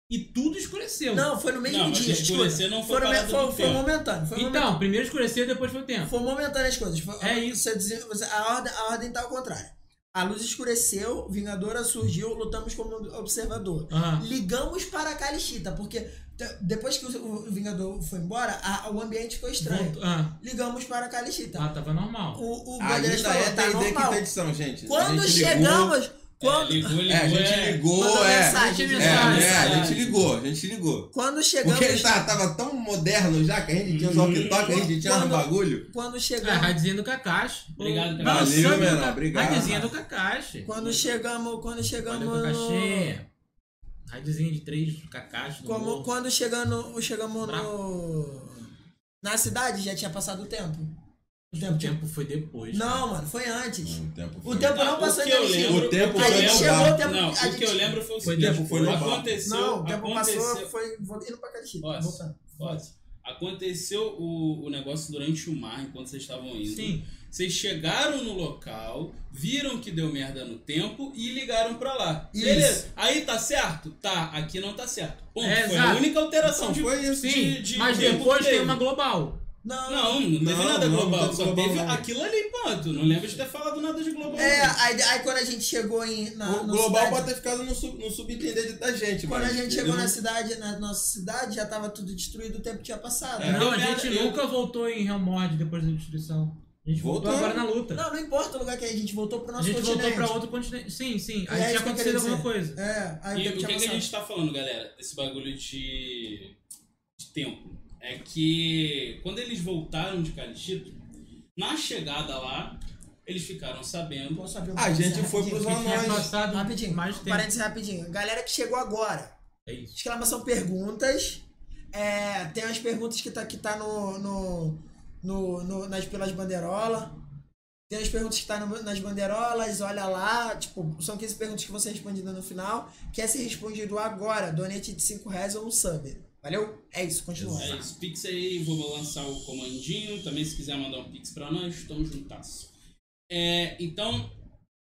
[SPEAKER 3] e tudo escureceu.
[SPEAKER 4] Não, foi no mesmo
[SPEAKER 1] Não, mas
[SPEAKER 4] dia. escuta.
[SPEAKER 1] escurecer não foi
[SPEAKER 4] Foram-
[SPEAKER 1] parada
[SPEAKER 4] foi,
[SPEAKER 1] do
[SPEAKER 4] foi
[SPEAKER 1] tempo.
[SPEAKER 4] momentâneo. Foi
[SPEAKER 1] um
[SPEAKER 4] momentâneo.
[SPEAKER 3] Então, primeiro escureceu depois foi o tempo.
[SPEAKER 4] Foi momentâneo as coisas. Foi-
[SPEAKER 3] É isso.
[SPEAKER 4] você dizia- você- a, ordem, a ordem tá ao contrário. A luz escureceu, Vingadora surgiu, lutamos como observador.
[SPEAKER 3] Aham.
[SPEAKER 4] Ligamos para a Calixita, porque te- depois que o, o Vingador foi embora, a- o ambiente ficou estranho.
[SPEAKER 3] Voltou- ah,
[SPEAKER 4] Ligamos para a
[SPEAKER 1] Tá.
[SPEAKER 4] Calixita.
[SPEAKER 3] ah, tava normal.
[SPEAKER 4] O, o Bandeiras
[SPEAKER 2] Ainda
[SPEAKER 4] falou,
[SPEAKER 2] é
[SPEAKER 4] tá
[SPEAKER 2] D&D
[SPEAKER 4] normal.
[SPEAKER 2] quinta edição, gente. A
[SPEAKER 4] Quando
[SPEAKER 2] gente ligou-
[SPEAKER 4] chegamos, quando,
[SPEAKER 1] É, ligou, ligou.
[SPEAKER 2] É, a gente
[SPEAKER 1] é.
[SPEAKER 2] ligou,
[SPEAKER 4] Mandou
[SPEAKER 2] é.
[SPEAKER 4] mensagem.
[SPEAKER 2] É,
[SPEAKER 3] Gente,
[SPEAKER 2] é,
[SPEAKER 1] mensagem.
[SPEAKER 2] a gente ligou, a gente ligou.
[SPEAKER 4] quando chegamos,
[SPEAKER 2] Porque tá- ele tava, tava tão moderno já que a gente tinha os walkie-talkie, a gente tinha os
[SPEAKER 4] Quando-
[SPEAKER 2] bagulho.
[SPEAKER 4] quando
[SPEAKER 3] É,
[SPEAKER 4] chegamos,
[SPEAKER 3] radizinha do Kakashi.
[SPEAKER 1] Obrigado,
[SPEAKER 3] Não,
[SPEAKER 1] Kakashi.
[SPEAKER 2] Valeu,
[SPEAKER 3] sangue do
[SPEAKER 2] menor,
[SPEAKER 3] Ka-
[SPEAKER 2] obrigado.
[SPEAKER 3] Radizinha do Kakashi.
[SPEAKER 4] quando chegamos, quando chegamos,
[SPEAKER 1] é
[SPEAKER 3] Valeu,
[SPEAKER 4] no,
[SPEAKER 3] Kakashi. Radizinha de três do Kakashi.
[SPEAKER 1] é
[SPEAKER 3] no
[SPEAKER 4] como,
[SPEAKER 3] morro.
[SPEAKER 4] quando chegando, chegamos no, na cidade já tinha passado o tempo. O
[SPEAKER 3] O
[SPEAKER 4] tempo tinha-
[SPEAKER 3] tempo foi depois. cara.
[SPEAKER 4] Não, mano, foi antes.
[SPEAKER 2] O Um tempo
[SPEAKER 4] O
[SPEAKER 2] foi-
[SPEAKER 4] tempo
[SPEAKER 1] Não,
[SPEAKER 4] não
[SPEAKER 1] Ah, o
[SPEAKER 4] passou
[SPEAKER 1] que
[SPEAKER 4] em
[SPEAKER 1] eu
[SPEAKER 4] Erechim.
[SPEAKER 1] lembro-
[SPEAKER 2] O tempo
[SPEAKER 4] A
[SPEAKER 2] foi
[SPEAKER 4] gente
[SPEAKER 2] no
[SPEAKER 4] chegou
[SPEAKER 2] bar.
[SPEAKER 4] o tempo.
[SPEAKER 1] Não,
[SPEAKER 4] a
[SPEAKER 1] o
[SPEAKER 4] gente-
[SPEAKER 1] que eu lembro foi o
[SPEAKER 3] Foi
[SPEAKER 1] seguinte.
[SPEAKER 2] tempo, foi no bar.
[SPEAKER 1] aconteceu,
[SPEAKER 4] Não, o tempo passou,
[SPEAKER 1] aconteceu,
[SPEAKER 4] foi vou- indo pra Calixita.
[SPEAKER 1] Nossa.
[SPEAKER 4] voltando.
[SPEAKER 1] Pode. Aconteceu o, o negócio durante o mar, enquanto vocês estavam indo.
[SPEAKER 3] Sim.
[SPEAKER 1] Vocês chegaram no local, viram que deu merda no tempo e ligaram pra lá.
[SPEAKER 4] Isso.
[SPEAKER 1] Beleza. Aí tá certo? Tá, aqui não tá certo. Ponto.
[SPEAKER 3] É,
[SPEAKER 1] foi a
[SPEAKER 3] exato.
[SPEAKER 1] única alteração
[SPEAKER 2] Não,
[SPEAKER 1] de,
[SPEAKER 2] foi isso.
[SPEAKER 3] Sim,
[SPEAKER 1] de, de
[SPEAKER 3] mas
[SPEAKER 1] tempo
[SPEAKER 3] depois
[SPEAKER 1] que
[SPEAKER 3] tem
[SPEAKER 1] teve.
[SPEAKER 3] uma global.
[SPEAKER 4] Não,
[SPEAKER 1] Não, não teve
[SPEAKER 2] Não,
[SPEAKER 1] nada
[SPEAKER 2] não,
[SPEAKER 1] global,
[SPEAKER 2] não teve
[SPEAKER 1] só
[SPEAKER 2] global,
[SPEAKER 1] teve
[SPEAKER 2] não.
[SPEAKER 1] aquilo ali, ponto. Não lembro de ter falado nada de global.
[SPEAKER 4] É,
[SPEAKER 1] não.
[SPEAKER 4] aí, aí quando a gente chegou em. Na,
[SPEAKER 2] O
[SPEAKER 4] na
[SPEAKER 2] global
[SPEAKER 4] cidade-
[SPEAKER 2] pode ter ficado no, sub, no subentender da gente,
[SPEAKER 4] Quando
[SPEAKER 2] mano.
[SPEAKER 4] a gente chegou na cidade, na nossa cidade, já tava tudo destruído, o tempo tinha passado.
[SPEAKER 1] É.
[SPEAKER 3] Não,
[SPEAKER 1] Eu
[SPEAKER 3] a
[SPEAKER 1] merda,
[SPEAKER 3] gente
[SPEAKER 1] eu-
[SPEAKER 3] nunca voltou em Helmord depois da destruição. A gente voltou,
[SPEAKER 2] Voltou.
[SPEAKER 3] agora na luta.
[SPEAKER 4] Não, não importa o lugar que a gente voltou pro
[SPEAKER 3] a
[SPEAKER 4] nosso
[SPEAKER 3] gente
[SPEAKER 4] continente.
[SPEAKER 3] voltou pra outro continente. Sim, sim.
[SPEAKER 4] É isso
[SPEAKER 3] Aí tinha
[SPEAKER 4] que eu
[SPEAKER 3] acontecido
[SPEAKER 4] queria
[SPEAKER 3] alguma coisa.
[SPEAKER 4] É, aí o
[SPEAKER 1] E o
[SPEAKER 4] tempo
[SPEAKER 1] que,
[SPEAKER 4] tinha
[SPEAKER 1] que a
[SPEAKER 4] passado.
[SPEAKER 1] gente tá falando, galera? Esse bagulho de, de tempo. É que quando eles voltaram de Calixito, na chegada lá, eles ficaram sabendo.
[SPEAKER 4] Vamos saber um
[SPEAKER 2] A gente
[SPEAKER 4] parênteses
[SPEAKER 2] foi
[SPEAKER 4] rapidinho.
[SPEAKER 2] pros
[SPEAKER 3] A gente tinha
[SPEAKER 2] anões.
[SPEAKER 3] passado
[SPEAKER 4] Rapidinho,
[SPEAKER 3] mais tempo.
[SPEAKER 4] parênteses rapidinho. Galera que chegou agora,
[SPEAKER 3] É isso.
[SPEAKER 4] exclamação perguntas. É, tem as perguntas que tá, que tá no, no, no, no- nas pelas bandeirolas. Tem as perguntas que tá no- nas bandeirolas, olha lá. Tipo, são 15 perguntas que vão ser respondidas no final. Quer ser respondido agora, donate de 5 reais ou um sub. Valeu? É isso, continua.
[SPEAKER 1] É isso, Pix aí, vou lançar o comandinho. Também se quiser mandar um Pix pra nós, estamos juntas. É, então,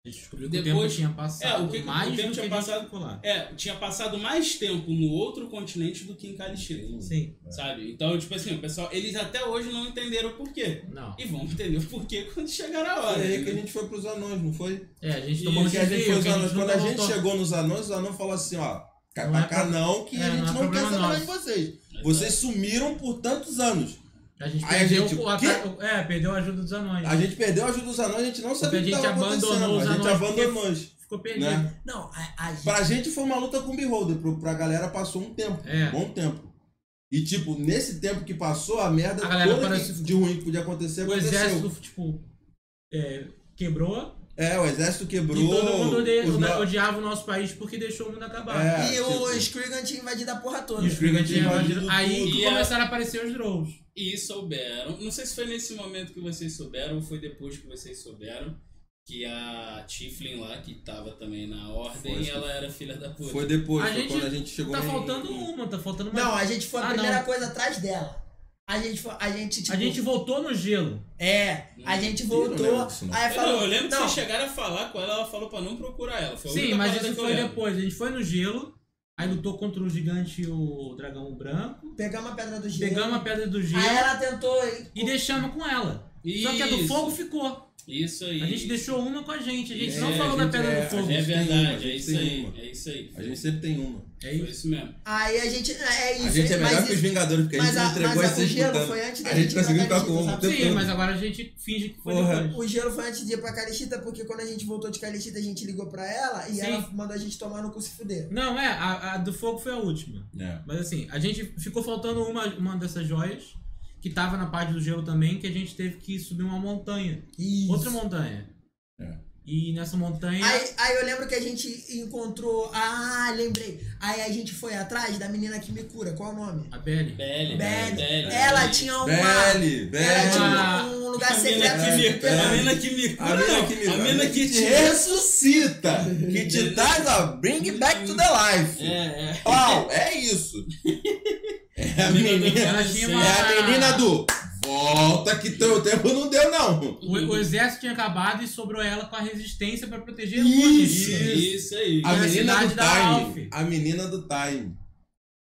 [SPEAKER 3] A gente descobriu que o
[SPEAKER 1] Depois-
[SPEAKER 3] tempo tinha passado.
[SPEAKER 1] É, o que- o
[SPEAKER 3] mais
[SPEAKER 1] tempo
[SPEAKER 3] do
[SPEAKER 1] tinha
[SPEAKER 3] que
[SPEAKER 1] passado-
[SPEAKER 3] lá.
[SPEAKER 1] É, tinha passado mais tempo no outro continente do que em Calixto,
[SPEAKER 3] Sim.
[SPEAKER 1] sabe? Então, tipo assim, o pessoal, eles até hoje não entenderam o porquê.
[SPEAKER 3] Não.
[SPEAKER 1] E vão entender o porquê quando chegar a hora. né?
[SPEAKER 2] Olha, aí que a
[SPEAKER 1] entendeu?
[SPEAKER 2] gente foi pros anões, não foi?
[SPEAKER 3] É, a gente
[SPEAKER 1] E
[SPEAKER 3] tomou um
[SPEAKER 2] Porque a gente
[SPEAKER 3] desvio,
[SPEAKER 2] foi os
[SPEAKER 3] que a
[SPEAKER 2] anões.
[SPEAKER 3] gente
[SPEAKER 2] Quando
[SPEAKER 3] nunca
[SPEAKER 2] a gente
[SPEAKER 3] voltou.
[SPEAKER 2] chegou nos anões, os anões falaram assim, ó. Cai
[SPEAKER 3] Não
[SPEAKER 2] pra
[SPEAKER 3] é
[SPEAKER 2] cá não, que
[SPEAKER 3] é,
[SPEAKER 2] a gente
[SPEAKER 3] não é
[SPEAKER 2] não, quer
[SPEAKER 3] problema
[SPEAKER 2] saber mais de
[SPEAKER 3] nosso.
[SPEAKER 2] vocês. Vocês sumiram por tantos anos.
[SPEAKER 3] A gente
[SPEAKER 2] Aí a
[SPEAKER 3] perdeu
[SPEAKER 2] gente,
[SPEAKER 3] o
[SPEAKER 2] o
[SPEAKER 3] ataque. É, perdeu a ajuda dos anões.
[SPEAKER 2] A gente perdeu a ajuda dos anões, a gente não sabia o
[SPEAKER 3] Porque
[SPEAKER 2] que
[SPEAKER 3] a gente
[SPEAKER 2] estava
[SPEAKER 3] abandonou
[SPEAKER 2] acontecendo.
[SPEAKER 3] os
[SPEAKER 2] A gente
[SPEAKER 3] anões porque-
[SPEAKER 2] abandonou os
[SPEAKER 3] Ficou perdido.
[SPEAKER 2] né?
[SPEAKER 4] Não, a, a gente.
[SPEAKER 2] Pra gente foi uma luta com o Beholder, pro- pra galera passou um tempo,
[SPEAKER 3] É.
[SPEAKER 2] um bom tempo. E tipo, nesse tempo que passou, a merda
[SPEAKER 3] A galera
[SPEAKER 2] toda que-
[SPEAKER 3] parece-
[SPEAKER 2] de ruim que podia acontecer,
[SPEAKER 3] O
[SPEAKER 2] aconteceu.
[SPEAKER 3] exército, tipo, é, quebrou.
[SPEAKER 2] É, o exército quebrou.
[SPEAKER 3] E todo mundo né? ode-
[SPEAKER 2] os no-
[SPEAKER 3] odiava o nosso país porque deixou o mundo acabar.
[SPEAKER 2] É.
[SPEAKER 4] e
[SPEAKER 2] tipo-
[SPEAKER 4] o Skrigan tinha invadido a porra toda.
[SPEAKER 3] E os Krigan tinham
[SPEAKER 2] invadido
[SPEAKER 3] invadido. Aí
[SPEAKER 2] tudo.
[SPEAKER 3] que
[SPEAKER 1] E a-
[SPEAKER 3] começaram a aparecer os Drows.
[SPEAKER 1] E souberam, não sei se foi nesse momento que vocês souberam ou foi depois que vocês souberam que a Tiflin lá, que tava também na ordem,
[SPEAKER 2] Foi,
[SPEAKER 1] ela era filha da puta.
[SPEAKER 2] Foi depois,
[SPEAKER 3] A
[SPEAKER 2] foi
[SPEAKER 3] gente-
[SPEAKER 2] quando a gente chegou um
[SPEAKER 3] Tá
[SPEAKER 2] em-
[SPEAKER 3] faltando
[SPEAKER 2] em-
[SPEAKER 3] uma, tá faltando uma.
[SPEAKER 4] Não, a gente foi a
[SPEAKER 3] Ah,
[SPEAKER 4] primeira
[SPEAKER 3] não.
[SPEAKER 4] coisa atrás dela. A gente foi. A gente, tipo,
[SPEAKER 3] A gente voltou no gelo.
[SPEAKER 4] É, a
[SPEAKER 1] Hum,
[SPEAKER 4] gente
[SPEAKER 2] eu não
[SPEAKER 4] voltou.
[SPEAKER 2] lembro disso, não.
[SPEAKER 4] Aí
[SPEAKER 1] Eu,
[SPEAKER 4] falou.
[SPEAKER 1] não, eu lembro que
[SPEAKER 4] não,
[SPEAKER 1] vocês chegaram a falar com ela, ela falou pra não procurar ela. Foi a
[SPEAKER 3] Sim,
[SPEAKER 1] única
[SPEAKER 3] mas
[SPEAKER 1] parada
[SPEAKER 3] isso
[SPEAKER 1] que eu
[SPEAKER 3] foi
[SPEAKER 1] lembro.
[SPEAKER 3] depois. A gente foi no gelo, aí lutou contra o gigante e o dragão branco.
[SPEAKER 4] pegamos a pedra do gelo.
[SPEAKER 3] Pegamos a pedra do gelo
[SPEAKER 4] Aí ela tentou.
[SPEAKER 3] e deixamos com ela. Só que a do
[SPEAKER 1] Isso,
[SPEAKER 3] fogo ficou.
[SPEAKER 1] Isso aí.
[SPEAKER 3] A gente deixou uma com a gente. A gente
[SPEAKER 2] É,
[SPEAKER 3] não falou
[SPEAKER 2] a
[SPEAKER 3] da
[SPEAKER 2] gente
[SPEAKER 3] pedra
[SPEAKER 2] é-
[SPEAKER 3] do
[SPEAKER 2] a
[SPEAKER 3] fogo.
[SPEAKER 1] É
[SPEAKER 2] gente tem uma, a
[SPEAKER 1] verdade,
[SPEAKER 2] gente
[SPEAKER 1] é isso
[SPEAKER 2] tem
[SPEAKER 1] aí.
[SPEAKER 2] uma.
[SPEAKER 1] É isso aí.
[SPEAKER 2] A gente sempre tem uma.
[SPEAKER 3] É
[SPEAKER 1] Foi
[SPEAKER 3] isso.
[SPEAKER 1] isso mesmo.
[SPEAKER 4] Aí a gente. É isso.
[SPEAKER 2] A gente é melhor
[SPEAKER 4] mas
[SPEAKER 2] que os
[SPEAKER 4] isso-
[SPEAKER 2] Vingadores, porque a gente
[SPEAKER 4] mas
[SPEAKER 2] não
[SPEAKER 4] a-
[SPEAKER 2] entregou
[SPEAKER 4] mas a-
[SPEAKER 2] essa
[SPEAKER 4] o gelo
[SPEAKER 2] disputando.
[SPEAKER 4] foi antes da
[SPEAKER 2] A gente
[SPEAKER 4] gente ir
[SPEAKER 2] conseguiu
[SPEAKER 4] pra
[SPEAKER 2] ficar com
[SPEAKER 4] Calixto,
[SPEAKER 2] uma. o
[SPEAKER 4] sabe?
[SPEAKER 2] tempo
[SPEAKER 3] Sim,
[SPEAKER 2] todo.
[SPEAKER 3] mas agora a gente finge que foi
[SPEAKER 2] Porra.
[SPEAKER 3] depois.
[SPEAKER 4] O gelo foi antes de ir pra Calixita, porque quando a gente voltou de Calixita, a gente ligou pra ela e
[SPEAKER 3] Sim.
[SPEAKER 4] ela mandou a gente tomar no cu se fuder.
[SPEAKER 3] Não, é, a, a do fogo foi a última.
[SPEAKER 2] É.
[SPEAKER 3] Mas assim, a gente ficou faltando uma, uma dessas joias, que tava na parte do gelo também, que a gente teve que subir uma montanha.
[SPEAKER 4] Isso.
[SPEAKER 3] Outra montanha.
[SPEAKER 2] É.
[SPEAKER 3] E nessa montanha.
[SPEAKER 4] Aí, aí eu lembro que a gente encontrou. Ah, lembrei. Aí a gente foi atrás da menina que me cura. Qual o nome?
[SPEAKER 3] A Belly.
[SPEAKER 1] Belly,
[SPEAKER 4] Belly.
[SPEAKER 1] Belly.
[SPEAKER 4] Ela tinha uma.
[SPEAKER 2] Belly,
[SPEAKER 4] Ela
[SPEAKER 2] Belly.
[SPEAKER 4] tinha um- um lugar
[SPEAKER 1] a mina
[SPEAKER 4] secreto.
[SPEAKER 1] que me,
[SPEAKER 2] É,
[SPEAKER 1] a mina que me
[SPEAKER 2] A mina que,
[SPEAKER 1] não, a mina
[SPEAKER 3] É.
[SPEAKER 1] que
[SPEAKER 2] te
[SPEAKER 1] te
[SPEAKER 2] ressuscita, que te traz a bring back to the life.
[SPEAKER 1] É, é.
[SPEAKER 2] Pau, é isso. É a
[SPEAKER 1] Menina do-
[SPEAKER 2] menina,
[SPEAKER 3] Ela tinha uma.
[SPEAKER 2] é a menina do volta que teu tempo não deu não.
[SPEAKER 3] O, o exército tinha acabado e sobrou ela com a resistência pra proteger o
[SPEAKER 2] Isso.
[SPEAKER 3] mundo.
[SPEAKER 1] Isso aí.
[SPEAKER 2] A
[SPEAKER 3] Na
[SPEAKER 2] menina do
[SPEAKER 3] cidade da
[SPEAKER 2] time,
[SPEAKER 3] Alf.
[SPEAKER 2] a menina do time.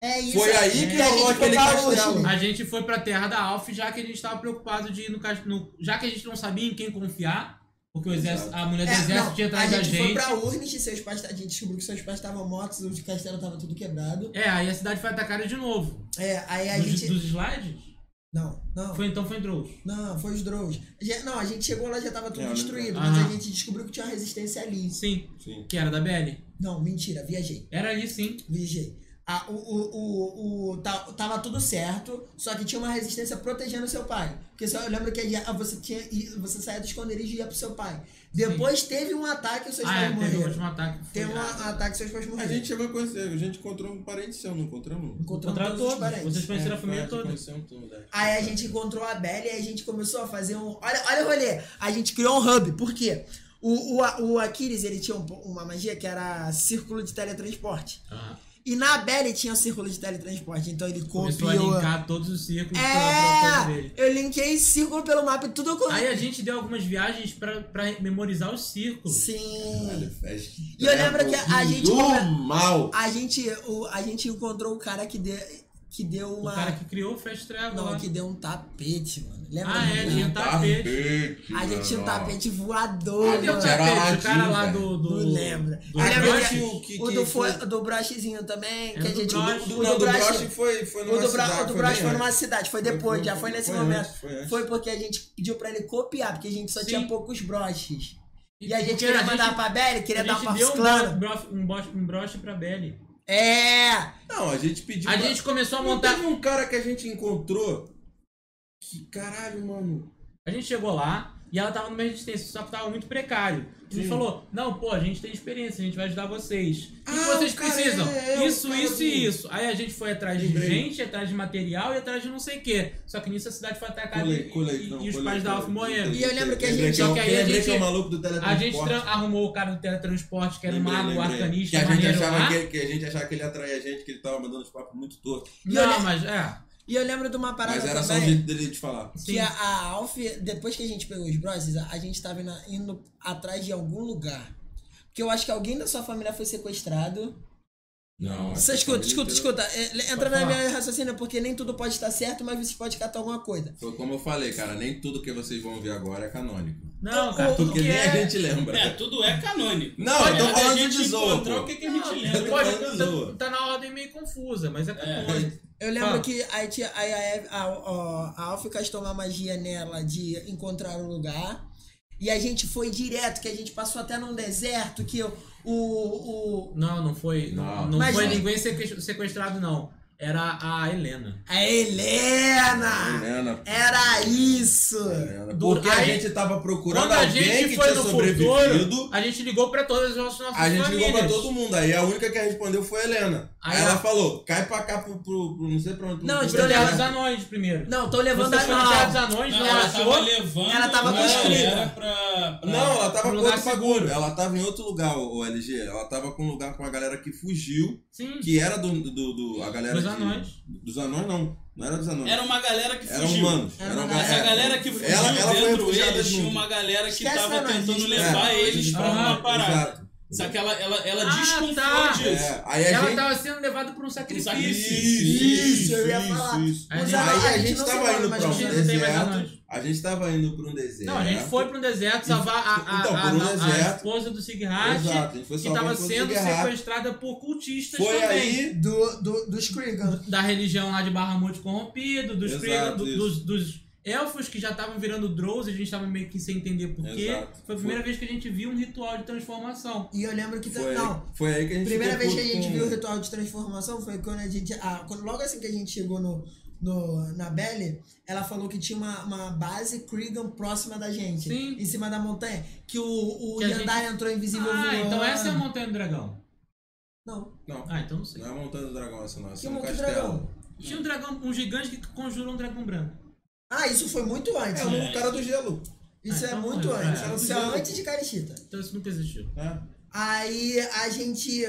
[SPEAKER 4] É isso.
[SPEAKER 2] Foi aí que
[SPEAKER 4] a
[SPEAKER 2] rolou
[SPEAKER 4] gente
[SPEAKER 2] aquele
[SPEAKER 4] foi pra
[SPEAKER 2] castelo.
[SPEAKER 4] Auschwitz.
[SPEAKER 3] A gente foi pra terra da Alf, já que a gente tava preocupado de ir no, cas- no Já que a gente não sabia em quem confiar, porque o exército, a mulher do
[SPEAKER 4] É,
[SPEAKER 3] exército
[SPEAKER 4] não,
[SPEAKER 3] tinha
[SPEAKER 4] a
[SPEAKER 3] atrás da
[SPEAKER 4] gente,
[SPEAKER 3] gente.
[SPEAKER 4] foi pra Urnit e seus pais. A gente descobriu que seus pais estavam mortos, o castelo tava tudo quebrado.
[SPEAKER 3] É, aí a cidade foi atacada de novo.
[SPEAKER 4] É, aí a
[SPEAKER 3] dos,
[SPEAKER 4] gente.
[SPEAKER 3] dos slides?
[SPEAKER 4] Não, não.
[SPEAKER 3] Foi então foi em Drows.
[SPEAKER 4] Não, foi os drones. Já- não, a gente chegou lá já tava tudo
[SPEAKER 2] É, eu lembro.
[SPEAKER 4] destruído,
[SPEAKER 3] Ah.
[SPEAKER 4] mas a gente descobriu que tinha uma resistência ali.
[SPEAKER 3] Sim.
[SPEAKER 2] Sim.
[SPEAKER 3] Que era da BL.
[SPEAKER 4] Não, mentira, viajei.
[SPEAKER 3] Era ali sim.
[SPEAKER 4] Viajei. Ah, o, o, o, o- ta- tava tudo certo, só que tinha uma resistência protegendo seu pai. Porque só, eu lembro que ah, você, tinha, e você saía do esconderijo e ia pro seu pai. Depois teve um ataque e seus
[SPEAKER 3] Ah,
[SPEAKER 4] pais
[SPEAKER 3] é, teve o
[SPEAKER 4] morreram.
[SPEAKER 3] último ataque. que foi
[SPEAKER 4] Teve um
[SPEAKER 3] irado.
[SPEAKER 4] a- ataque e seus pais
[SPEAKER 2] A
[SPEAKER 4] morreram.
[SPEAKER 2] gente chegou a conhecer, a gente encontrou um parente seu, não encontramos?
[SPEAKER 4] encontrou
[SPEAKER 3] Encontraram
[SPEAKER 4] todos os
[SPEAKER 3] todos,
[SPEAKER 4] parentes.
[SPEAKER 3] Vocês conheceram a família
[SPEAKER 2] É,
[SPEAKER 3] toda.
[SPEAKER 2] conhecemos tudo, é.
[SPEAKER 4] Aí a gente encontrou a Belle e a gente começou a fazer um. Olha, olha o rolê. A gente criou um hub, por quê? O, o, o Aquiles ele tinha um po- uma magia que era círculo de teletransporte.
[SPEAKER 3] Ah,
[SPEAKER 4] E na Belle tinha o círculo de teletransporte. Então ele
[SPEAKER 3] começou a
[SPEAKER 4] copiou.
[SPEAKER 3] linkar todos os círculos pela coisa
[SPEAKER 4] É!
[SPEAKER 3] dele.
[SPEAKER 4] Eu linkei círculo pelo mapa e tudo com.
[SPEAKER 3] Aí a gente deu algumas viagens pra, pra memorizar os círculos.
[SPEAKER 4] Sim.
[SPEAKER 2] Caralho, festa.
[SPEAKER 4] E eu lembro que a gente
[SPEAKER 2] Do
[SPEAKER 4] come-
[SPEAKER 2] mal.
[SPEAKER 4] A gente, o, a gente encontrou o cara que deu, que deu uma.
[SPEAKER 3] O cara que criou o Fast Travel. lá.
[SPEAKER 4] Não, que deu um tapete, mano. Lembra?
[SPEAKER 3] Ah, é, tinha um Ah, tapete.
[SPEAKER 4] A gente tinha um
[SPEAKER 2] mano.
[SPEAKER 4] tapete voador.
[SPEAKER 3] Cadê o
[SPEAKER 2] Era
[SPEAKER 4] mano.
[SPEAKER 3] tapete? O
[SPEAKER 2] Aladdin,
[SPEAKER 3] cara lá
[SPEAKER 2] velho.
[SPEAKER 3] do. do
[SPEAKER 4] Não lembra.
[SPEAKER 3] do
[SPEAKER 4] Eu lembro
[SPEAKER 3] Broche?
[SPEAKER 2] que o que-
[SPEAKER 4] O
[SPEAKER 2] que
[SPEAKER 4] do,
[SPEAKER 2] foi- É
[SPEAKER 4] fo- do brochezinho também,
[SPEAKER 3] Era
[SPEAKER 4] que a
[SPEAKER 3] do
[SPEAKER 4] gente.
[SPEAKER 3] broche.
[SPEAKER 4] o
[SPEAKER 2] Do,
[SPEAKER 4] do
[SPEAKER 2] não, do
[SPEAKER 4] broche-
[SPEAKER 2] Broche foi, foi
[SPEAKER 4] O
[SPEAKER 2] numa
[SPEAKER 4] do, bra...
[SPEAKER 2] cidade,
[SPEAKER 4] o do
[SPEAKER 2] foi
[SPEAKER 4] broche
[SPEAKER 2] bem
[SPEAKER 4] foi numa
[SPEAKER 2] antes.
[SPEAKER 4] cidade, foi depois,
[SPEAKER 2] Foi-
[SPEAKER 4] já foi nesse
[SPEAKER 2] foi
[SPEAKER 4] momento.
[SPEAKER 2] antes, foi antes.
[SPEAKER 4] Foi porque a gente pediu pra ele copiar, porque a gente só
[SPEAKER 3] Sim.
[SPEAKER 4] tinha poucos broches. E a gente
[SPEAKER 3] Porque
[SPEAKER 4] queria mandar pra Belly,
[SPEAKER 3] a
[SPEAKER 4] queria dar
[SPEAKER 3] gente
[SPEAKER 4] pra
[SPEAKER 3] deu um
[SPEAKER 4] Ciclano.
[SPEAKER 3] bro- um broche, um broche pra Belly.
[SPEAKER 4] É!
[SPEAKER 2] Não, a gente pediu.
[SPEAKER 3] A
[SPEAKER 2] pra-
[SPEAKER 3] gente começou a
[SPEAKER 2] Não
[SPEAKER 3] montar.
[SPEAKER 2] Teve um cara que a gente encontrou. Que caralho, mano.
[SPEAKER 3] A gente chegou lá e ela tava numa resistência, só que tava muito precário. A gente
[SPEAKER 2] Sim.
[SPEAKER 3] falou, não, pô, a gente tem experiência, a gente vai ajudar vocês. O que
[SPEAKER 2] Ah,
[SPEAKER 3] que vocês
[SPEAKER 2] o cara
[SPEAKER 3] precisam?
[SPEAKER 2] é- é o
[SPEAKER 3] isso,
[SPEAKER 2] cara
[SPEAKER 3] isso
[SPEAKER 2] do-
[SPEAKER 3] e isso. Aí a gente foi atrás de
[SPEAKER 2] Lembrei.
[SPEAKER 3] gente, atrás de material e atrás de não sei o quê. Só que nisso a cidade foi atacada
[SPEAKER 2] Colei,
[SPEAKER 3] e,
[SPEAKER 2] colei,
[SPEAKER 3] e-
[SPEAKER 2] não,
[SPEAKER 3] e os
[SPEAKER 2] colei,
[SPEAKER 3] pais da
[SPEAKER 2] colei.
[SPEAKER 3] Alf morreram.
[SPEAKER 4] E eu lembro que a
[SPEAKER 2] Lembrei
[SPEAKER 4] gente-
[SPEAKER 2] é
[SPEAKER 3] só
[SPEAKER 2] o-
[SPEAKER 3] que aí a
[SPEAKER 2] lembrei que é o
[SPEAKER 3] gente-
[SPEAKER 2] maluco do teletransporte.
[SPEAKER 3] A gente tra- arrumou o cara do teletransporte, que era um
[SPEAKER 2] Lembrei,
[SPEAKER 3] mago
[SPEAKER 2] lembrei.
[SPEAKER 3] arcanista,
[SPEAKER 2] Que a gente
[SPEAKER 3] maneiro ah.
[SPEAKER 2] achava
[SPEAKER 3] lá.
[SPEAKER 2] que, que a gente achava que ele atraía a gente, que ele tava mandando os papos muito tortos.
[SPEAKER 4] E eu
[SPEAKER 3] Não,
[SPEAKER 4] le-
[SPEAKER 3] mas é.
[SPEAKER 4] E eu lembro de uma parada
[SPEAKER 2] Mas era só o
[SPEAKER 4] também,
[SPEAKER 2] jeito dele de falar.
[SPEAKER 4] que a, a Alf, depois que a gente pegou os brothers, a, a gente tava indo, indo atrás de algum lugar. Porque eu acho que alguém da sua família foi sequestrado.
[SPEAKER 2] Não.
[SPEAKER 4] Você
[SPEAKER 2] acho que a
[SPEAKER 4] escuta,
[SPEAKER 2] família
[SPEAKER 4] escuta,
[SPEAKER 2] inteira-
[SPEAKER 4] escuta. é, le- Entra
[SPEAKER 3] Pode
[SPEAKER 4] na
[SPEAKER 3] falar.
[SPEAKER 4] minha raciocínio, porque nem tudo pode estar certo, mas você pode catar alguma coisa.
[SPEAKER 2] Foi como eu falei, cara, nem tudo que vocês vão ver agora é canônico.
[SPEAKER 3] Não,
[SPEAKER 4] o-
[SPEAKER 3] cara, tudo
[SPEAKER 2] Porque
[SPEAKER 3] que
[SPEAKER 2] nem
[SPEAKER 3] é...
[SPEAKER 2] a gente lembra.
[SPEAKER 1] É, tudo é canônico.
[SPEAKER 2] Não, eu tô
[SPEAKER 1] Mas a
[SPEAKER 2] falando
[SPEAKER 1] gente
[SPEAKER 2] de Zorro,
[SPEAKER 1] encontrar
[SPEAKER 2] pô.
[SPEAKER 1] O que, que a gente
[SPEAKER 4] Não,
[SPEAKER 1] lembra?
[SPEAKER 2] tô
[SPEAKER 3] Pode,
[SPEAKER 2] falando de Zorro.
[SPEAKER 3] tá, tá na ordem meio confusa, mas é canônico.
[SPEAKER 4] Eu lembro
[SPEAKER 3] Fala.
[SPEAKER 4] que aí tinha- aí a, Eve- a, a, a Alf castou uma magia nela de encontrar um lugar. E a gente foi direto, que a gente passou até num deserto, que o. o, o
[SPEAKER 3] Não, não foi. Não,
[SPEAKER 2] Não.
[SPEAKER 3] não
[SPEAKER 4] Mas-
[SPEAKER 3] foi ninguém seque- sequestrado, não. Era a Helena.
[SPEAKER 4] a Helena!
[SPEAKER 2] Helena,
[SPEAKER 4] Era isso!
[SPEAKER 2] Helena.
[SPEAKER 3] Do-
[SPEAKER 2] Porque a
[SPEAKER 3] aí-
[SPEAKER 2] gente tava procurando
[SPEAKER 3] Quando a
[SPEAKER 2] alguém
[SPEAKER 3] gente
[SPEAKER 2] que
[SPEAKER 3] foi
[SPEAKER 2] tinha
[SPEAKER 3] no
[SPEAKER 2] sobrevivido.
[SPEAKER 3] futuro, a gente ligou pra todas as nossas nossas
[SPEAKER 2] A gente
[SPEAKER 3] famílias.
[SPEAKER 2] ligou pra todo mundo. Aí a única que respondeu foi a Helena.
[SPEAKER 3] Aí
[SPEAKER 2] Aí, ela,
[SPEAKER 3] ela-
[SPEAKER 2] falou: cai pra cá pro. pro- pro- não sei pra onde. pro-
[SPEAKER 4] Não, a
[SPEAKER 2] pro-
[SPEAKER 4] gente
[SPEAKER 3] Foi
[SPEAKER 2] pro-
[SPEAKER 3] levado os anões primeiro.
[SPEAKER 4] Não, tô levando
[SPEAKER 3] Você
[SPEAKER 4] a
[SPEAKER 3] foi levado os
[SPEAKER 4] mão.
[SPEAKER 3] anões, não,
[SPEAKER 1] Não, ela
[SPEAKER 3] achou?
[SPEAKER 1] tava levando.
[SPEAKER 4] Ela tava
[SPEAKER 1] não,
[SPEAKER 4] construída.
[SPEAKER 1] Era pra, pra-
[SPEAKER 2] Não, ela tava
[SPEAKER 3] Pro
[SPEAKER 2] com
[SPEAKER 3] lugar
[SPEAKER 2] outro
[SPEAKER 3] seguro.
[SPEAKER 2] bagulho. Ela tava em outro lugar, o LG. Ela tava com um lugar com a galera que fugiu,
[SPEAKER 3] Sim.
[SPEAKER 2] que era do. do, do- a galera
[SPEAKER 3] Hum. Dos
[SPEAKER 2] de-
[SPEAKER 3] anões.
[SPEAKER 2] Dos anões, não. Não era dos anões.
[SPEAKER 1] Era uma galera que
[SPEAKER 2] Eram
[SPEAKER 1] fugiu.
[SPEAKER 2] humanos.
[SPEAKER 4] Era
[SPEAKER 2] Era
[SPEAKER 4] uma
[SPEAKER 2] uma
[SPEAKER 1] Essa
[SPEAKER 2] é,
[SPEAKER 1] galera que fugiu
[SPEAKER 2] ela, ela foi
[SPEAKER 1] dentro
[SPEAKER 2] refugiada
[SPEAKER 1] eles, tinha
[SPEAKER 2] junto.
[SPEAKER 1] uma galera que
[SPEAKER 4] Esquece
[SPEAKER 1] tava
[SPEAKER 4] não, gente,
[SPEAKER 1] tentando
[SPEAKER 4] não.
[SPEAKER 1] levar
[SPEAKER 2] É,
[SPEAKER 1] eles pra
[SPEAKER 3] aham,
[SPEAKER 1] uma parada.
[SPEAKER 2] Exato.
[SPEAKER 1] Só que ela, ela, ela
[SPEAKER 3] Ah,
[SPEAKER 1] desconfiou
[SPEAKER 3] tá.
[SPEAKER 1] disso.
[SPEAKER 2] É, aí a
[SPEAKER 3] Ela
[SPEAKER 2] gente.
[SPEAKER 3] tava sendo levada por um sacrifício.
[SPEAKER 1] sacrifício.
[SPEAKER 4] Isso, eu ia falar.
[SPEAKER 2] isso.
[SPEAKER 3] Aí
[SPEAKER 4] Os
[SPEAKER 3] a
[SPEAKER 2] Aí
[SPEAKER 4] anões,
[SPEAKER 2] a gente
[SPEAKER 4] não se
[SPEAKER 2] tava
[SPEAKER 4] fala
[SPEAKER 2] indo
[SPEAKER 4] mais
[SPEAKER 2] pra
[SPEAKER 4] com
[SPEAKER 2] um
[SPEAKER 4] eles.
[SPEAKER 3] não tem mais
[SPEAKER 2] deserto.
[SPEAKER 3] anões.
[SPEAKER 2] A gente tava indo pra um deserto.
[SPEAKER 3] Não, a gente foi pra um deserto salvar a, a,
[SPEAKER 2] Então,
[SPEAKER 3] a,
[SPEAKER 2] por um
[SPEAKER 3] a- a
[SPEAKER 2] deserto.
[SPEAKER 3] esposa do
[SPEAKER 2] Exato,
[SPEAKER 3] Sighart,
[SPEAKER 2] a gente foi
[SPEAKER 3] que
[SPEAKER 2] salvar
[SPEAKER 3] tava
[SPEAKER 2] todo
[SPEAKER 3] sendo
[SPEAKER 2] guerrado.
[SPEAKER 3] sequestrada por cultistas
[SPEAKER 2] Foi
[SPEAKER 3] também.
[SPEAKER 2] aí.
[SPEAKER 4] Do, do, dos Cregan.
[SPEAKER 3] da religião lá de Barramute corrompido, dos,
[SPEAKER 2] Exato,
[SPEAKER 3] Krieger, do-
[SPEAKER 2] isso.
[SPEAKER 3] dos, dos elfos que já estavam virando drows, a gente tava meio que sem entender por quê.
[SPEAKER 2] Exato.
[SPEAKER 3] Foi a primeira vez que a gente viu um ritual de transformação.
[SPEAKER 4] E eu lembro que.
[SPEAKER 2] Foi,
[SPEAKER 4] não,
[SPEAKER 2] aí, foi aí que a gente
[SPEAKER 4] Primeira
[SPEAKER 2] ficou
[SPEAKER 4] vez que a
[SPEAKER 2] puto
[SPEAKER 4] gente
[SPEAKER 2] com-
[SPEAKER 4] viu o ritual de transformação foi quando a gente. ah, quando- logo assim que a gente chegou no, no- na Belle, ela falou que tinha uma, uma base Cregan próxima da gente,
[SPEAKER 3] Sim.
[SPEAKER 4] em cima da montanha. Que o, o
[SPEAKER 3] Que a
[SPEAKER 4] Yandar entrou invisível
[SPEAKER 3] ah,
[SPEAKER 4] voando.
[SPEAKER 3] então essa é a Montanha do Dragão.
[SPEAKER 4] Não,
[SPEAKER 2] Não,
[SPEAKER 3] Ah, então não sei.
[SPEAKER 2] não é Montanha do Dragão essa não, essa
[SPEAKER 4] que
[SPEAKER 2] é um
[SPEAKER 4] monte de
[SPEAKER 2] castelo.
[SPEAKER 4] dragão.
[SPEAKER 3] Tinha um dragão, um gigante que conjurou um dragão branco.
[SPEAKER 4] Ah, isso foi muito antes. né?
[SPEAKER 2] É o cara do gelo.
[SPEAKER 4] Isso
[SPEAKER 3] um- Ah,
[SPEAKER 4] é
[SPEAKER 3] então
[SPEAKER 4] muito
[SPEAKER 3] foi,
[SPEAKER 4] antes.
[SPEAKER 3] é.
[SPEAKER 4] Isso é antes de Carichita.
[SPEAKER 3] Então isso nunca existiu.
[SPEAKER 2] né?
[SPEAKER 4] Aí a gente.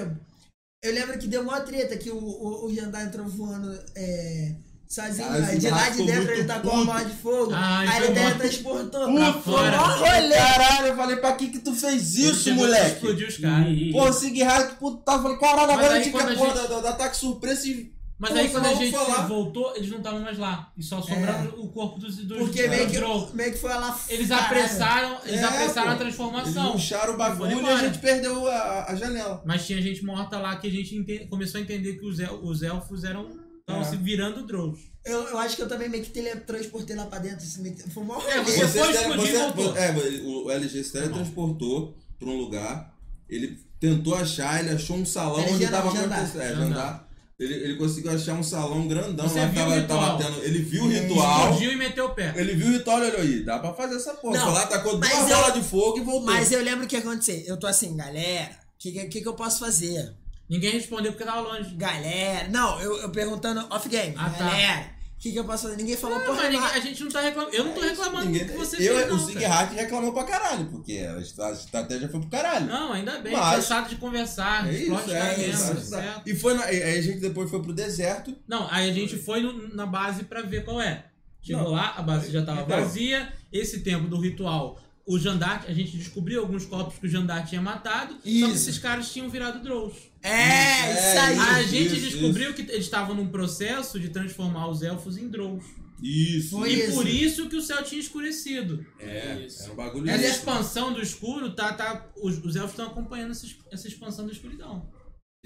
[SPEAKER 4] Eu lembro que deu uma treta que o, o, o Jandar entrou voando é, sozinho.
[SPEAKER 2] Ah, esse
[SPEAKER 4] de lá
[SPEAKER 2] barraco
[SPEAKER 4] de
[SPEAKER 2] ficou
[SPEAKER 4] dentro
[SPEAKER 2] muito
[SPEAKER 4] ele tacou a
[SPEAKER 2] puto.
[SPEAKER 4] bola de fogo.
[SPEAKER 3] Ah,
[SPEAKER 4] aí
[SPEAKER 3] isso
[SPEAKER 4] ele
[SPEAKER 3] é bom.
[SPEAKER 4] teletransportou.
[SPEAKER 3] Pra
[SPEAKER 2] Puta,
[SPEAKER 3] fora.
[SPEAKER 4] mó rolê.
[SPEAKER 2] Caralho, eu falei, pra que que tu fez
[SPEAKER 3] Ele
[SPEAKER 2] isso,
[SPEAKER 3] chegou pra
[SPEAKER 2] moleque?
[SPEAKER 3] Explodir os caras.
[SPEAKER 1] Hum.
[SPEAKER 2] Pô, o Sigurd, puto, tá, eu falei, caralho,
[SPEAKER 3] Mas
[SPEAKER 2] agora
[SPEAKER 3] aí
[SPEAKER 2] tinha que
[SPEAKER 3] quando a
[SPEAKER 2] a porra
[SPEAKER 3] gente-
[SPEAKER 2] da, da, da ataque surpresa e...
[SPEAKER 3] Mas
[SPEAKER 2] Pô,
[SPEAKER 3] aí
[SPEAKER 2] se
[SPEAKER 3] quando a
[SPEAKER 2] eu vou
[SPEAKER 3] gente
[SPEAKER 2] Então falar- É.
[SPEAKER 3] voltou, eles não estavam mais lá. E só sobraram o corpo dos, dos
[SPEAKER 4] Porque
[SPEAKER 3] dos
[SPEAKER 4] meio,
[SPEAKER 3] drow.
[SPEAKER 4] que, meio que foi lá.
[SPEAKER 3] Eles
[SPEAKER 4] caralho.
[SPEAKER 3] apressaram, eles
[SPEAKER 2] É,
[SPEAKER 3] apressaram
[SPEAKER 2] pô.
[SPEAKER 3] a
[SPEAKER 2] Eles
[SPEAKER 3] transformação.
[SPEAKER 2] incharam
[SPEAKER 3] Foi
[SPEAKER 2] o bagulho e a
[SPEAKER 3] embora.
[SPEAKER 2] gente perdeu a, a janela.
[SPEAKER 3] Mas tinha gente morta lá que a gente ente- começou a entender que os, el- os elfos eram estavam
[SPEAKER 2] É.
[SPEAKER 3] se virando drows.
[SPEAKER 4] Eu, eu acho que eu também meio que teletransportei lá pra dentro. assim, meio que- Foi mó rolê.
[SPEAKER 3] É, você- foi
[SPEAKER 2] se tele-
[SPEAKER 3] explodir e
[SPEAKER 2] você-
[SPEAKER 3] voltou.
[SPEAKER 2] É, o o LG se teletransportou pra um lugar. Ele tentou achar, ele achou um salão
[SPEAKER 4] Era
[SPEAKER 2] onde
[SPEAKER 4] Jandar,
[SPEAKER 2] tava
[SPEAKER 4] Jandar.
[SPEAKER 2] acontecendo. É,
[SPEAKER 3] Jandar.
[SPEAKER 2] Jandar. Ele, ele conseguiu achar um salão grandão
[SPEAKER 3] Você
[SPEAKER 2] lá
[SPEAKER 3] viu
[SPEAKER 2] que
[SPEAKER 3] o
[SPEAKER 2] tava,
[SPEAKER 3] ritual?
[SPEAKER 2] tava tendo. Ele viu o
[SPEAKER 4] Ele
[SPEAKER 2] ritual.
[SPEAKER 3] Explodiu e meteu o pé.
[SPEAKER 2] Ele viu o ritual e olhou aí, dá pra fazer essa porra.
[SPEAKER 4] Não,
[SPEAKER 2] Foi lá, tacou duas
[SPEAKER 4] mas eu-
[SPEAKER 2] bolas de fogo e voltou.
[SPEAKER 4] Mas eu lembro o que aconteceu. Eu tô assim, galera, o que, que, que eu posso fazer?
[SPEAKER 3] Ninguém respondeu porque tava longe.
[SPEAKER 4] Galera. Não, eu, eu perguntando off-game.
[SPEAKER 3] Ah, tá.
[SPEAKER 4] galera, o que, que eu posso fazer? Ninguém falou
[SPEAKER 3] Ah,
[SPEAKER 4] porra
[SPEAKER 3] mas ninguém-
[SPEAKER 4] nenhuma.
[SPEAKER 3] a gente não tá reclamando. Eu não tô reclamando
[SPEAKER 2] Ninguém-
[SPEAKER 3] do que você
[SPEAKER 2] eu, é
[SPEAKER 3] fez, não,
[SPEAKER 2] O
[SPEAKER 3] cara.
[SPEAKER 2] Sigurd reclamou pra caralho, porque a estra- a estratégia foi pro caralho.
[SPEAKER 3] Não, ainda bem.
[SPEAKER 2] Mas-
[SPEAKER 3] Cansado de conversar.
[SPEAKER 2] É isso,
[SPEAKER 3] explode tá
[SPEAKER 2] é,
[SPEAKER 4] é
[SPEAKER 3] dentro,
[SPEAKER 2] isso.
[SPEAKER 3] certo?
[SPEAKER 2] E foi na- e- aí a gente depois foi pro deserto.
[SPEAKER 3] Não, aí a gente foi no- na base pra ver qual é. Chegou
[SPEAKER 2] Não.
[SPEAKER 3] lá, a base já tava
[SPEAKER 2] Então.
[SPEAKER 3] vazia. Esse tempo do ritual, o Jandarte, a gente descobriu alguns corpos que o Jandarte tinha matado. Só que
[SPEAKER 2] Isso.
[SPEAKER 3] esses caras tinham virado drows.
[SPEAKER 4] É, isso aí.
[SPEAKER 2] Ah,
[SPEAKER 3] A gente
[SPEAKER 2] isso,
[SPEAKER 3] descobriu que eles estavam num processo de transformar os elfos em drows.
[SPEAKER 2] Isso.
[SPEAKER 4] Foi
[SPEAKER 3] E
[SPEAKER 4] isso.
[SPEAKER 3] por isso que o céu tinha escurecido.
[SPEAKER 2] É,
[SPEAKER 1] Isso.
[SPEAKER 2] era um bagulho
[SPEAKER 3] Essa
[SPEAKER 2] isso.
[SPEAKER 3] expansão do escuro, tá, tá, os, os elfos estão acompanhando essa, es- essa expansão da escuridão.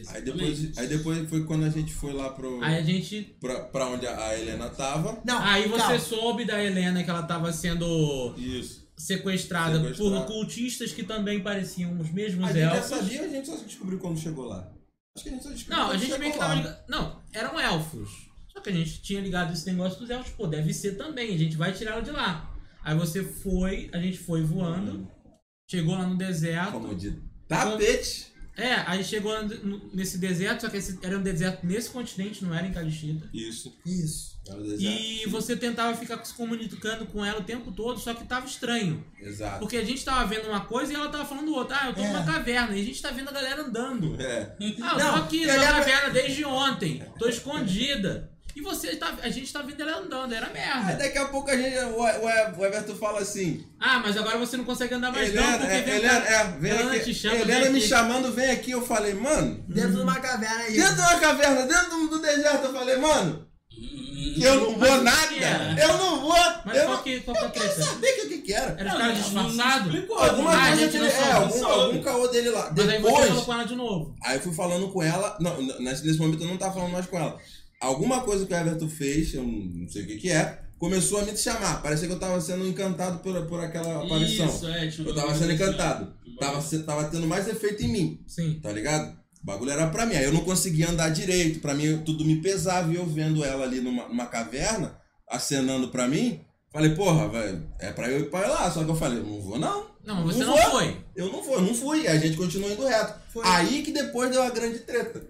[SPEAKER 2] Aí depois, aí depois foi quando a gente foi lá pro,
[SPEAKER 3] Aí a gente.
[SPEAKER 2] pra, pra onde a a Helena tava.
[SPEAKER 4] Não,
[SPEAKER 3] Aí você
[SPEAKER 4] calma.
[SPEAKER 3] soube da Helena que ela estava sendo
[SPEAKER 2] Isso.
[SPEAKER 3] sequestrada, por
[SPEAKER 2] Sequestrada.
[SPEAKER 3] cultistas que também pareciam os mesmos
[SPEAKER 2] A gente já
[SPEAKER 3] elfos.
[SPEAKER 2] sabia, a gente só descobriu quando chegou lá. Acho que a gente só descobriu
[SPEAKER 3] Não, a
[SPEAKER 2] quando
[SPEAKER 3] gente
[SPEAKER 2] chegou
[SPEAKER 3] meio que
[SPEAKER 2] lá.
[SPEAKER 3] tava ligado. Não, eram elfos. Só que a gente tinha ligado esse negócio dos elfos. Pô, deve ser também, a gente vai tirá-lo de lá. Aí você foi, a gente foi voando, chegou lá no deserto.
[SPEAKER 2] Como de
[SPEAKER 3] Então-
[SPEAKER 2] tapete.
[SPEAKER 3] É, aí chegou no- no- nesse deserto, só que esse, era um deserto nesse continente, não era em Calixita.
[SPEAKER 2] Isso.
[SPEAKER 4] Isso.
[SPEAKER 2] Era o deserto.
[SPEAKER 3] E você tentava ficar se comunicando com ela o tempo todo, só que tava estranho.
[SPEAKER 2] Exato.
[SPEAKER 3] Porque a gente tava vendo uma coisa e ela tava falando outra. Ah, eu tô
[SPEAKER 4] É.
[SPEAKER 3] numa caverna. E a gente tá vendo a galera andando.
[SPEAKER 2] É.
[SPEAKER 3] Ah, eu
[SPEAKER 4] Não,
[SPEAKER 3] tô aqui
[SPEAKER 4] eu
[SPEAKER 3] na
[SPEAKER 4] lembro-
[SPEAKER 3] caverna desde ontem. Tô escondida. E você tá, a gente tá vendo ele andando, era
[SPEAKER 2] Aí
[SPEAKER 3] merda.
[SPEAKER 2] daqui a pouco a gente, o, o- o Everton fala assim.
[SPEAKER 3] Ah, mas agora você não consegue andar mais não,
[SPEAKER 2] Helena,
[SPEAKER 3] porque
[SPEAKER 2] é,
[SPEAKER 3] vem
[SPEAKER 2] Helena,
[SPEAKER 3] cá.
[SPEAKER 2] é, vem
[SPEAKER 3] Helena
[SPEAKER 2] aqui.
[SPEAKER 3] te chama,
[SPEAKER 2] Helena
[SPEAKER 3] vem
[SPEAKER 2] me
[SPEAKER 3] aqui.
[SPEAKER 2] chamando, vem aqui. Eu falei, mano,
[SPEAKER 4] Dentro de uma caverna aí.
[SPEAKER 2] Hum. dentro de uma caverna, dentro do, do deserto, eu falei, mano, que eu não
[SPEAKER 3] Mas o
[SPEAKER 2] vou
[SPEAKER 3] que
[SPEAKER 2] nada.
[SPEAKER 3] é?
[SPEAKER 2] Eu não vou.
[SPEAKER 3] Mas
[SPEAKER 2] eu
[SPEAKER 3] qual
[SPEAKER 2] não
[SPEAKER 3] que, qual que é a
[SPEAKER 2] quero
[SPEAKER 3] treta?
[SPEAKER 2] saber o que que era.
[SPEAKER 3] Era os caras disfarçados?
[SPEAKER 1] Explicou,
[SPEAKER 2] Alguma
[SPEAKER 3] Ah, a
[SPEAKER 2] coisa
[SPEAKER 3] gente
[SPEAKER 2] que
[SPEAKER 3] não
[SPEAKER 2] ele, é,
[SPEAKER 3] sabe, não
[SPEAKER 2] algum,
[SPEAKER 1] sabe.
[SPEAKER 2] algum caô dele lá.
[SPEAKER 3] Mas aí você falou
[SPEAKER 2] Depois,
[SPEAKER 3] com ela de novo.
[SPEAKER 2] aí eu fui falando com ela. Não, n- nesse nesse momento eu não tava falando mais com ela. Alguma coisa que o Everton fez, eu não não sei o que que é, começou a me chamar. Parecia que eu tava sendo encantado por, por aquela aparição.
[SPEAKER 1] Isso, é, tinha um
[SPEAKER 2] Eu tava
[SPEAKER 1] bagulho
[SPEAKER 2] sendo
[SPEAKER 1] assim, ó.
[SPEAKER 2] encantado. Tava, se- tava tendo mais efeito em mim,
[SPEAKER 3] Sim.
[SPEAKER 2] tá ligado? O bagulho era pra mim. Aí eu não conseguia andar direito. Pra mim, tudo me pesava. E eu vendo ela ali numa, numa caverna, acenando pra mim, falei, porra, velho, é pra eu ir pra lá. Só que eu falei, eu não vou não.
[SPEAKER 3] Não, mas você
[SPEAKER 2] Não
[SPEAKER 3] não,
[SPEAKER 2] foi.
[SPEAKER 3] foi.
[SPEAKER 2] Eu não vou, eu não fui. Aí a gente continuou indo reto.
[SPEAKER 4] Foi.
[SPEAKER 2] Aí que depois deu a grande treta.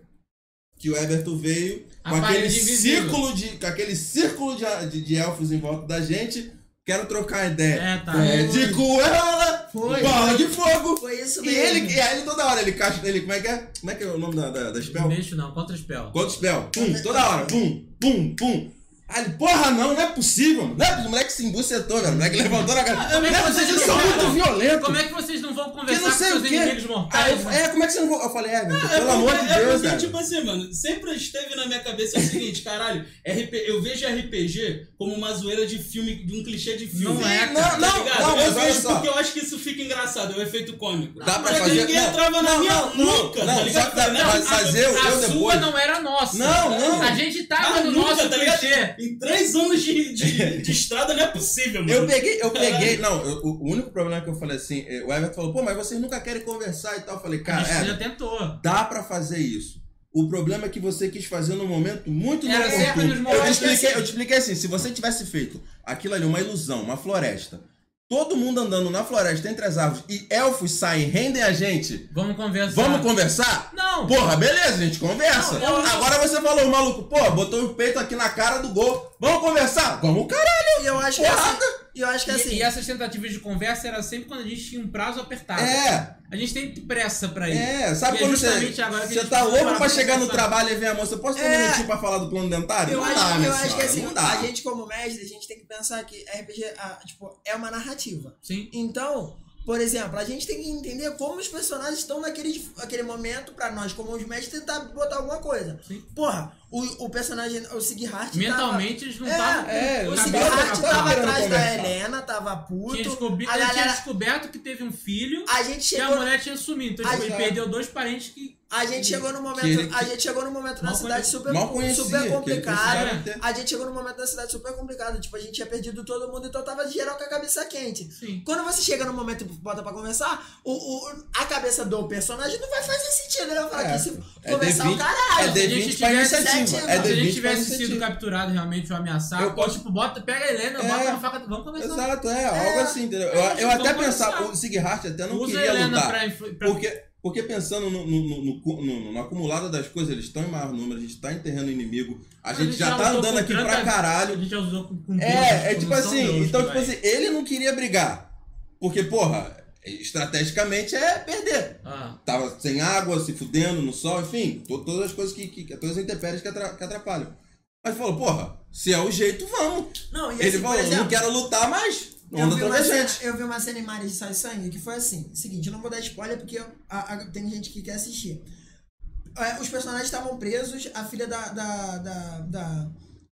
[SPEAKER 2] Que o Everton veio
[SPEAKER 3] A
[SPEAKER 2] com aquele,
[SPEAKER 3] parede invisível.
[SPEAKER 2] círculo de, com aquele círculo de, de- de elfos em volta da gente. Quero trocar ideia.
[SPEAKER 3] É, tá.
[SPEAKER 2] É de goela,
[SPEAKER 4] Foi.
[SPEAKER 2] bola de fogo.
[SPEAKER 4] Foi isso
[SPEAKER 2] E
[SPEAKER 4] mesmo.
[SPEAKER 2] ele, e aí ele toda hora, ele caixa. Ele, como é que é? Como é que é o nome da, da, da spell?
[SPEAKER 3] Mexo não, contra spell.
[SPEAKER 2] Quanto spell? Pum, toda hora. Pum, pum, pum. Aí ele, porra, não, não é possível, mano. Não é, o moleque se embucetou, velho. O moleque levantou na cara.
[SPEAKER 3] Como é que
[SPEAKER 2] Não é
[SPEAKER 3] vocês
[SPEAKER 2] possível,
[SPEAKER 3] não
[SPEAKER 2] são
[SPEAKER 3] falam?
[SPEAKER 2] muito violentos.
[SPEAKER 3] Como é que vocês não vão
[SPEAKER 2] que
[SPEAKER 3] conversar
[SPEAKER 2] não
[SPEAKER 3] com
[SPEAKER 2] sei o
[SPEAKER 3] seus
[SPEAKER 2] quê.
[SPEAKER 3] inimigos
[SPEAKER 2] Aí eu
[SPEAKER 3] mortais? né?
[SPEAKER 2] falei, é, como é que você não. Eu falei, é,
[SPEAKER 1] Ah,
[SPEAKER 2] velho,
[SPEAKER 1] é
[SPEAKER 2] pelo amor
[SPEAKER 1] porque-
[SPEAKER 2] de
[SPEAKER 1] é
[SPEAKER 2] Deus,
[SPEAKER 1] porque,
[SPEAKER 2] velho.
[SPEAKER 1] tipo assim, mano, sempre esteve na minha cabeça o seguinte, caralho, RP, eu vejo RPG como uma zoeira de filme, de um clichê de filme.
[SPEAKER 3] Não é,
[SPEAKER 2] Não,
[SPEAKER 3] cara,
[SPEAKER 2] não,
[SPEAKER 1] tá
[SPEAKER 2] não,
[SPEAKER 1] ligado?
[SPEAKER 2] não,
[SPEAKER 1] eu
[SPEAKER 2] mas olha
[SPEAKER 1] vejo
[SPEAKER 2] só.
[SPEAKER 1] porque eu acho que isso fica engraçado, é o efeito cômico.
[SPEAKER 2] Dá pra
[SPEAKER 1] Só que
[SPEAKER 2] fazer-
[SPEAKER 1] ninguém
[SPEAKER 2] não,
[SPEAKER 1] entrava na
[SPEAKER 2] não,
[SPEAKER 1] minha
[SPEAKER 2] não,
[SPEAKER 1] nunca,
[SPEAKER 2] não,
[SPEAKER 1] tá
[SPEAKER 2] só
[SPEAKER 1] ligado?
[SPEAKER 2] que dá- mas- mas Ah, eu-
[SPEAKER 3] a
[SPEAKER 2] eu
[SPEAKER 3] sua
[SPEAKER 2] depois.
[SPEAKER 3] não era a nossa.
[SPEAKER 2] Não, não.
[SPEAKER 3] A gente tava
[SPEAKER 1] Ah,
[SPEAKER 3] no
[SPEAKER 1] nunca,
[SPEAKER 3] nosso
[SPEAKER 1] tá ligado?
[SPEAKER 3] clichê.
[SPEAKER 1] Em três anos de, de, de estrada não é possível, mano.
[SPEAKER 2] Eu peguei, eu peguei. Não, eu- o único problema é que eu falei assim, eh, o Everton falou, pô, mas vocês nunca querem conversar e tal. Eu falei,
[SPEAKER 3] a
[SPEAKER 2] cara,
[SPEAKER 3] gente já
[SPEAKER 2] é,
[SPEAKER 3] tentou.
[SPEAKER 2] dá pra fazer isso. O problema é que você quis fazer num momento muito
[SPEAKER 3] Era sempre nos
[SPEAKER 2] inoportuno. Eu te,
[SPEAKER 3] momentos
[SPEAKER 2] expliquei,
[SPEAKER 3] assim.
[SPEAKER 2] eu te expliquei assim, se você tivesse feito aquilo ali, uma ilusão, uma floresta, todo mundo andando na floresta entre as árvores e elfos saem, rendem a gente,
[SPEAKER 3] Vamos conversar.
[SPEAKER 2] vamos conversar?
[SPEAKER 3] Não.
[SPEAKER 2] Porra, beleza, a gente conversa.
[SPEAKER 3] Não, eu-
[SPEAKER 2] Agora você falou, maluco, pô, botou o peito aqui na cara do gol. Vamos conversar? Vamos, caralho.
[SPEAKER 4] E eu acho que
[SPEAKER 2] Porrada.
[SPEAKER 4] assim. E eu acho que
[SPEAKER 3] E-
[SPEAKER 4] assim.
[SPEAKER 3] E, essas tentativas de conversa era sempre quando a gente tinha um prazo apertado.
[SPEAKER 2] É,
[SPEAKER 3] A gente tem pressa pra ir.
[SPEAKER 2] é. Sabe
[SPEAKER 3] E
[SPEAKER 2] quando
[SPEAKER 3] justamente
[SPEAKER 2] você,
[SPEAKER 3] agora que a
[SPEAKER 2] você
[SPEAKER 3] gente
[SPEAKER 2] tá
[SPEAKER 3] precisa
[SPEAKER 2] louco
[SPEAKER 3] parar
[SPEAKER 2] pra
[SPEAKER 3] pra
[SPEAKER 2] chegar no
[SPEAKER 3] pensar.
[SPEAKER 2] trabalho e vem a moça, posso ter um
[SPEAKER 4] É.
[SPEAKER 2] minutinho pra falar do plano dentário?
[SPEAKER 4] Eu,
[SPEAKER 2] não
[SPEAKER 4] acho,
[SPEAKER 2] dá, minha
[SPEAKER 4] eu acho que
[SPEAKER 2] senhora,
[SPEAKER 4] assim,
[SPEAKER 2] não dá.
[SPEAKER 4] a gente como mestre, a gente tem que pensar que RPG ah, tipo, é uma narrativa.
[SPEAKER 3] Sim.
[SPEAKER 4] Então, por exemplo, a gente tem que entender como os personagens estão naquele, dif- aquele momento pra nós, como os mestres, tentar botar alguma coisa.
[SPEAKER 3] Sim.
[SPEAKER 4] Porra, o, o personagem, o Sighart
[SPEAKER 3] Mentalmente eles não
[SPEAKER 4] É,
[SPEAKER 3] estavam.
[SPEAKER 2] é,
[SPEAKER 4] Tava, o
[SPEAKER 2] na
[SPEAKER 4] Sighart
[SPEAKER 2] cabeça,
[SPEAKER 4] tava,
[SPEAKER 2] tava querendo
[SPEAKER 4] atrás da
[SPEAKER 2] conversar.
[SPEAKER 4] Helena, tava
[SPEAKER 3] Tinha,
[SPEAKER 4] puto.
[SPEAKER 3] descobri-
[SPEAKER 4] A
[SPEAKER 3] ele tinha
[SPEAKER 4] galera.
[SPEAKER 3] descoberto que teve um filho
[SPEAKER 4] A gente
[SPEAKER 3] que a
[SPEAKER 4] chegou,
[SPEAKER 3] mulher tinha sumido. Então
[SPEAKER 4] Ah,
[SPEAKER 3] ele
[SPEAKER 2] já.
[SPEAKER 3] perdeu dois parentes que.
[SPEAKER 4] a gente chegou no momento,
[SPEAKER 2] ele-
[SPEAKER 4] a gente chegou no momento na
[SPEAKER 3] Mal
[SPEAKER 4] cidade
[SPEAKER 3] conhecia.
[SPEAKER 4] super,
[SPEAKER 2] Mal conhecia.
[SPEAKER 4] super
[SPEAKER 2] que ele né?
[SPEAKER 4] complicada.
[SPEAKER 2] precisava ter-
[SPEAKER 4] A gente chegou num momento da cidade super complicado, tipo, a gente tinha perdido todo mundo, então tava geral com a cabeça quente.
[SPEAKER 3] Sim.
[SPEAKER 4] Quando você chega num momento e bota pra conversar, o, o- a cabeça do personagem não vai fazer sentido. Ele vai falar
[SPEAKER 2] É,
[SPEAKER 4] que Tá se
[SPEAKER 2] é
[SPEAKER 4] conversar
[SPEAKER 2] D20,
[SPEAKER 4] o caralho.
[SPEAKER 2] É
[SPEAKER 3] Se a
[SPEAKER 2] D20
[SPEAKER 3] gente
[SPEAKER 2] pra
[SPEAKER 3] tivesse
[SPEAKER 2] iniciativa,
[SPEAKER 4] sete anos,
[SPEAKER 2] é
[SPEAKER 3] se a
[SPEAKER 2] D20
[SPEAKER 3] gente
[SPEAKER 2] pra
[SPEAKER 3] tivesse sido
[SPEAKER 2] iniciativa.
[SPEAKER 3] capturado realmente ou ameaçado,
[SPEAKER 2] Eu
[SPEAKER 3] ou
[SPEAKER 2] posso-
[SPEAKER 3] tipo, bota, pega a Helena,
[SPEAKER 2] É.
[SPEAKER 3] bota na faca, vamos conversar.
[SPEAKER 2] Exato, é,
[SPEAKER 4] É.
[SPEAKER 2] algo assim, entendeu? Eu, eu até
[SPEAKER 3] Vamos
[SPEAKER 2] pensava,
[SPEAKER 3] conversar.
[SPEAKER 2] o Sighart até não
[SPEAKER 3] Usa a
[SPEAKER 2] queria
[SPEAKER 3] Helena
[SPEAKER 2] lutar.
[SPEAKER 3] pra, influ- pra-
[SPEAKER 2] Porque, porque pensando no, no, no- no cu- no- no- no acumulado das coisas, eles estão em maior número, a gente tá em terreno inimigo, a gente já tá
[SPEAKER 3] usou
[SPEAKER 2] andando
[SPEAKER 3] com
[SPEAKER 2] aqui pra
[SPEAKER 3] tanta-
[SPEAKER 2] caralho.
[SPEAKER 3] A gente já usou com, com
[SPEAKER 2] É, é tipo assim, então, tipo assim, ele não queria brigar. Porque, porra, estrategicamente é perder.
[SPEAKER 3] Ah,
[SPEAKER 2] Tava sem água, se fudendo no sol, enfim, to- todas as coisas que. que que- todas as intempéries que atra- que atrapalham. Mas falou, porra, se é o jeito, vamos.
[SPEAKER 4] Não, e assim,
[SPEAKER 2] Ele
[SPEAKER 4] por
[SPEAKER 2] falou, não
[SPEAKER 4] exemplo,
[SPEAKER 2] quero lutar, mas.
[SPEAKER 4] eu
[SPEAKER 2] Onda
[SPEAKER 4] vi, uma
[SPEAKER 2] através
[SPEAKER 4] cena,
[SPEAKER 2] gente.
[SPEAKER 4] eu vi uma cena em Mares de Sai Sangue que foi assim: seguinte, eu não vou dar spoiler porque eu- a- a- tem gente que quer assistir. É, os personagens estavam presos, a filha da. da. da. da,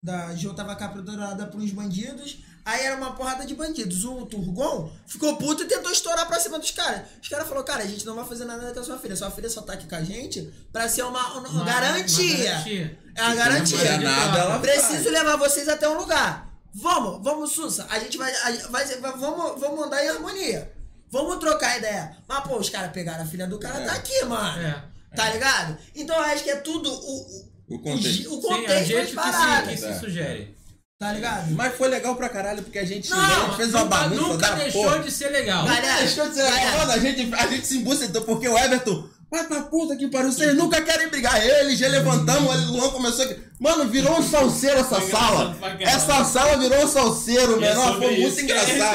[SPEAKER 4] da Jo tava capturada por uns bandidos. Aí era uma porrada de bandidos. O Turgon ficou puto e tentou estourar pra cima dos caras. Os caras falaram, cara, a gente não vai fazer nada com a sua filha. Sua filha só tá aqui com a gente pra ser uma, uma garantia. É uma
[SPEAKER 2] Não era
[SPEAKER 4] garantia.
[SPEAKER 2] nada, ela
[SPEAKER 4] Preciso levar vocês até um lugar. Vamos, vamos, Sussa. A gente vai. a gente vai vamos, vamos andar em harmonia. Vamos trocar ideia. Mas, pô, os caras pegaram a filha do cara,
[SPEAKER 2] É.
[SPEAKER 4] tá aqui, mano.
[SPEAKER 3] É.
[SPEAKER 4] Tá ligado? Então eu acho que é tudo o,
[SPEAKER 2] O
[SPEAKER 4] o, o,
[SPEAKER 2] contexto.
[SPEAKER 4] gi- o
[SPEAKER 3] Sim, é o
[SPEAKER 4] contexto
[SPEAKER 3] jeito
[SPEAKER 4] das
[SPEAKER 3] que se,
[SPEAKER 4] paradas.
[SPEAKER 3] que se
[SPEAKER 2] É.
[SPEAKER 3] sugere.
[SPEAKER 4] Tá ligado?
[SPEAKER 2] Mas foi legal pra caralho, porque a gente chegou,
[SPEAKER 3] Não,
[SPEAKER 2] fez uma
[SPEAKER 3] nunca,
[SPEAKER 2] bagunça
[SPEAKER 3] nunca
[SPEAKER 2] da
[SPEAKER 3] deixou
[SPEAKER 2] porra.
[SPEAKER 3] de ser legal.
[SPEAKER 4] Mas-
[SPEAKER 2] Nunca deixou de ser legal.
[SPEAKER 4] Galera.
[SPEAKER 2] Mano, a gente, a gente se embucetou, porque o Everton... Vai pra puta que pariu, vocês nunca querem brigar. Eu, LG, levantamos, o Luan começou... aqui. Mano, virou um salseiro essa
[SPEAKER 1] Foi engraçado
[SPEAKER 2] sala.
[SPEAKER 1] pra caralho.
[SPEAKER 2] Essa sala virou um salseiro,
[SPEAKER 1] E é
[SPEAKER 2] menor.
[SPEAKER 1] sobre
[SPEAKER 2] Foi
[SPEAKER 1] isso
[SPEAKER 2] muito
[SPEAKER 1] que é
[SPEAKER 2] engraçado.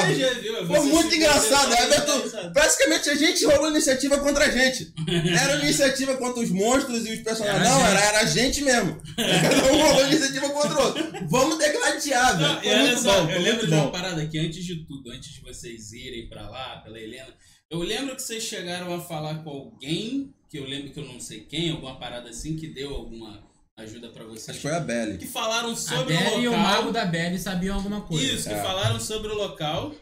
[SPEAKER 1] RPG, viu? É
[SPEAKER 2] Foi
[SPEAKER 1] você
[SPEAKER 2] muito
[SPEAKER 1] se
[SPEAKER 2] engraçado.
[SPEAKER 1] interessar,
[SPEAKER 2] Everton, praticamente a gente rolou iniciativa contra a gente. Era iniciativa contra os monstros e os personagens.
[SPEAKER 3] Era a
[SPEAKER 2] Não,
[SPEAKER 3] gente.
[SPEAKER 2] era, era a gente mesmo. Cada um rolou iniciativa contra o outro.
[SPEAKER 1] Não,
[SPEAKER 2] chateado. Foi
[SPEAKER 1] e olha
[SPEAKER 2] muito
[SPEAKER 1] só,
[SPEAKER 2] bom, foi
[SPEAKER 1] eu lembro
[SPEAKER 2] muito
[SPEAKER 1] de um- uma
[SPEAKER 2] bom.
[SPEAKER 1] parada que antes de tudo, antes de vocês irem pra lá, pela Helena, eu lembro que vocês chegaram a falar com alguém, que eu lembro que eu não sei quem, alguma parada assim, que deu alguma ajuda pra
[SPEAKER 2] Acho
[SPEAKER 1] vocês.
[SPEAKER 2] que foi a Belly.
[SPEAKER 1] Que falaram
[SPEAKER 3] A
[SPEAKER 1] sobre
[SPEAKER 3] Belly e
[SPEAKER 1] o
[SPEAKER 3] o
[SPEAKER 1] local.
[SPEAKER 3] mago da Belly sabiam alguma coisa.
[SPEAKER 1] Isso, que
[SPEAKER 2] É.
[SPEAKER 1] falaram sobre o local.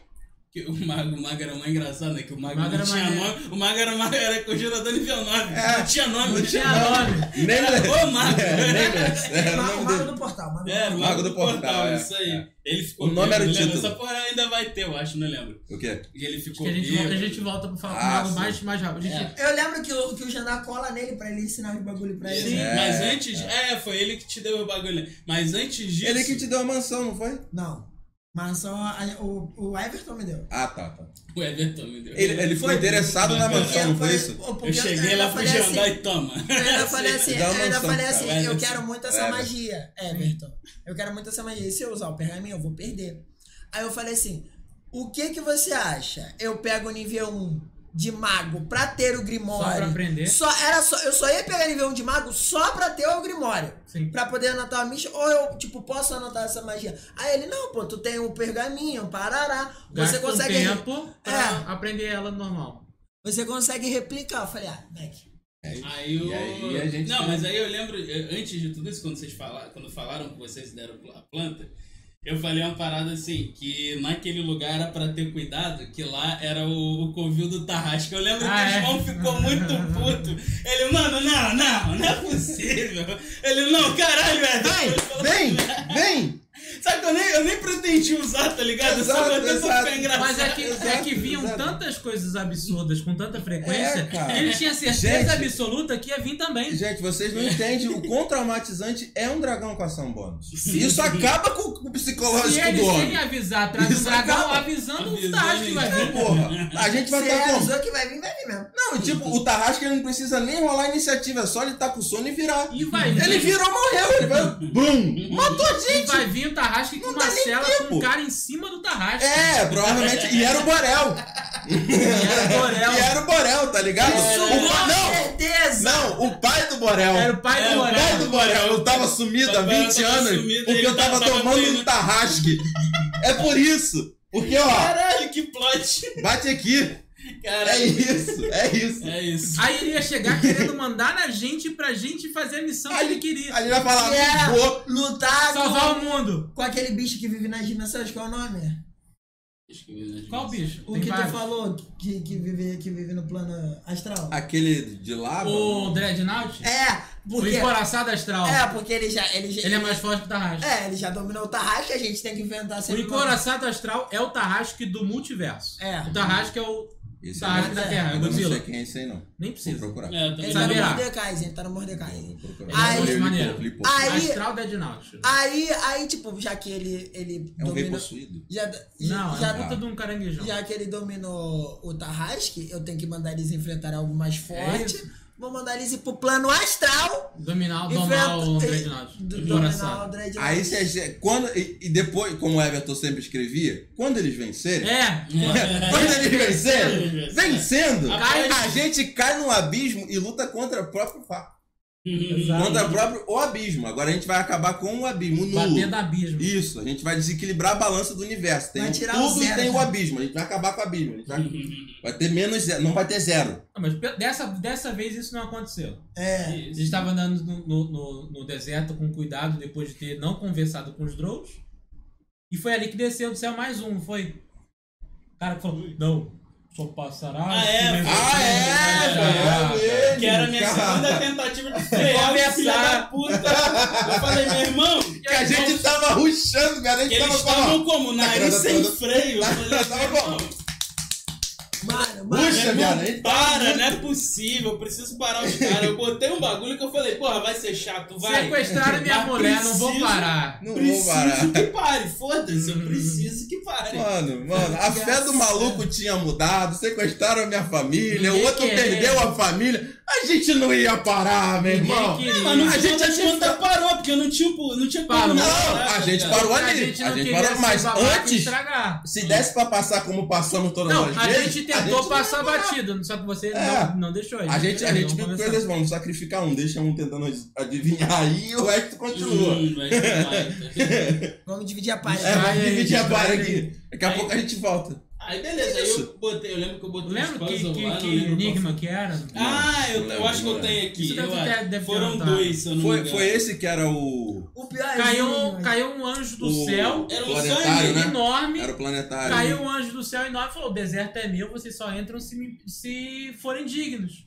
[SPEAKER 1] Que o Mago, o Mago era mais engraçado, né? Que o Mago,
[SPEAKER 3] Mago
[SPEAKER 1] não
[SPEAKER 3] era
[SPEAKER 1] tinha
[SPEAKER 3] maneiro.
[SPEAKER 1] nome. O Mago era, mais- era conjurador nível 9.
[SPEAKER 2] É,
[SPEAKER 1] não tinha nome. né?
[SPEAKER 2] não tinha
[SPEAKER 3] Tinha nome.
[SPEAKER 1] Era
[SPEAKER 2] Nameless.
[SPEAKER 1] o Mago. né?
[SPEAKER 2] É, Nameless. Era o
[SPEAKER 4] Mago,
[SPEAKER 2] nome
[SPEAKER 4] mago
[SPEAKER 2] dele.
[SPEAKER 4] do portal, mago do
[SPEAKER 1] É, o
[SPEAKER 4] portal.
[SPEAKER 1] Mago, do Portal,
[SPEAKER 2] é,
[SPEAKER 1] isso aí.
[SPEAKER 2] é.
[SPEAKER 1] Ele ficou
[SPEAKER 2] O nome
[SPEAKER 1] vivo,
[SPEAKER 2] era o
[SPEAKER 1] não lembro.
[SPEAKER 2] título.
[SPEAKER 1] Essa porra ainda vai ter, eu acho, não lembro.
[SPEAKER 2] O quê?
[SPEAKER 1] E ele
[SPEAKER 3] Acho
[SPEAKER 1] ficou
[SPEAKER 3] que a gente,
[SPEAKER 1] vivo.
[SPEAKER 3] volta- a gente volta pra falar com
[SPEAKER 2] Ah,
[SPEAKER 3] o mago
[SPEAKER 2] sim.
[SPEAKER 3] mais, mais rápido. A gente-
[SPEAKER 1] É.
[SPEAKER 4] Eu lembro que o, que o Jandá cola nele pra ele ensinar os bagulho pra ele.
[SPEAKER 1] Sim,
[SPEAKER 2] É,
[SPEAKER 1] mas antes. É. foi ele que te deu o bagulho. né? Mas antes disso.
[SPEAKER 2] Ele que te deu a mansão, não foi?
[SPEAKER 4] Não. Mas só a- o, o Everton me deu.
[SPEAKER 2] Ah, tá, tá.
[SPEAKER 1] O Everton me deu.
[SPEAKER 2] Ele, ele ficou
[SPEAKER 4] Foi.
[SPEAKER 2] interessado na
[SPEAKER 1] Foi.
[SPEAKER 2] mansão, não foi isso?
[SPEAKER 4] Pô, porque
[SPEAKER 1] Eu cheguei lá, fui
[SPEAKER 4] falei assim,
[SPEAKER 1] jantar e toma.
[SPEAKER 4] Eu ainda falei assim,
[SPEAKER 2] Dá
[SPEAKER 4] eu
[SPEAKER 2] uma
[SPEAKER 4] ainda falei
[SPEAKER 2] noção, cara. É, né?
[SPEAKER 4] assim,
[SPEAKER 1] Vai,
[SPEAKER 4] eu
[SPEAKER 1] Everton.
[SPEAKER 4] quero muito essa
[SPEAKER 2] Vai,
[SPEAKER 4] magia, Everton. Eu quero muito essa magia. E se eu usar o pergaminho, eu vou perder. Aí eu falei assim, o que que você acha? Eu pego o nível 1 de mago pra ter o Grimório.
[SPEAKER 3] Só pra aprender?
[SPEAKER 4] Só, era só, eu só ia pegar nível 1 de mago só pra ter o Grimório.
[SPEAKER 3] Sim.
[SPEAKER 4] Pra poder anotar a mística, ou eu, tipo, posso anotar essa magia. Aí ele, não, pô, tu tem o pergaminho, um parará. Você
[SPEAKER 3] Gasta um
[SPEAKER 4] consegue.
[SPEAKER 3] tempo pra
[SPEAKER 4] É.
[SPEAKER 3] aprender ela normal.
[SPEAKER 4] Você consegue replicar. Eu falei, ah, Mac.
[SPEAKER 2] É
[SPEAKER 1] Aí eu...
[SPEAKER 2] E aí a gente-
[SPEAKER 1] Não, mas aí eu lembro, eh, antes de tudo isso, quando vocês falaram, quando falaram que vocês deram pla- a planta, eu falei uma parada assim, que naquele lugar era pra ter cuidado, que lá era o, o covil do Tarrasca. Eu lembro
[SPEAKER 3] Ah,
[SPEAKER 1] que
[SPEAKER 3] é?
[SPEAKER 1] o João ficou muito puto. Ele, mano, não, não, não é possível. Ele, não, caralho, velho. Ele
[SPEAKER 3] Ah.
[SPEAKER 1] falou,
[SPEAKER 2] Vem! Vem!
[SPEAKER 1] Sabe que eu nem, eu nem pretendi usar, tá ligado? Eu só
[SPEAKER 2] Exato,
[SPEAKER 1] botei pra
[SPEAKER 2] exato.
[SPEAKER 1] ficar engraçado.
[SPEAKER 3] Mas é que, é
[SPEAKER 2] exato,
[SPEAKER 3] que vinham
[SPEAKER 2] exato.
[SPEAKER 3] tantas coisas absurdas com tanta frequência
[SPEAKER 2] É, cara.
[SPEAKER 3] que ele tinha certeza
[SPEAKER 2] Gente.
[SPEAKER 3] absoluta que ia vir também.
[SPEAKER 2] Gente, vocês não entendem. O quão traumatizante é um dragão com ação bônus.
[SPEAKER 1] Sim.
[SPEAKER 2] Isso acaba com com o psicológico
[SPEAKER 3] Se ele
[SPEAKER 2] do
[SPEAKER 3] sem
[SPEAKER 2] homem.
[SPEAKER 3] avisar, traz um
[SPEAKER 2] Isso
[SPEAKER 3] dragão
[SPEAKER 2] acaba.
[SPEAKER 3] avisando o
[SPEAKER 1] Avisando
[SPEAKER 3] Tarrasca que vai vir.
[SPEAKER 2] Porra, a gente vai
[SPEAKER 4] Você
[SPEAKER 2] estar como?
[SPEAKER 4] avisou que vai vir, vai vir mesmo.
[SPEAKER 2] Não, e tipo, o Tarrasca ele não precisa nem rolar a iniciativa, é só ele tá com sono e virar.
[SPEAKER 3] E vai vir.
[SPEAKER 2] Ele virou, morreu, ele vai. Bum! Matou a
[SPEAKER 3] E
[SPEAKER 2] gente!
[SPEAKER 3] vai vir o Tarrasca com
[SPEAKER 2] Não
[SPEAKER 3] uma
[SPEAKER 2] dá nem
[SPEAKER 3] cela com um
[SPEAKER 2] tempo.
[SPEAKER 3] cara em cima do Tarrasca.
[SPEAKER 2] É, provavelmente. E era o Borel.
[SPEAKER 3] E era o Borel. é
[SPEAKER 2] E era o Borel, tá ligado?
[SPEAKER 1] Isso,
[SPEAKER 2] O pa-
[SPEAKER 4] certeza!
[SPEAKER 2] não! Não, o pai do Borel.
[SPEAKER 3] Era o pai
[SPEAKER 1] É,
[SPEAKER 3] do
[SPEAKER 2] O pai
[SPEAKER 3] Borel.
[SPEAKER 2] do Borel, eu tava sumido há
[SPEAKER 1] Papai
[SPEAKER 2] 20
[SPEAKER 1] tava
[SPEAKER 2] anos
[SPEAKER 1] sumido,
[SPEAKER 2] porque
[SPEAKER 1] ele
[SPEAKER 2] eu tava
[SPEAKER 1] tava
[SPEAKER 2] tomando
[SPEAKER 1] pleno.
[SPEAKER 2] um tarrasque. É por isso. Porque, ó,
[SPEAKER 1] Caralho, que plot.
[SPEAKER 2] bate aqui. É
[SPEAKER 1] Caralho.
[SPEAKER 2] isso, é isso.
[SPEAKER 1] É isso.
[SPEAKER 3] Aí ele ia chegar querendo mandar na gente pra gente fazer a missão que
[SPEAKER 2] Aí-
[SPEAKER 3] ele queria.
[SPEAKER 2] A gente vai falar, um
[SPEAKER 4] Que era
[SPEAKER 2] vou.
[SPEAKER 4] lutar
[SPEAKER 3] Salvar
[SPEAKER 4] com,
[SPEAKER 3] o mundo.
[SPEAKER 4] com aquele bicho que vive nas dimensões, qual é o nome?
[SPEAKER 3] Qual bicho?
[SPEAKER 4] O
[SPEAKER 3] Tem
[SPEAKER 4] que
[SPEAKER 3] vários.
[SPEAKER 4] tu falou que, que, vive, que vive no plano astral?
[SPEAKER 3] Ah,
[SPEAKER 2] Aquele de lava?
[SPEAKER 3] O Dreadnought?
[SPEAKER 4] Tá É,
[SPEAKER 3] O
[SPEAKER 4] porque.
[SPEAKER 3] Encoraçado Astral.
[SPEAKER 4] É, porque ele já. Ele, já,
[SPEAKER 3] Ele é mais forte que o Tarrasca.
[SPEAKER 4] É, ele já dominou o Tarrasque, a gente tem que inventar
[SPEAKER 3] O
[SPEAKER 4] sempre. uma-
[SPEAKER 3] Encoraçado Astral é o Tarrasque do multiverso.
[SPEAKER 4] É.
[SPEAKER 3] O Tarrasque é o
[SPEAKER 2] Esse
[SPEAKER 3] Tarrasque
[SPEAKER 2] eu
[SPEAKER 3] da
[SPEAKER 2] não-
[SPEAKER 3] Terra, é o
[SPEAKER 2] eu não sei
[SPEAKER 3] Godzilla.
[SPEAKER 2] quem é esse aí, não.
[SPEAKER 3] Nem
[SPEAKER 2] Vou
[SPEAKER 3] precisa.
[SPEAKER 2] procurar.
[SPEAKER 1] É, eu
[SPEAKER 4] Ele
[SPEAKER 1] também
[SPEAKER 4] tá
[SPEAKER 3] Sabe
[SPEAKER 4] no
[SPEAKER 3] lá.
[SPEAKER 4] Mordecai, ele tá no
[SPEAKER 2] Eu
[SPEAKER 4] Mordecai.
[SPEAKER 2] vou procurar.
[SPEAKER 3] Ele é
[SPEAKER 2] Eu
[SPEAKER 3] muito
[SPEAKER 2] li-
[SPEAKER 3] maneiro.
[SPEAKER 2] li pouco.
[SPEAKER 4] Ai. Aí-
[SPEAKER 3] Astral Dreadnought.
[SPEAKER 4] Aí, aí, tipo, já que ele. ele
[SPEAKER 2] É um rei
[SPEAKER 4] dominou.
[SPEAKER 2] possuído.
[SPEAKER 4] Já,
[SPEAKER 3] Não, é
[SPEAKER 4] já, tá
[SPEAKER 3] a puta de um caranguejão.
[SPEAKER 4] Já que ele dominou o Tarrasque, eu tenho que mandar eles enfrentar algo mais forte.
[SPEAKER 3] É
[SPEAKER 4] Vou mandar eles ir pro plano astral.
[SPEAKER 3] Dominar,
[SPEAKER 4] enfrenta-
[SPEAKER 3] domar o
[SPEAKER 4] e- do-
[SPEAKER 3] Dreadnought. O
[SPEAKER 4] Dominar o
[SPEAKER 3] Encoraçado.
[SPEAKER 4] Dreadnought.
[SPEAKER 2] Aí você. Quando, e, e depois, como o Everton sempre escrevia, quando eles vencerem.
[SPEAKER 3] É.
[SPEAKER 2] Quando eles vencerem, vencendo,
[SPEAKER 1] Cai.
[SPEAKER 2] a gente cai num abismo e luta contra o próprio fa-
[SPEAKER 3] Exato.
[SPEAKER 2] contra o próprio o abismo. Agora a gente vai acabar com o abismo
[SPEAKER 3] Batendo
[SPEAKER 2] nulo.
[SPEAKER 3] abismo.
[SPEAKER 2] Isso, a gente vai desequilibrar a balança do universo. Tem
[SPEAKER 4] Vai
[SPEAKER 2] o
[SPEAKER 4] tirar o
[SPEAKER 2] tudo e
[SPEAKER 4] zero,
[SPEAKER 2] tem o
[SPEAKER 4] né?
[SPEAKER 2] abismo. A gente vai acabar com o abismo. A gente vai, vai ter menos zero. Não vai ter zero.
[SPEAKER 3] Não, Ah, mas pe- dessa, dessa vez isso não aconteceu.
[SPEAKER 4] É.
[SPEAKER 3] A gente tava andando no, no, no- no deserto com cuidado depois de ter não conversado com os drones. E foi ali que desceu do céu mais um, foi? O cara falou, não, só passará.
[SPEAKER 1] Ah, é?
[SPEAKER 3] que nem
[SPEAKER 1] Ah,
[SPEAKER 3] você,
[SPEAKER 1] é,
[SPEAKER 3] né?"
[SPEAKER 2] velho, Tá é mesmo.
[SPEAKER 1] Que era a minha
[SPEAKER 2] Cara.
[SPEAKER 1] segunda tentativa de frear
[SPEAKER 3] Começar.
[SPEAKER 1] o filho da puta. Eu falei, meu irmão,
[SPEAKER 2] Que a gente tá- tava ruxando, cara. A
[SPEAKER 1] que
[SPEAKER 2] gente
[SPEAKER 1] eles
[SPEAKER 2] tava falando.
[SPEAKER 1] estavam como? Nariz sem freio. Eu falei,
[SPEAKER 2] Tava
[SPEAKER 1] meu irmão,
[SPEAKER 4] Mano, mano.
[SPEAKER 2] Ruxa,
[SPEAKER 1] meu
[SPEAKER 2] cara.
[SPEAKER 1] irmão,
[SPEAKER 2] a gente
[SPEAKER 1] Para, não é possível, eu preciso parar os caras. Eu botei um bagulho que eu falei, porra, vai ser chato,
[SPEAKER 3] é
[SPEAKER 1] vai.
[SPEAKER 3] Sequestraram minha
[SPEAKER 1] Mas
[SPEAKER 3] mulher, não vou
[SPEAKER 1] preciso-
[SPEAKER 3] parar.
[SPEAKER 2] Não vou
[SPEAKER 1] Preciso
[SPEAKER 2] parar.
[SPEAKER 1] que pare, foda-se, eu preciso que pare.
[SPEAKER 2] Mano, mano, a fé do maluco tinha mudado, sequestraram a minha família, o
[SPEAKER 3] Ninguém
[SPEAKER 2] outro
[SPEAKER 3] queria.
[SPEAKER 2] perdeu a família. A gente não ia parar, meu
[SPEAKER 3] Ninguém
[SPEAKER 2] irmão.
[SPEAKER 3] queria.
[SPEAKER 1] Não, mas no
[SPEAKER 2] A
[SPEAKER 1] final
[SPEAKER 2] gente
[SPEAKER 1] das
[SPEAKER 2] tinha que
[SPEAKER 1] contas parou, porque não tinha, não tinha como
[SPEAKER 3] Parou.
[SPEAKER 1] não
[SPEAKER 2] Não,
[SPEAKER 1] parar,
[SPEAKER 2] a
[SPEAKER 1] tá
[SPEAKER 2] gente
[SPEAKER 1] ligado?
[SPEAKER 2] parou
[SPEAKER 3] a
[SPEAKER 2] ali.
[SPEAKER 3] gente não
[SPEAKER 2] A gente
[SPEAKER 3] queria
[SPEAKER 2] parou,
[SPEAKER 3] ser
[SPEAKER 2] mas
[SPEAKER 3] babaca e
[SPEAKER 2] antes,
[SPEAKER 3] estragar.
[SPEAKER 2] se desse pra passar como passamos todas
[SPEAKER 3] Não,
[SPEAKER 2] as
[SPEAKER 3] a
[SPEAKER 2] vezes.
[SPEAKER 3] gente tentou
[SPEAKER 2] não
[SPEAKER 3] passar
[SPEAKER 2] ia parar.
[SPEAKER 3] batido, só que você
[SPEAKER 2] É.
[SPEAKER 3] não, não deixou.
[SPEAKER 2] A gente, a gente
[SPEAKER 3] não
[SPEAKER 2] viu
[SPEAKER 3] conversou.
[SPEAKER 2] coisas, mano, sacrificar um, deixa um tentando adivinhar aí e o resto continua.
[SPEAKER 1] Hum, vai, vai.
[SPEAKER 4] Vamos dividir a
[SPEAKER 2] É,
[SPEAKER 4] página.
[SPEAKER 3] Vai
[SPEAKER 2] vamos
[SPEAKER 3] aí,
[SPEAKER 2] dividir a
[SPEAKER 3] vai
[SPEAKER 2] barra
[SPEAKER 3] aí.
[SPEAKER 2] aqui. Daqui a
[SPEAKER 1] Aí.
[SPEAKER 2] pouco a gente volta.
[SPEAKER 1] Aí beleza, aí
[SPEAKER 2] Isso.
[SPEAKER 1] eu botei, eu lembro que eu botei uns
[SPEAKER 3] Lembra que,
[SPEAKER 1] puzzles
[SPEAKER 3] que,
[SPEAKER 1] lá,
[SPEAKER 3] que
[SPEAKER 1] não lembro qual
[SPEAKER 3] enigma que era?
[SPEAKER 1] foi. Ah, eu, eu acho que eu tenho aqui.
[SPEAKER 3] Isso deve
[SPEAKER 1] eu
[SPEAKER 3] ter-
[SPEAKER 1] acho.
[SPEAKER 3] deve ter
[SPEAKER 1] Foram
[SPEAKER 3] anotado.
[SPEAKER 1] dois, se eu não me
[SPEAKER 2] Foi,
[SPEAKER 1] engano.
[SPEAKER 2] foi esse que era o.
[SPEAKER 4] O pior é
[SPEAKER 3] Caiu,
[SPEAKER 4] isso,
[SPEAKER 3] caiu um anjo do
[SPEAKER 2] o
[SPEAKER 3] céu
[SPEAKER 1] Era um
[SPEAKER 2] planetário,
[SPEAKER 1] sonho,
[SPEAKER 2] né?
[SPEAKER 3] enorme.
[SPEAKER 2] Era o planetário.
[SPEAKER 3] Caiu um anjo do céu enorme e falou: o deserto é meu, vocês só entram se, me- se forem dignos.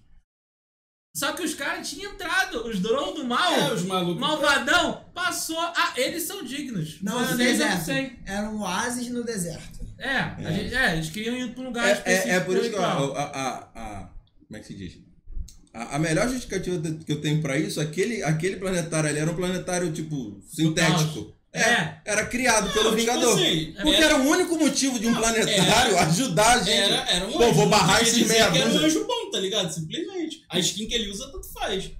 [SPEAKER 3] Só que os caras tinham entrado, os drones do mal,
[SPEAKER 1] É, os
[SPEAKER 3] o
[SPEAKER 1] malucos.
[SPEAKER 3] malvadão, passou. Ah, eles são dignos.
[SPEAKER 4] Não,
[SPEAKER 3] Vocês
[SPEAKER 4] do
[SPEAKER 3] eu não
[SPEAKER 4] deserto.
[SPEAKER 3] sei.
[SPEAKER 4] Era um oásis no deserto.
[SPEAKER 3] É, a
[SPEAKER 2] É.
[SPEAKER 3] gente- é, eles queriam ir pra um lugar
[SPEAKER 2] É,
[SPEAKER 3] específico.
[SPEAKER 2] é, é por isso
[SPEAKER 3] e
[SPEAKER 2] que
[SPEAKER 3] tal.
[SPEAKER 2] eu- a, a, a- Como é que se diz? A, a melhor justificativa de- que eu tenho pra isso, aquele, aquele planetário ali era um planetário, tipo, sintético.
[SPEAKER 3] É.
[SPEAKER 2] Era criado pelo
[SPEAKER 1] Não, tipo
[SPEAKER 2] Vingador.
[SPEAKER 1] assim,
[SPEAKER 2] Porque
[SPEAKER 1] era-
[SPEAKER 2] era o único motivo de um planetário ajudar a gente.
[SPEAKER 1] Era, era um anjo.
[SPEAKER 2] Pô, vou barrar
[SPEAKER 1] não queria
[SPEAKER 2] esse
[SPEAKER 1] dizer
[SPEAKER 2] meia
[SPEAKER 1] que Era um
[SPEAKER 2] dúzia.
[SPEAKER 1] anjo bom, tá ligado? Simplesmente. A skin que ele usa, tanto faz.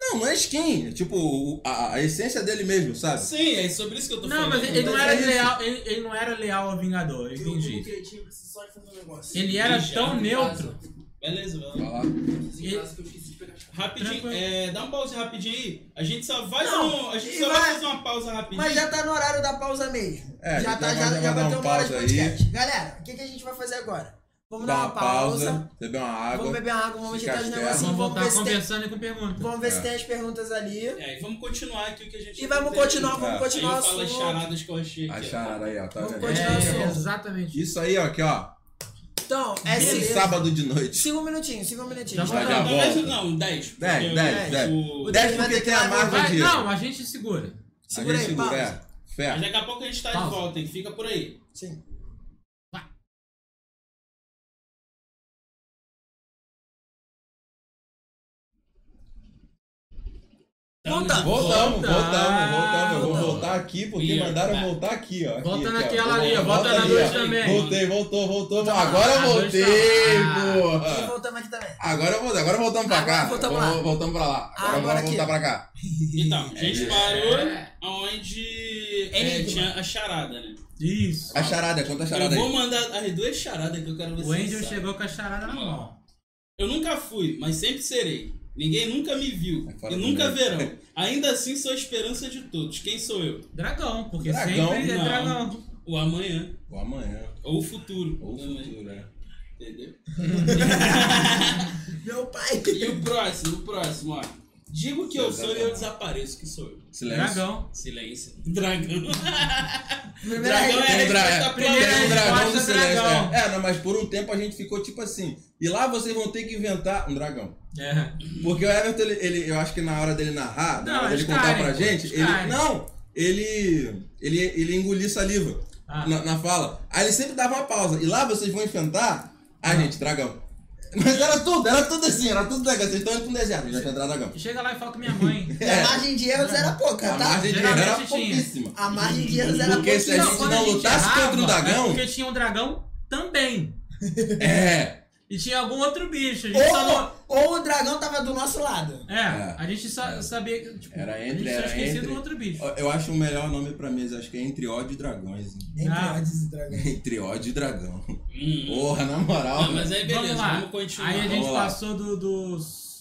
[SPEAKER 2] Não, não é skin. É tipo, o- a, a essência dele mesmo, sabe?
[SPEAKER 1] Sim, é sobre isso que eu tô
[SPEAKER 3] Não,
[SPEAKER 1] falando.
[SPEAKER 3] mas ele, ele não
[SPEAKER 2] Mas
[SPEAKER 3] era
[SPEAKER 2] é isso.
[SPEAKER 3] leal, ele, ele não era leal ao Vingador, eu
[SPEAKER 5] um
[SPEAKER 3] entendi.
[SPEAKER 5] criativo, preciso só de fazer um negócio.
[SPEAKER 3] Ele era
[SPEAKER 1] Ele já
[SPEAKER 3] tão
[SPEAKER 1] tem
[SPEAKER 3] neutro.
[SPEAKER 1] Beleza, velho.
[SPEAKER 2] Falar.
[SPEAKER 5] Em
[SPEAKER 3] E-
[SPEAKER 5] casa que eu esqueci de pegar.
[SPEAKER 1] Rapidinho,
[SPEAKER 3] Tranquilo.
[SPEAKER 1] é, dá um pause rapidinho aí. A gente só vai,
[SPEAKER 4] Não,
[SPEAKER 1] dar um- a gente
[SPEAKER 4] e
[SPEAKER 1] só vai,
[SPEAKER 4] vai-
[SPEAKER 1] fazer uma pausa rapidinho.
[SPEAKER 3] é-
[SPEAKER 4] Mas já tá no horário da pausa mesmo.
[SPEAKER 2] É,
[SPEAKER 4] já
[SPEAKER 2] já
[SPEAKER 4] tá,
[SPEAKER 2] vai-
[SPEAKER 4] já,
[SPEAKER 2] já
[SPEAKER 4] já
[SPEAKER 2] vai dar
[SPEAKER 4] bateu
[SPEAKER 2] um
[SPEAKER 4] uma hora de
[SPEAKER 2] pausa
[SPEAKER 4] podcast. Galera, o que, que a gente vai fazer agora? Vamos
[SPEAKER 2] Dar
[SPEAKER 4] dar uma pausa.
[SPEAKER 2] beber uma água.
[SPEAKER 4] Vamos beber água, vamos
[SPEAKER 2] ficar
[SPEAKER 4] ajeitar os
[SPEAKER 2] esperto.
[SPEAKER 4] negocinhos,
[SPEAKER 3] Vamos
[SPEAKER 4] vamos
[SPEAKER 3] voltar
[SPEAKER 4] ver se tem,
[SPEAKER 3] conversando e com perguntas.
[SPEAKER 4] vamos ver se
[SPEAKER 2] É.
[SPEAKER 4] tem as perguntas ali.
[SPEAKER 1] É, e vamos continuar aqui o que a gente...
[SPEAKER 4] E vamos
[SPEAKER 1] fez.
[SPEAKER 4] continuar, vamos
[SPEAKER 2] É.
[SPEAKER 4] continuar o
[SPEAKER 1] Aí eu falo as
[SPEAKER 4] assunto.
[SPEAKER 1] charadas que eu achei aqui.
[SPEAKER 2] A
[SPEAKER 1] ó.
[SPEAKER 2] charada aí, ó. Tá
[SPEAKER 4] Vamos
[SPEAKER 2] vendo?
[SPEAKER 4] continuar assim. o
[SPEAKER 3] É,
[SPEAKER 4] assunto.
[SPEAKER 3] exatamente.
[SPEAKER 2] Isso aí, ó, aqui, ó.
[SPEAKER 4] Então, é
[SPEAKER 2] Esse
[SPEAKER 4] seguinte.
[SPEAKER 2] sábado de noite.
[SPEAKER 4] Cinco minutinhos, cinco minutinhos. Tá
[SPEAKER 3] Já
[SPEAKER 2] Vai
[SPEAKER 4] bom?
[SPEAKER 2] dar
[SPEAKER 1] Não, talvez
[SPEAKER 2] volta.
[SPEAKER 1] não, 10. porque
[SPEAKER 2] Dez,
[SPEAKER 1] eu-
[SPEAKER 2] dez, dez.
[SPEAKER 1] o-
[SPEAKER 4] O
[SPEAKER 2] 10 porque tem a margem
[SPEAKER 3] Vai,
[SPEAKER 2] de.
[SPEAKER 3] não, a gente segura.
[SPEAKER 4] Segura
[SPEAKER 2] a gente
[SPEAKER 4] aí,
[SPEAKER 2] segura,
[SPEAKER 4] pausa.
[SPEAKER 2] é. Fé.
[SPEAKER 1] Mas daqui a pouco a gente tá de
[SPEAKER 3] Pausa.
[SPEAKER 1] volta, hein? Fica por aí.
[SPEAKER 4] Sim.
[SPEAKER 1] Tamo de
[SPEAKER 4] Volta.
[SPEAKER 2] Voltamos, voltamos, voltamos. Eu vou
[SPEAKER 3] Voltamos.
[SPEAKER 2] voltar aqui porque
[SPEAKER 1] Ia,
[SPEAKER 2] mandaram
[SPEAKER 1] tá.
[SPEAKER 2] voltar aqui, ó. Aqui,
[SPEAKER 3] Volta
[SPEAKER 2] aqui, ó.
[SPEAKER 3] naquela
[SPEAKER 2] Vou-
[SPEAKER 3] ali, ó.
[SPEAKER 2] volta
[SPEAKER 3] Volta na
[SPEAKER 2] ali,
[SPEAKER 3] dois
[SPEAKER 2] ó.
[SPEAKER 3] também.
[SPEAKER 2] Voltei, voltou, voltou.
[SPEAKER 4] Tá,
[SPEAKER 2] Agora eu
[SPEAKER 3] a dois
[SPEAKER 2] voltei,
[SPEAKER 3] tá.
[SPEAKER 4] E
[SPEAKER 2] porra.
[SPEAKER 4] voltamos aqui também.
[SPEAKER 2] Agora eu voltei, agora voltamos pra
[SPEAKER 4] Agora
[SPEAKER 2] cá.
[SPEAKER 4] voltamos
[SPEAKER 2] Vamos-
[SPEAKER 4] lá.
[SPEAKER 2] Voltamos pra lá. Agora
[SPEAKER 4] Agora
[SPEAKER 2] vamos voltar pra cá.
[SPEAKER 1] Então, a gente
[SPEAKER 2] É.
[SPEAKER 1] parou onde é,
[SPEAKER 4] Enigma.
[SPEAKER 1] tinha a charada, né?
[SPEAKER 3] Isso.
[SPEAKER 2] A charada, conta a charada
[SPEAKER 1] eu vou
[SPEAKER 2] aí.
[SPEAKER 1] mandar as duas charadas que eu quero ver se
[SPEAKER 3] O Angel
[SPEAKER 1] sabe.
[SPEAKER 3] chegou com a charada na mão.
[SPEAKER 1] Eu nunca fui, mas sempre serei. Ninguém nunca me viu
[SPEAKER 2] É fora
[SPEAKER 1] e
[SPEAKER 2] do
[SPEAKER 1] nunca
[SPEAKER 2] meio.
[SPEAKER 1] verão. Ainda assim sou a esperança de todos. Quem sou eu?
[SPEAKER 3] Dragão, porque
[SPEAKER 2] Dragão,
[SPEAKER 3] sempre
[SPEAKER 1] não.
[SPEAKER 3] é dragão.
[SPEAKER 1] O amanhã
[SPEAKER 2] Ou amanhã,
[SPEAKER 1] ou o futuro.
[SPEAKER 2] ou o
[SPEAKER 1] também,
[SPEAKER 2] futuro, né?
[SPEAKER 1] Entendeu?
[SPEAKER 4] Meu pai.
[SPEAKER 1] E o próximo, o próximo, ó. Digo que eu sou e eu desapareço, que sou eu.
[SPEAKER 2] Silêncio.
[SPEAKER 3] Dragão.
[SPEAKER 1] Silêncio. Dragão.
[SPEAKER 4] Primeira
[SPEAKER 1] Dragão é a
[SPEAKER 2] Tem dra-
[SPEAKER 1] resposta
[SPEAKER 2] tem
[SPEAKER 3] primeira
[SPEAKER 2] um
[SPEAKER 1] plana.
[SPEAKER 2] dragão
[SPEAKER 3] resposta,
[SPEAKER 2] do silêncio.
[SPEAKER 3] dragão.
[SPEAKER 2] É, É, não, mas por um tempo a gente ficou tipo assim. E lá vocês vão ter que inventar um dragão.
[SPEAKER 3] É.
[SPEAKER 2] Porque o Everton, ele, ele- eu acho que na hora dele narrar, na
[SPEAKER 3] Não,
[SPEAKER 2] hora dele
[SPEAKER 3] eles
[SPEAKER 2] contar
[SPEAKER 3] caem,
[SPEAKER 2] pra gente,
[SPEAKER 3] eles
[SPEAKER 2] ele.
[SPEAKER 3] caem.
[SPEAKER 2] Não! Ele. Ele, ele engoliu saliva
[SPEAKER 3] Ah.
[SPEAKER 2] na, na fala. Aí ele sempre dava uma pausa. E lá vocês vão enfrentar. Ah, gente, dragão. Mas era tudo, era tudo assim, era tudo dragão. Vocês estão indo pra um deserto, já enfrentar dragão.
[SPEAKER 3] Chega lá e fala com minha mãe.
[SPEAKER 4] é A margem de erros era pouca,
[SPEAKER 2] É. A
[SPEAKER 4] tá?
[SPEAKER 2] margem de erro
[SPEAKER 3] Geralmente
[SPEAKER 2] era
[SPEAKER 3] tinha.
[SPEAKER 2] pouquíssima.
[SPEAKER 4] A margem de erros era
[SPEAKER 2] Porque se a
[SPEAKER 4] pouquíssima.
[SPEAKER 2] gente
[SPEAKER 3] quando
[SPEAKER 2] não lutasse
[SPEAKER 3] errava,
[SPEAKER 2] contra um dragão-
[SPEAKER 3] é Porque tinha um dragão também.
[SPEAKER 2] É.
[SPEAKER 3] E tinha algum outro bicho. A gente só não-
[SPEAKER 4] Ou, ou o dragão tava do nosso lado.
[SPEAKER 3] É,
[SPEAKER 2] Oh! É.
[SPEAKER 3] a gente só sabia que. Tipo,
[SPEAKER 2] Era
[SPEAKER 3] a gente
[SPEAKER 2] entre,
[SPEAKER 3] só
[SPEAKER 2] era
[SPEAKER 3] esquecia
[SPEAKER 2] entre.
[SPEAKER 3] do outro bicho.
[SPEAKER 2] Eu acho o melhor nome pra mesa, acho que é Entre Ódio e Dragões. hein?
[SPEAKER 4] Nem
[SPEAKER 3] Ah.
[SPEAKER 4] pior desse dragão.
[SPEAKER 2] Entre Ódio e Dragão.
[SPEAKER 1] Hum.
[SPEAKER 2] Porra, na moral. né?
[SPEAKER 1] Não, mas aí beleza,
[SPEAKER 3] vamos
[SPEAKER 1] vamos,
[SPEAKER 3] lá.
[SPEAKER 1] continuar.
[SPEAKER 3] Aí a gente
[SPEAKER 2] Vamos lá.
[SPEAKER 3] passou do- dos.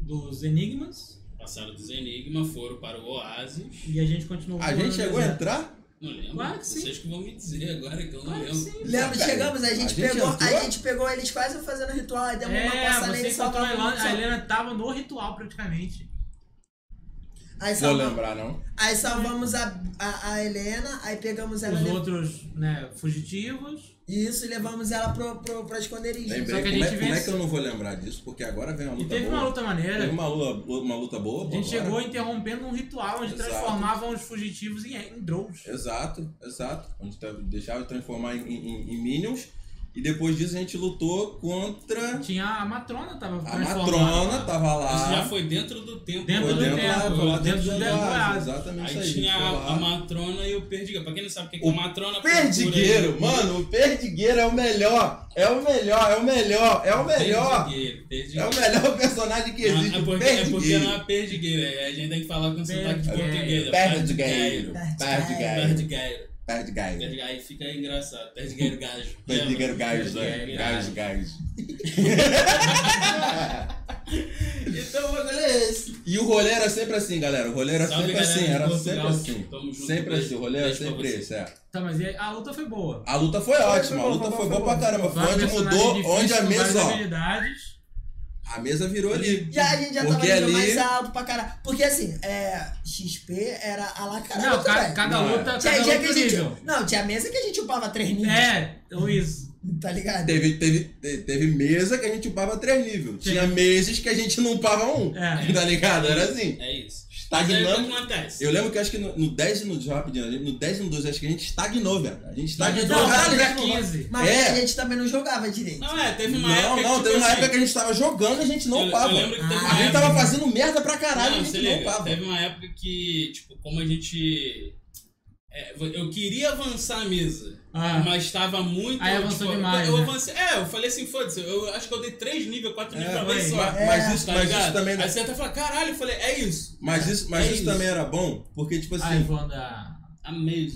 [SPEAKER 3] dos enigmas.
[SPEAKER 1] Passaram dos enigmas, foram para o oásis.
[SPEAKER 3] E a gente continuou.
[SPEAKER 2] A gente chegou a entrar?
[SPEAKER 1] Não lembro.
[SPEAKER 3] Claro que sim.
[SPEAKER 1] Vocês que vão me dizer agora que eu não
[SPEAKER 3] Claro que
[SPEAKER 1] lembro.
[SPEAKER 3] sim.
[SPEAKER 4] Lembra,
[SPEAKER 2] Cara,
[SPEAKER 4] chegamos, a gente,
[SPEAKER 2] a gente
[SPEAKER 4] pegou,
[SPEAKER 2] entrou?
[SPEAKER 4] a gente pegou eles quase fazendo ritual, aí demos uma
[SPEAKER 3] É,
[SPEAKER 4] passada
[SPEAKER 3] você
[SPEAKER 4] nele
[SPEAKER 3] encontrou a
[SPEAKER 4] salvamos
[SPEAKER 3] Helena, a
[SPEAKER 4] sal-
[SPEAKER 3] Helena tava no ritual praticamente.
[SPEAKER 4] aí
[SPEAKER 2] Vou
[SPEAKER 4] salvamos,
[SPEAKER 2] lembrar, não.
[SPEAKER 4] aí salvamos a, a, a Helena, aí pegamos ela
[SPEAKER 3] Os
[SPEAKER 4] le-
[SPEAKER 3] outros, né, fugitivos.
[SPEAKER 4] isso e levamos ela pro, pro, pra esconderijo.
[SPEAKER 2] Lembrei.
[SPEAKER 3] Só que a
[SPEAKER 2] como, é,
[SPEAKER 3] gente
[SPEAKER 2] como é
[SPEAKER 3] vence-
[SPEAKER 2] que eu não vou lembrar disso? Porque agora vem uma
[SPEAKER 3] E
[SPEAKER 2] luta
[SPEAKER 3] teve
[SPEAKER 2] boa.
[SPEAKER 3] uma luta maneira.
[SPEAKER 2] Tá Teve uma luta, uma luta boa.
[SPEAKER 3] A
[SPEAKER 2] pô,
[SPEAKER 3] gente
[SPEAKER 2] agora.
[SPEAKER 3] chegou interrompendo um ritual onde
[SPEAKER 2] Exato.
[SPEAKER 3] transformavam os fugitivos em, em drones.
[SPEAKER 2] Exato, exato. Onde tá- deixava de transformar em, em- em Minions. E depois disso a gente lutou contra
[SPEAKER 3] Tinha a matrona, tava
[SPEAKER 2] a
[SPEAKER 3] transformada.
[SPEAKER 2] Matrona, tava
[SPEAKER 1] Isso já
[SPEAKER 2] lá.
[SPEAKER 1] foi dentro do tempo.
[SPEAKER 3] Dentro
[SPEAKER 2] Ah. Foi
[SPEAKER 3] do
[SPEAKER 2] dentro,
[SPEAKER 3] tempo,
[SPEAKER 2] lá, foi lá dentro,
[SPEAKER 3] dentro do
[SPEAKER 2] do
[SPEAKER 3] tempo,
[SPEAKER 2] negócio.
[SPEAKER 3] é.
[SPEAKER 2] Exatamente
[SPEAKER 1] Aí
[SPEAKER 2] isso aí.
[SPEAKER 1] tinha
[SPEAKER 2] foi
[SPEAKER 1] a,
[SPEAKER 2] lá.
[SPEAKER 1] a matrona e o perdigueiro. Pra quem não sabe o que é
[SPEAKER 2] O
[SPEAKER 1] o matrona...
[SPEAKER 2] Perdigueiro,
[SPEAKER 1] procura aí.
[SPEAKER 2] mano, o perdigueiro é o melhor. É o melhor, é o melhor, é o melhor.
[SPEAKER 1] Perdigueiro,
[SPEAKER 2] É
[SPEAKER 1] perdigueiro.
[SPEAKER 2] o melhor personagem que
[SPEAKER 1] Não,
[SPEAKER 2] existe.
[SPEAKER 1] é, porque, é porque
[SPEAKER 2] perdigueiro.
[SPEAKER 1] não é perdigueiro, é- a gente tem que falar com sotaque de
[SPEAKER 3] Perdigueiro.
[SPEAKER 1] português. é
[SPEAKER 4] Perdigueiro.
[SPEAKER 2] Perdigueiro. Perdigueiro.
[SPEAKER 1] Perdigueiro.
[SPEAKER 2] Perde gás.
[SPEAKER 1] Ted Guy fica engraçado. Ted Guy gajo.
[SPEAKER 2] Perde
[SPEAKER 1] Lembra? Ted
[SPEAKER 2] gás,
[SPEAKER 1] Guy
[SPEAKER 2] né? Gás,
[SPEAKER 1] gajo.
[SPEAKER 2] gás.
[SPEAKER 1] Então o bagulho é esse.
[SPEAKER 2] E o rolê era sempre assim, galera. O rolê era
[SPEAKER 1] Salve,
[SPEAKER 2] sempre
[SPEAKER 1] galera
[SPEAKER 2] assim,
[SPEAKER 1] de
[SPEAKER 2] era sempre
[SPEAKER 1] Portugal.
[SPEAKER 2] assim.
[SPEAKER 1] Tamo junto,
[SPEAKER 2] Sempre
[SPEAKER 1] beijo.
[SPEAKER 2] assim, o rolê era
[SPEAKER 1] Beijo pra
[SPEAKER 2] sempre
[SPEAKER 1] você.
[SPEAKER 2] esse, é.
[SPEAKER 3] Tá, mas e aí? a luta foi boa.
[SPEAKER 2] A luta foi ótima, a luta foi boa pra caramba. Foi onde
[SPEAKER 3] Vários
[SPEAKER 2] mudou,
[SPEAKER 3] personagens
[SPEAKER 2] onde
[SPEAKER 3] difíceis,
[SPEAKER 2] a
[SPEAKER 3] com
[SPEAKER 2] mesa,
[SPEAKER 3] várias
[SPEAKER 2] ó.
[SPEAKER 3] habilidades.
[SPEAKER 2] A mesa virou ali.
[SPEAKER 4] Já, a gente já
[SPEAKER 2] Porque
[SPEAKER 4] tava nível
[SPEAKER 2] ali-
[SPEAKER 4] mais alto pra caralho. Porque assim, é, XP era a la caralho.
[SPEAKER 3] Não, ca-
[SPEAKER 4] também.
[SPEAKER 3] cada
[SPEAKER 2] Não, é.
[SPEAKER 3] luta,
[SPEAKER 4] Tinha,
[SPEAKER 3] cada
[SPEAKER 4] tinha que
[SPEAKER 3] luta
[SPEAKER 4] a
[SPEAKER 3] nível.
[SPEAKER 4] gente, não, tinha mesa que a gente upava três níveis.
[SPEAKER 3] É,
[SPEAKER 2] Uhum.
[SPEAKER 3] Luiz.
[SPEAKER 4] Tá ligado?
[SPEAKER 2] Teve, teve, te- teve mesa que a gente upava três níveis.
[SPEAKER 3] Sim.
[SPEAKER 2] Tinha meses que a gente não upava um.
[SPEAKER 3] É.
[SPEAKER 2] Tá ligado? Era assim.
[SPEAKER 1] É isso. Mas aí o que
[SPEAKER 2] Estagnando.
[SPEAKER 1] acontece?
[SPEAKER 2] Eu lembro que eu acho que no, no 10 e no rapidinho, a gente- no 10 e no 12, acho que a gente estagnou, velho. A gente estagnou.
[SPEAKER 3] Não,
[SPEAKER 2] Tá Caralho,
[SPEAKER 3] Então, pra
[SPEAKER 2] gente,
[SPEAKER 3] 15.
[SPEAKER 4] Mas
[SPEAKER 2] É.
[SPEAKER 4] a gente também não jogava direito.
[SPEAKER 1] Não, é, teve uma
[SPEAKER 2] Não,
[SPEAKER 1] época.
[SPEAKER 2] não,
[SPEAKER 1] que,
[SPEAKER 2] teve
[SPEAKER 1] tipo
[SPEAKER 2] uma
[SPEAKER 1] assim,
[SPEAKER 2] época que a gente tava jogando e a gente não
[SPEAKER 1] eu-
[SPEAKER 2] upava.
[SPEAKER 1] Eu lembro que teve uma
[SPEAKER 2] A gente
[SPEAKER 1] época-
[SPEAKER 2] tava fazendo merda pra caralho e
[SPEAKER 1] Não,
[SPEAKER 2] a
[SPEAKER 1] se
[SPEAKER 2] gente não
[SPEAKER 1] liga.
[SPEAKER 2] upava.
[SPEAKER 1] Teve uma época que, tipo, como a gente. é, eu queria avançar a mesa.
[SPEAKER 3] Ah.
[SPEAKER 1] Mas tava muito.
[SPEAKER 3] Aí avançou
[SPEAKER 1] tipo,
[SPEAKER 3] demais,
[SPEAKER 1] Eu,
[SPEAKER 3] né?
[SPEAKER 1] avancei, é, eu falei assim, foda-se, eu acho que eu dei 3 níveis, 4 níveis
[SPEAKER 2] É,
[SPEAKER 1] pra vez só.
[SPEAKER 2] mas- mas isso-
[SPEAKER 1] tá
[SPEAKER 2] mas
[SPEAKER 1] ligado?
[SPEAKER 2] isso também não-
[SPEAKER 1] Aí você até fala, caralho, eu falei, é isso.
[SPEAKER 2] Mas isso, mas
[SPEAKER 1] É
[SPEAKER 2] isso
[SPEAKER 1] isso.
[SPEAKER 2] também era bom, porque, tipo
[SPEAKER 3] Ai,
[SPEAKER 2] assim,
[SPEAKER 3] vou andar.
[SPEAKER 1] A mesa.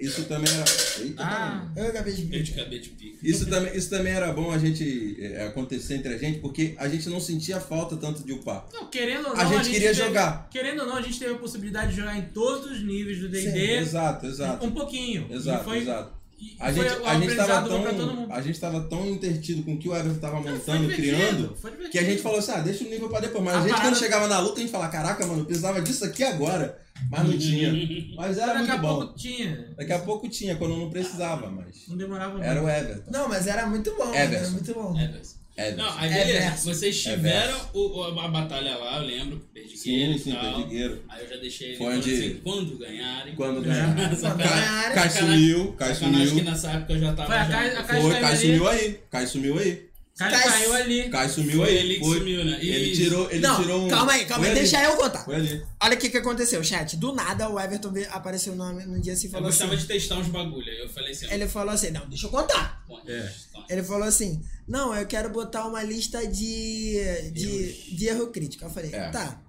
[SPEAKER 2] isso também era. Eita,
[SPEAKER 3] Ah,
[SPEAKER 4] Eu acabei de
[SPEAKER 1] Eu
[SPEAKER 4] ver.
[SPEAKER 1] te acabei de pica.
[SPEAKER 2] Isso também, isso também era bom a gente é, acontecer entre a gente, porque a gente não sentia falta tanto de upar.
[SPEAKER 3] não, querendo ou não.
[SPEAKER 2] A gente queria
[SPEAKER 3] teve-
[SPEAKER 2] jogar.
[SPEAKER 3] Querendo ou não, a gente teve a possibilidade de jogar em todos os níveis do DD.
[SPEAKER 2] Exato, exato.
[SPEAKER 3] Um pouquinho.
[SPEAKER 2] Exato,
[SPEAKER 3] e foi,
[SPEAKER 2] exato.
[SPEAKER 3] e
[SPEAKER 2] A
[SPEAKER 3] foi
[SPEAKER 2] gente,
[SPEAKER 3] um
[SPEAKER 2] a, gente
[SPEAKER 3] aprendizado
[SPEAKER 2] tava
[SPEAKER 3] bom pra todo
[SPEAKER 2] tão,
[SPEAKER 3] mundo.
[SPEAKER 2] a gente tava tão intertido com o que o Everton tava
[SPEAKER 3] Não, foi
[SPEAKER 2] montando,
[SPEAKER 3] divertido,
[SPEAKER 2] criando,
[SPEAKER 3] foi divertido.
[SPEAKER 2] que a gente falou assim, ah, deixa o nível pra depois. Mas
[SPEAKER 3] A
[SPEAKER 2] a, gente
[SPEAKER 3] parada-
[SPEAKER 2] quando chegava na luta, a gente falava, caraca, mano, eu precisava disso aqui agora. Mas não tinha. Mas era
[SPEAKER 3] Daqui a
[SPEAKER 2] muito bom.
[SPEAKER 3] pouco tinha.
[SPEAKER 2] Daqui a pouco tinha, quando não precisava, mas.
[SPEAKER 3] Não demorava
[SPEAKER 2] Era
[SPEAKER 3] muito.
[SPEAKER 2] o Everton.
[SPEAKER 4] Não, mas era muito bom.
[SPEAKER 2] Everson.
[SPEAKER 4] Era muito bom.
[SPEAKER 1] É, velho.
[SPEAKER 2] Everton.
[SPEAKER 1] Não, aí
[SPEAKER 4] É
[SPEAKER 1] beleza.
[SPEAKER 4] verso.
[SPEAKER 1] Vocês
[SPEAKER 2] É
[SPEAKER 1] tiveram o- o- a batalha lá, eu lembro, perdi
[SPEAKER 2] Sim, sim,
[SPEAKER 1] e tal.
[SPEAKER 2] perdigueiro.
[SPEAKER 1] Aí eu já deixei ele
[SPEAKER 2] Foi
[SPEAKER 1] falando
[SPEAKER 2] onde-
[SPEAKER 1] assim, quando ganharem.
[SPEAKER 2] Quando
[SPEAKER 3] É.
[SPEAKER 2] ganhar.
[SPEAKER 4] Quando
[SPEAKER 2] Ca-
[SPEAKER 4] ganharem,
[SPEAKER 2] Cai sumiu, Cai
[SPEAKER 1] Sacanagem que
[SPEAKER 2] sumiu.
[SPEAKER 1] nessa época eu já tava.
[SPEAKER 3] Foi a
[SPEAKER 1] já-
[SPEAKER 3] Kai- a Kai-
[SPEAKER 2] Foi, Cai
[SPEAKER 3] ali.
[SPEAKER 2] sumiu aí. Cai sumiu aí.
[SPEAKER 3] Cai
[SPEAKER 4] Cai-
[SPEAKER 3] caiu ali.
[SPEAKER 2] Cai sumiu
[SPEAKER 1] Foi
[SPEAKER 2] aí.
[SPEAKER 1] ele que
[SPEAKER 2] Foi.
[SPEAKER 1] sumiu, né?
[SPEAKER 2] Ele
[SPEAKER 1] Isso.
[SPEAKER 2] tirou, ele
[SPEAKER 4] não,
[SPEAKER 2] tirou um.
[SPEAKER 4] calma aí, calma
[SPEAKER 2] Foi
[SPEAKER 4] aí,
[SPEAKER 2] ali.
[SPEAKER 4] deixa eu contar.
[SPEAKER 2] Foi ali.
[SPEAKER 4] Olha o que, que aconteceu, chat. Do nada, o Everton veio- apareceu no, no dia assim e
[SPEAKER 1] Eu
[SPEAKER 4] falou assim...
[SPEAKER 1] gostava de testar uns bagulho. Aí eu falei assim,
[SPEAKER 4] Ele falou assim, não, deixa eu contar.
[SPEAKER 1] ó,
[SPEAKER 2] É.
[SPEAKER 1] então,
[SPEAKER 4] Ele falou assim, não, eu quero botar uma lista de, de, de erro crítico. Eu falei,
[SPEAKER 2] É.
[SPEAKER 4] tá.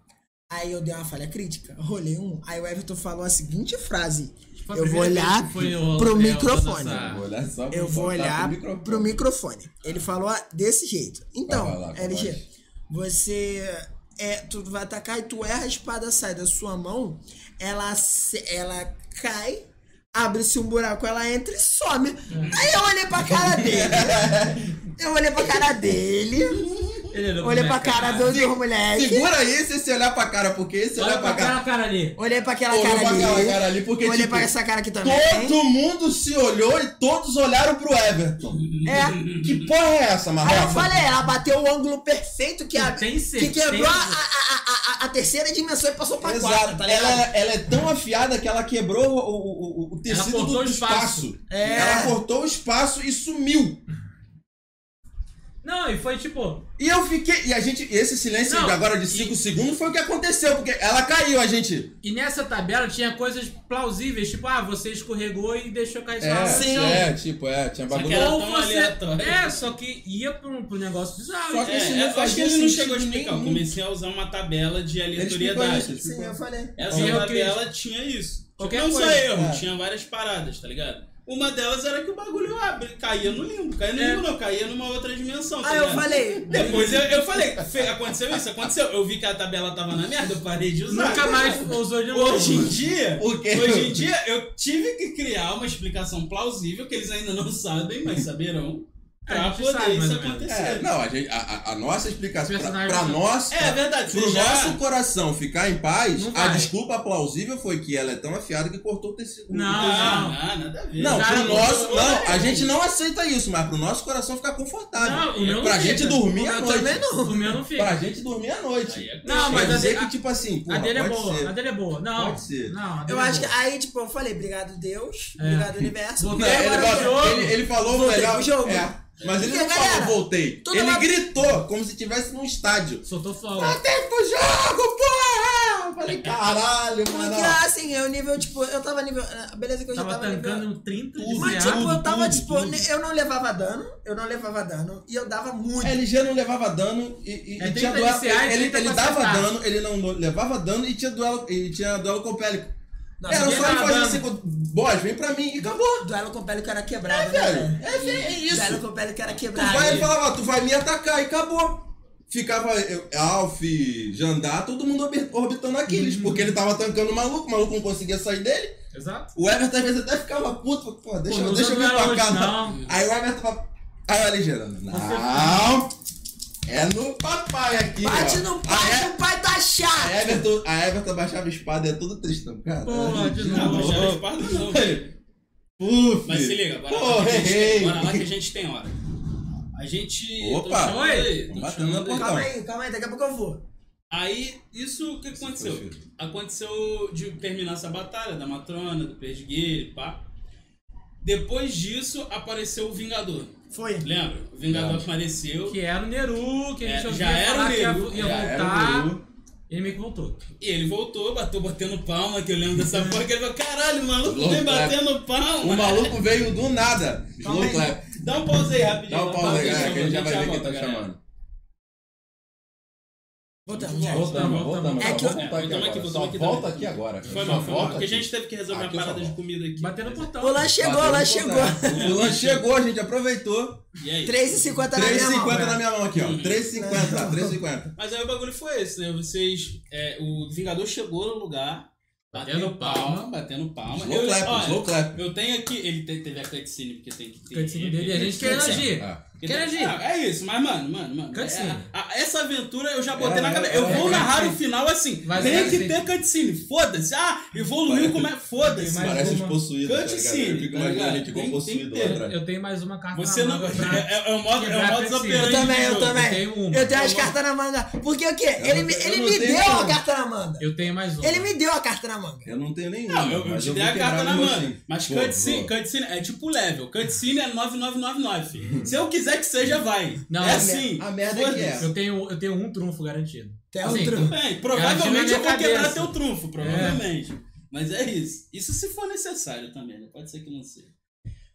[SPEAKER 4] Aí eu dei uma falha crítica, rolei um. Aí o Everton falou a seguinte frase.
[SPEAKER 3] Foi Tipo, a
[SPEAKER 4] eu vou
[SPEAKER 3] primeira vez
[SPEAKER 4] olhar
[SPEAKER 3] que foi o-
[SPEAKER 4] pro
[SPEAKER 3] é,
[SPEAKER 4] microfone.
[SPEAKER 3] toda essa-
[SPEAKER 2] Vou olhar só pra
[SPEAKER 4] Eu vou
[SPEAKER 2] voltar
[SPEAKER 4] olhar
[SPEAKER 2] microfone.
[SPEAKER 4] pro microfone. Ele falou ah, desse jeito.
[SPEAKER 2] Vai,
[SPEAKER 4] Então,
[SPEAKER 2] vai lá, vai.
[SPEAKER 4] LG, você é, tu vai atacar e tu erra a espada sai da sua mão, ela se- ela cai, abre-se um buraco, ela entra e some. Aí eu olhei pra cara dele. Eu olhei pra cara dele.
[SPEAKER 3] Ele olhou
[SPEAKER 4] Olhei pra
[SPEAKER 3] minha
[SPEAKER 4] cara do outro moleque.
[SPEAKER 2] Segura esse esse olhar pra cara, porque esse
[SPEAKER 3] Olha
[SPEAKER 2] olhar
[SPEAKER 3] pra
[SPEAKER 2] pra cara.
[SPEAKER 3] cara, cara ali.
[SPEAKER 4] Olhei pra aquela
[SPEAKER 2] Olhou
[SPEAKER 4] cara
[SPEAKER 2] pra aquela
[SPEAKER 4] dele.
[SPEAKER 2] cara ali, porque,
[SPEAKER 4] Olhei
[SPEAKER 2] tipo,
[SPEAKER 4] pra essa cara né? aqui também.
[SPEAKER 2] Todo mundo se olhou e todos olharam pro Everton.
[SPEAKER 4] É.
[SPEAKER 2] Que porra é essa,
[SPEAKER 4] Aí eu
[SPEAKER 2] Marrafa?
[SPEAKER 4] falei, ela bateu o ângulo perfeito que, a,
[SPEAKER 3] Tem
[SPEAKER 4] que
[SPEAKER 3] certeza.
[SPEAKER 4] quebrou a, a- a- a- a terceira dimensão e passou pra quarta,
[SPEAKER 2] Exato.
[SPEAKER 4] tá ligado?
[SPEAKER 2] ela, ela é tão afiada que ela quebrou o, o- o- o tecido
[SPEAKER 3] cortou
[SPEAKER 2] do
[SPEAKER 3] o espaço.
[SPEAKER 2] espaço.
[SPEAKER 4] É.
[SPEAKER 2] Ela cortou o espaço e sumiu.
[SPEAKER 3] Não, e foi tipo,
[SPEAKER 2] E eu fiquei. E a gente. Esse silêncio
[SPEAKER 3] Não,
[SPEAKER 2] de agora de 5 segundos foi o que aconteceu, porque ela caiu, a gente.
[SPEAKER 3] E nessa tabela tinha coisas plausíveis, tipo, ah, você escorregou e deixou cair sua
[SPEAKER 2] É,
[SPEAKER 3] alma no chão.
[SPEAKER 2] é, tipo, é, tinha
[SPEAKER 1] Só que
[SPEAKER 2] bagulho.
[SPEAKER 1] era
[SPEAKER 3] Ou
[SPEAKER 1] tão
[SPEAKER 3] você.
[SPEAKER 1] aleatório.
[SPEAKER 3] É, só que ia pra um, pra um negócio bizarro.
[SPEAKER 2] Só
[SPEAKER 1] É,
[SPEAKER 2] que-
[SPEAKER 3] É.
[SPEAKER 2] Isso
[SPEAKER 1] é,
[SPEAKER 2] não
[SPEAKER 1] eu acho que
[SPEAKER 2] fazia
[SPEAKER 1] ele não
[SPEAKER 2] sentido
[SPEAKER 1] chegou a explicar. Eu
[SPEAKER 2] nenhum.
[SPEAKER 1] comecei a usar uma tabela de
[SPEAKER 2] Ele explicou isso,
[SPEAKER 1] aleatoriedade.
[SPEAKER 2] ele
[SPEAKER 4] Sim,
[SPEAKER 2] explicou.
[SPEAKER 4] eu falei.
[SPEAKER 1] Essa
[SPEAKER 3] Erro
[SPEAKER 1] tabela tinha isso.
[SPEAKER 3] Qualquer
[SPEAKER 1] não só
[SPEAKER 3] coisa.
[SPEAKER 1] erro,
[SPEAKER 2] É.
[SPEAKER 1] tinha várias paradas, tá ligado? Uma delas era que o bagulho abre, caía no limbo. Caía no
[SPEAKER 3] É. Ah,
[SPEAKER 1] limbo não, caía numa outra dimensão. tá
[SPEAKER 4] Aí eu
[SPEAKER 2] é.
[SPEAKER 1] ligado?
[SPEAKER 4] falei.
[SPEAKER 1] Depois eu, eu falei, "Fe- aconteceu isso, aconteceu. Eu vi que a tabela tava na merda, eu parei de usar.
[SPEAKER 3] Nunca mais usou de novo.
[SPEAKER 1] Hoje em dia,
[SPEAKER 2] Por quê?
[SPEAKER 1] hoje em dia, eu tive que criar uma explicação plausível, que eles ainda não sabem, mas saberão,
[SPEAKER 3] É, a
[SPEAKER 1] pra
[SPEAKER 3] gente
[SPEAKER 1] poder
[SPEAKER 3] sabe, mais
[SPEAKER 1] isso
[SPEAKER 3] ou menos.
[SPEAKER 2] É,
[SPEAKER 1] acontecer.
[SPEAKER 2] não, a, gente- a- a- a nossa explicação. Pra,
[SPEAKER 3] Personagem
[SPEAKER 2] pra
[SPEAKER 3] não.
[SPEAKER 2] nós.
[SPEAKER 1] É verdade,
[SPEAKER 2] Pro
[SPEAKER 1] você já...
[SPEAKER 2] nosso coração ficar em paz,
[SPEAKER 3] Não
[SPEAKER 2] a
[SPEAKER 3] vai.
[SPEAKER 2] desculpa plausível foi que ela é tão afiada que cortou o tecido.
[SPEAKER 3] Não,
[SPEAKER 1] Ah, ah, nada a ver.
[SPEAKER 2] Não,
[SPEAKER 3] Cara,
[SPEAKER 2] pro nosso.
[SPEAKER 1] não,
[SPEAKER 2] Não, a
[SPEAKER 1] é.
[SPEAKER 2] gente não aceita isso, mas pro nosso coração ficar confortável.
[SPEAKER 3] Não, o meu não
[SPEAKER 2] pra gente
[SPEAKER 3] fica.
[SPEAKER 2] dormir à
[SPEAKER 4] Eu
[SPEAKER 2] noite.
[SPEAKER 4] também não.
[SPEAKER 3] O meu não fica.
[SPEAKER 2] Pra gente dormir à
[SPEAKER 1] Aí
[SPEAKER 2] noite.
[SPEAKER 1] é
[SPEAKER 3] Não,
[SPEAKER 2] Quer
[SPEAKER 3] mas a
[SPEAKER 2] dizer
[SPEAKER 3] de-
[SPEAKER 2] que, tipo assim, porra,
[SPEAKER 3] a dele é
[SPEAKER 2] pode
[SPEAKER 3] boa,
[SPEAKER 2] ser.
[SPEAKER 3] a dele é boa. Não.
[SPEAKER 2] Pode ser.
[SPEAKER 3] Não, a dele
[SPEAKER 4] Eu
[SPEAKER 3] é
[SPEAKER 4] acho que
[SPEAKER 3] boa.
[SPEAKER 4] aí, tipo, eu falei, obrigado Deus,
[SPEAKER 3] É.
[SPEAKER 4] obrigado universo.
[SPEAKER 3] Não,
[SPEAKER 2] Não,
[SPEAKER 4] Porque
[SPEAKER 2] ele,
[SPEAKER 4] agora
[SPEAKER 2] bota-
[SPEAKER 4] eu jogo.
[SPEAKER 2] ele- ele falou
[SPEAKER 4] Voltei
[SPEAKER 2] melhor.
[SPEAKER 4] pro jogo.
[SPEAKER 2] é, mas ele
[SPEAKER 4] Porque,
[SPEAKER 3] Então,
[SPEAKER 2] não
[SPEAKER 4] galera,
[SPEAKER 2] falou, voltei.
[SPEAKER 4] toda
[SPEAKER 2] Ele
[SPEAKER 4] hora-
[SPEAKER 2] gritou, como se tivesse num estádio.
[SPEAKER 3] Soltou fora.
[SPEAKER 2] Voltei pro jogo, porra! Eu falei, caralho,
[SPEAKER 4] Porque
[SPEAKER 2] mano.
[SPEAKER 4] assim, eu nível, tipo, eu tava nível. ah, Beleza que eu já
[SPEAKER 3] Tava
[SPEAKER 4] tava,
[SPEAKER 3] tancando
[SPEAKER 4] nível.
[SPEAKER 3] um 30 de
[SPEAKER 2] Tudo,
[SPEAKER 4] Mas
[SPEAKER 3] real.
[SPEAKER 4] tipo, eu tava,
[SPEAKER 2] tudo,
[SPEAKER 4] tipo,
[SPEAKER 2] tudo.
[SPEAKER 4] eu não levava dano, eu não levava dano, e eu dava muito.
[SPEAKER 2] A LG não levava dano e, e-
[SPEAKER 3] É
[SPEAKER 2] e tinha
[SPEAKER 3] 30
[SPEAKER 2] duelo.
[SPEAKER 3] iniciais,
[SPEAKER 2] Ele,
[SPEAKER 3] 30
[SPEAKER 2] ele
[SPEAKER 3] pra
[SPEAKER 2] dava
[SPEAKER 3] acertar.
[SPEAKER 2] dano, ele não levava dano e tinha duelo, e tinha duelo com o Pélico.
[SPEAKER 4] Nossa,
[SPEAKER 2] Era
[SPEAKER 4] duelo-
[SPEAKER 2] só ele fazer assim, com- boss, vem pra mim e acabou.
[SPEAKER 4] duelo com pele que era quebrada,
[SPEAKER 2] É,
[SPEAKER 4] né,
[SPEAKER 2] velho.
[SPEAKER 4] cara?
[SPEAKER 2] É, velho, é isso.
[SPEAKER 4] Duelo com pele que era
[SPEAKER 2] Tu
[SPEAKER 4] quebrada.
[SPEAKER 2] vai, ele falava, ó, tu vai me atacar e acabou. Ficava eu, Alf, Jandar, todo mundo orbi- orbitando aqueles, porque ele tava tancando o maluco, o maluco não conseguia sair dele.
[SPEAKER 3] Exato.
[SPEAKER 2] O Everton às vezes até ficava puto, pô, deixa,
[SPEAKER 3] Pô,
[SPEAKER 2] eu
[SPEAKER 3] não
[SPEAKER 2] deixa eu vir
[SPEAKER 3] joga
[SPEAKER 2] pra
[SPEAKER 3] hoje,
[SPEAKER 2] cá.
[SPEAKER 3] não.
[SPEAKER 2] Aí o Everton fala, aí o Alexandre, não, é no papai aqui.
[SPEAKER 4] Bate
[SPEAKER 2] ó.
[SPEAKER 4] no
[SPEAKER 2] Aí
[SPEAKER 4] pai,
[SPEAKER 2] é-
[SPEAKER 4] o pai tá
[SPEAKER 2] A
[SPEAKER 4] chato.
[SPEAKER 2] Everton, a Everton baixava a espada e é todo tristão, cara.
[SPEAKER 3] Pô, de
[SPEAKER 1] Não,
[SPEAKER 3] novo.
[SPEAKER 1] mas já era espada não, velho.
[SPEAKER 2] Puf.
[SPEAKER 1] Mas se liga, bora, lá,
[SPEAKER 2] Porra,
[SPEAKER 1] que a gente,
[SPEAKER 2] errei.
[SPEAKER 1] bora lá que a gente tem hora. A gente. tô
[SPEAKER 2] Opa!
[SPEAKER 1] chamando
[SPEAKER 3] Oi!
[SPEAKER 1] aí, tô
[SPEAKER 2] Vamos batendo
[SPEAKER 1] chamando
[SPEAKER 2] na
[SPEAKER 1] aí.
[SPEAKER 2] porta.
[SPEAKER 4] Calma aí, calma aí, daqui a pouco eu vou.
[SPEAKER 1] Aí, isso o que aconteceu?
[SPEAKER 2] foi feio.
[SPEAKER 1] Aconteceu de terminar essa batalha da Matrona, do Perdigueiro, pá. Depois disso, apareceu o Vingador.
[SPEAKER 4] Foi.
[SPEAKER 2] Então,
[SPEAKER 1] Lembra? O Vingador
[SPEAKER 2] Lembro.
[SPEAKER 1] apareceu
[SPEAKER 3] Que era o Neru, que a gente
[SPEAKER 1] É,
[SPEAKER 3] ouvia
[SPEAKER 1] já era
[SPEAKER 3] falar
[SPEAKER 1] o
[SPEAKER 3] que ia,
[SPEAKER 1] Neru,
[SPEAKER 3] ia
[SPEAKER 1] já
[SPEAKER 2] era
[SPEAKER 4] Tá.
[SPEAKER 3] voltar.
[SPEAKER 2] o Neru.
[SPEAKER 3] Ele meio que voltou.
[SPEAKER 1] e ele voltou, bateu batendo palma, que eu lembro dessa porra, que ele falou, caralho, o maluco vem
[SPEAKER 2] Slow clap.
[SPEAKER 1] batendo palma.
[SPEAKER 2] é. O maluco veio do nada.
[SPEAKER 1] Calma
[SPEAKER 2] Slow
[SPEAKER 1] aí.
[SPEAKER 2] clap.
[SPEAKER 1] Dá um pause aí rapidinho.
[SPEAKER 2] Dá um pause aí,
[SPEAKER 1] rapidinho,
[SPEAKER 2] galera, que a gente já vai ver quem
[SPEAKER 1] volta,
[SPEAKER 2] tá
[SPEAKER 1] galera.
[SPEAKER 2] chamando.
[SPEAKER 4] Voltamos, gente.
[SPEAKER 3] Voltamos, voltamos.
[SPEAKER 4] É
[SPEAKER 2] só
[SPEAKER 4] que eu-
[SPEAKER 2] volta aqui
[SPEAKER 1] voltamos aqui,
[SPEAKER 2] agora,
[SPEAKER 1] voltamos
[SPEAKER 2] só
[SPEAKER 1] aqui
[SPEAKER 2] volta
[SPEAKER 1] também.
[SPEAKER 2] aqui agora. cara.
[SPEAKER 1] Foi
[SPEAKER 2] Só
[SPEAKER 1] mal, foi mal.
[SPEAKER 2] volta
[SPEAKER 1] Porque a
[SPEAKER 2] aqui.
[SPEAKER 1] gente teve que resolver a
[SPEAKER 2] Aqui eu
[SPEAKER 1] parada
[SPEAKER 2] só
[SPEAKER 1] de comida aqui. é
[SPEAKER 3] Bateu no portão.
[SPEAKER 4] O Lan chegou, o Lan
[SPEAKER 2] Bateu no
[SPEAKER 4] chegou.
[SPEAKER 2] contato. O Lan chegou, a gente aproveitou.
[SPEAKER 1] E é aí?
[SPEAKER 4] 3,50 Tá na minha mão.
[SPEAKER 2] 3,50 na
[SPEAKER 4] cara.
[SPEAKER 2] minha mão aqui, ó. 3,50, 3,50.
[SPEAKER 1] Mas aí o bagulho foi esse, né? Vocês. é, o Vingador chegou no lugar, batendo,
[SPEAKER 3] Batendo
[SPEAKER 1] palma,
[SPEAKER 3] palma.
[SPEAKER 1] batendo palma.
[SPEAKER 2] Slow
[SPEAKER 1] eu,
[SPEAKER 2] clap,
[SPEAKER 1] olha,
[SPEAKER 2] slow clap.
[SPEAKER 1] eu tenho aqui. Ele te- teve a cutscene, porque tem que ter.
[SPEAKER 3] Cutscene dele, a gente quer
[SPEAKER 1] Cutscene.
[SPEAKER 3] agir.
[SPEAKER 2] Ah,
[SPEAKER 1] Porque
[SPEAKER 3] Quer
[SPEAKER 1] tem-
[SPEAKER 3] agir.
[SPEAKER 1] Ah, é isso, mas mano, mano, mano.
[SPEAKER 3] Cutscene.
[SPEAKER 1] é- a- essa aventura eu já botei
[SPEAKER 2] É,
[SPEAKER 1] na cabeça. Eu
[SPEAKER 2] é,
[SPEAKER 1] vou
[SPEAKER 2] é,
[SPEAKER 1] narrar
[SPEAKER 3] é.
[SPEAKER 1] o final assim.
[SPEAKER 3] Vai
[SPEAKER 1] tem
[SPEAKER 3] ser
[SPEAKER 1] que
[SPEAKER 3] assim.
[SPEAKER 1] ter cutscene. Foda-se. Ah, evoluiu como é. Foda-se.
[SPEAKER 3] Mais
[SPEAKER 2] Parece os
[SPEAKER 3] uma.
[SPEAKER 2] possuídos, tá ligado?
[SPEAKER 1] Cutscene,
[SPEAKER 2] Eu fico
[SPEAKER 1] tá
[SPEAKER 2] imaginando a
[SPEAKER 1] ligado?
[SPEAKER 2] gente igual
[SPEAKER 1] Tem- tem
[SPEAKER 2] possuído
[SPEAKER 1] que
[SPEAKER 2] lá
[SPEAKER 1] ter.
[SPEAKER 2] atrás.
[SPEAKER 3] Eu tenho mais uma carta
[SPEAKER 1] Você
[SPEAKER 3] na
[SPEAKER 1] não.
[SPEAKER 3] manga pra-
[SPEAKER 1] É, é, é o modo, é o
[SPEAKER 3] quebrar
[SPEAKER 1] modus
[SPEAKER 3] cutscene. Eu
[SPEAKER 1] operandi. do
[SPEAKER 4] também, eu
[SPEAKER 1] jogo.
[SPEAKER 4] também.
[SPEAKER 3] Eu tenho uma.
[SPEAKER 4] Eu tenho
[SPEAKER 1] Vamos
[SPEAKER 4] as
[SPEAKER 1] lá.
[SPEAKER 4] cartas na manga. Porque o quê? Ele me,
[SPEAKER 2] eu
[SPEAKER 4] ele
[SPEAKER 2] não
[SPEAKER 4] me
[SPEAKER 2] tenho
[SPEAKER 4] deu a
[SPEAKER 2] nenhuma.
[SPEAKER 4] carta na manga.
[SPEAKER 3] Eu tenho mais uma.
[SPEAKER 4] Ele me deu a carta na manga.
[SPEAKER 2] Eu não tenho nenhum.
[SPEAKER 1] Não, eu, eu
[SPEAKER 2] mas
[SPEAKER 1] te dei
[SPEAKER 2] vou
[SPEAKER 1] a
[SPEAKER 2] quebrar
[SPEAKER 1] carta na
[SPEAKER 2] mesmo
[SPEAKER 1] mano.
[SPEAKER 2] assim.
[SPEAKER 1] Mas
[SPEAKER 2] Vou,
[SPEAKER 1] cutscene,
[SPEAKER 2] vou.
[SPEAKER 1] cutscene é tipo level. Cutscene é 9999.
[SPEAKER 2] Uhum.
[SPEAKER 1] filho. Se eu quiser que seja, vai.
[SPEAKER 3] Não,
[SPEAKER 1] é
[SPEAKER 3] a
[SPEAKER 1] assim.
[SPEAKER 2] A merda é que é.
[SPEAKER 3] Eu tenho, eu tenho um trunfo garantido.
[SPEAKER 4] Até o
[SPEAKER 3] Assim,
[SPEAKER 4] truco.
[SPEAKER 1] Bem, provavelmente
[SPEAKER 3] Garantiu
[SPEAKER 1] eu
[SPEAKER 3] na
[SPEAKER 1] vou
[SPEAKER 3] minha
[SPEAKER 1] quebrar
[SPEAKER 3] cabeça.
[SPEAKER 1] teu trunfo, provavelmente. Mas é isso. Isso se for necessário também, né? Pode ser que não seja.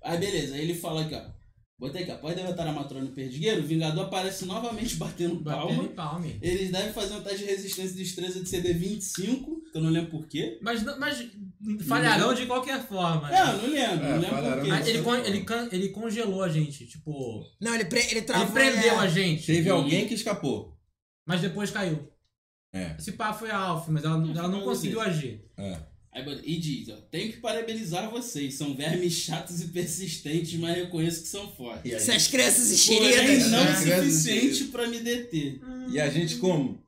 [SPEAKER 1] Aí beleza, aí ele fala aqui, ó. Botei aqui, ó. Pode derrotar a matrona e o perdigueiro. O Vingador aparece novamente batendo
[SPEAKER 3] Batendo
[SPEAKER 1] palma.
[SPEAKER 3] em palme.
[SPEAKER 1] Eles devem fazer um teste de resistência de destreza de CD 25, que eu não lembro porquê.
[SPEAKER 3] Mas, não- mas falharão de qualquer forma. né?
[SPEAKER 1] Não, não lembro.
[SPEAKER 2] É,
[SPEAKER 1] não lembro
[SPEAKER 2] falaram
[SPEAKER 1] porquê.
[SPEAKER 3] Ah, ele, con- ele, can- ele congelou a gente, tipo.
[SPEAKER 4] Não, ele, pre- ele travou.
[SPEAKER 3] Ele prendeu
[SPEAKER 4] né?
[SPEAKER 3] a gente,
[SPEAKER 2] Teve alguém que escapou.
[SPEAKER 3] mas depois caiu.
[SPEAKER 2] É.
[SPEAKER 3] Esse pá foi a Alf, mas ela, ela não conseguiu agir.
[SPEAKER 2] É.
[SPEAKER 1] Aí, bota- e diz, ó, tenho que parabenizar vocês, são vermes chatos e persistentes, mas reconheço que são fortes.
[SPEAKER 4] Essas crianças É,
[SPEAKER 1] Porém,
[SPEAKER 4] enxeridas.
[SPEAKER 1] não o
[SPEAKER 2] né?
[SPEAKER 1] suficiente pra me deter.
[SPEAKER 2] E a gente como?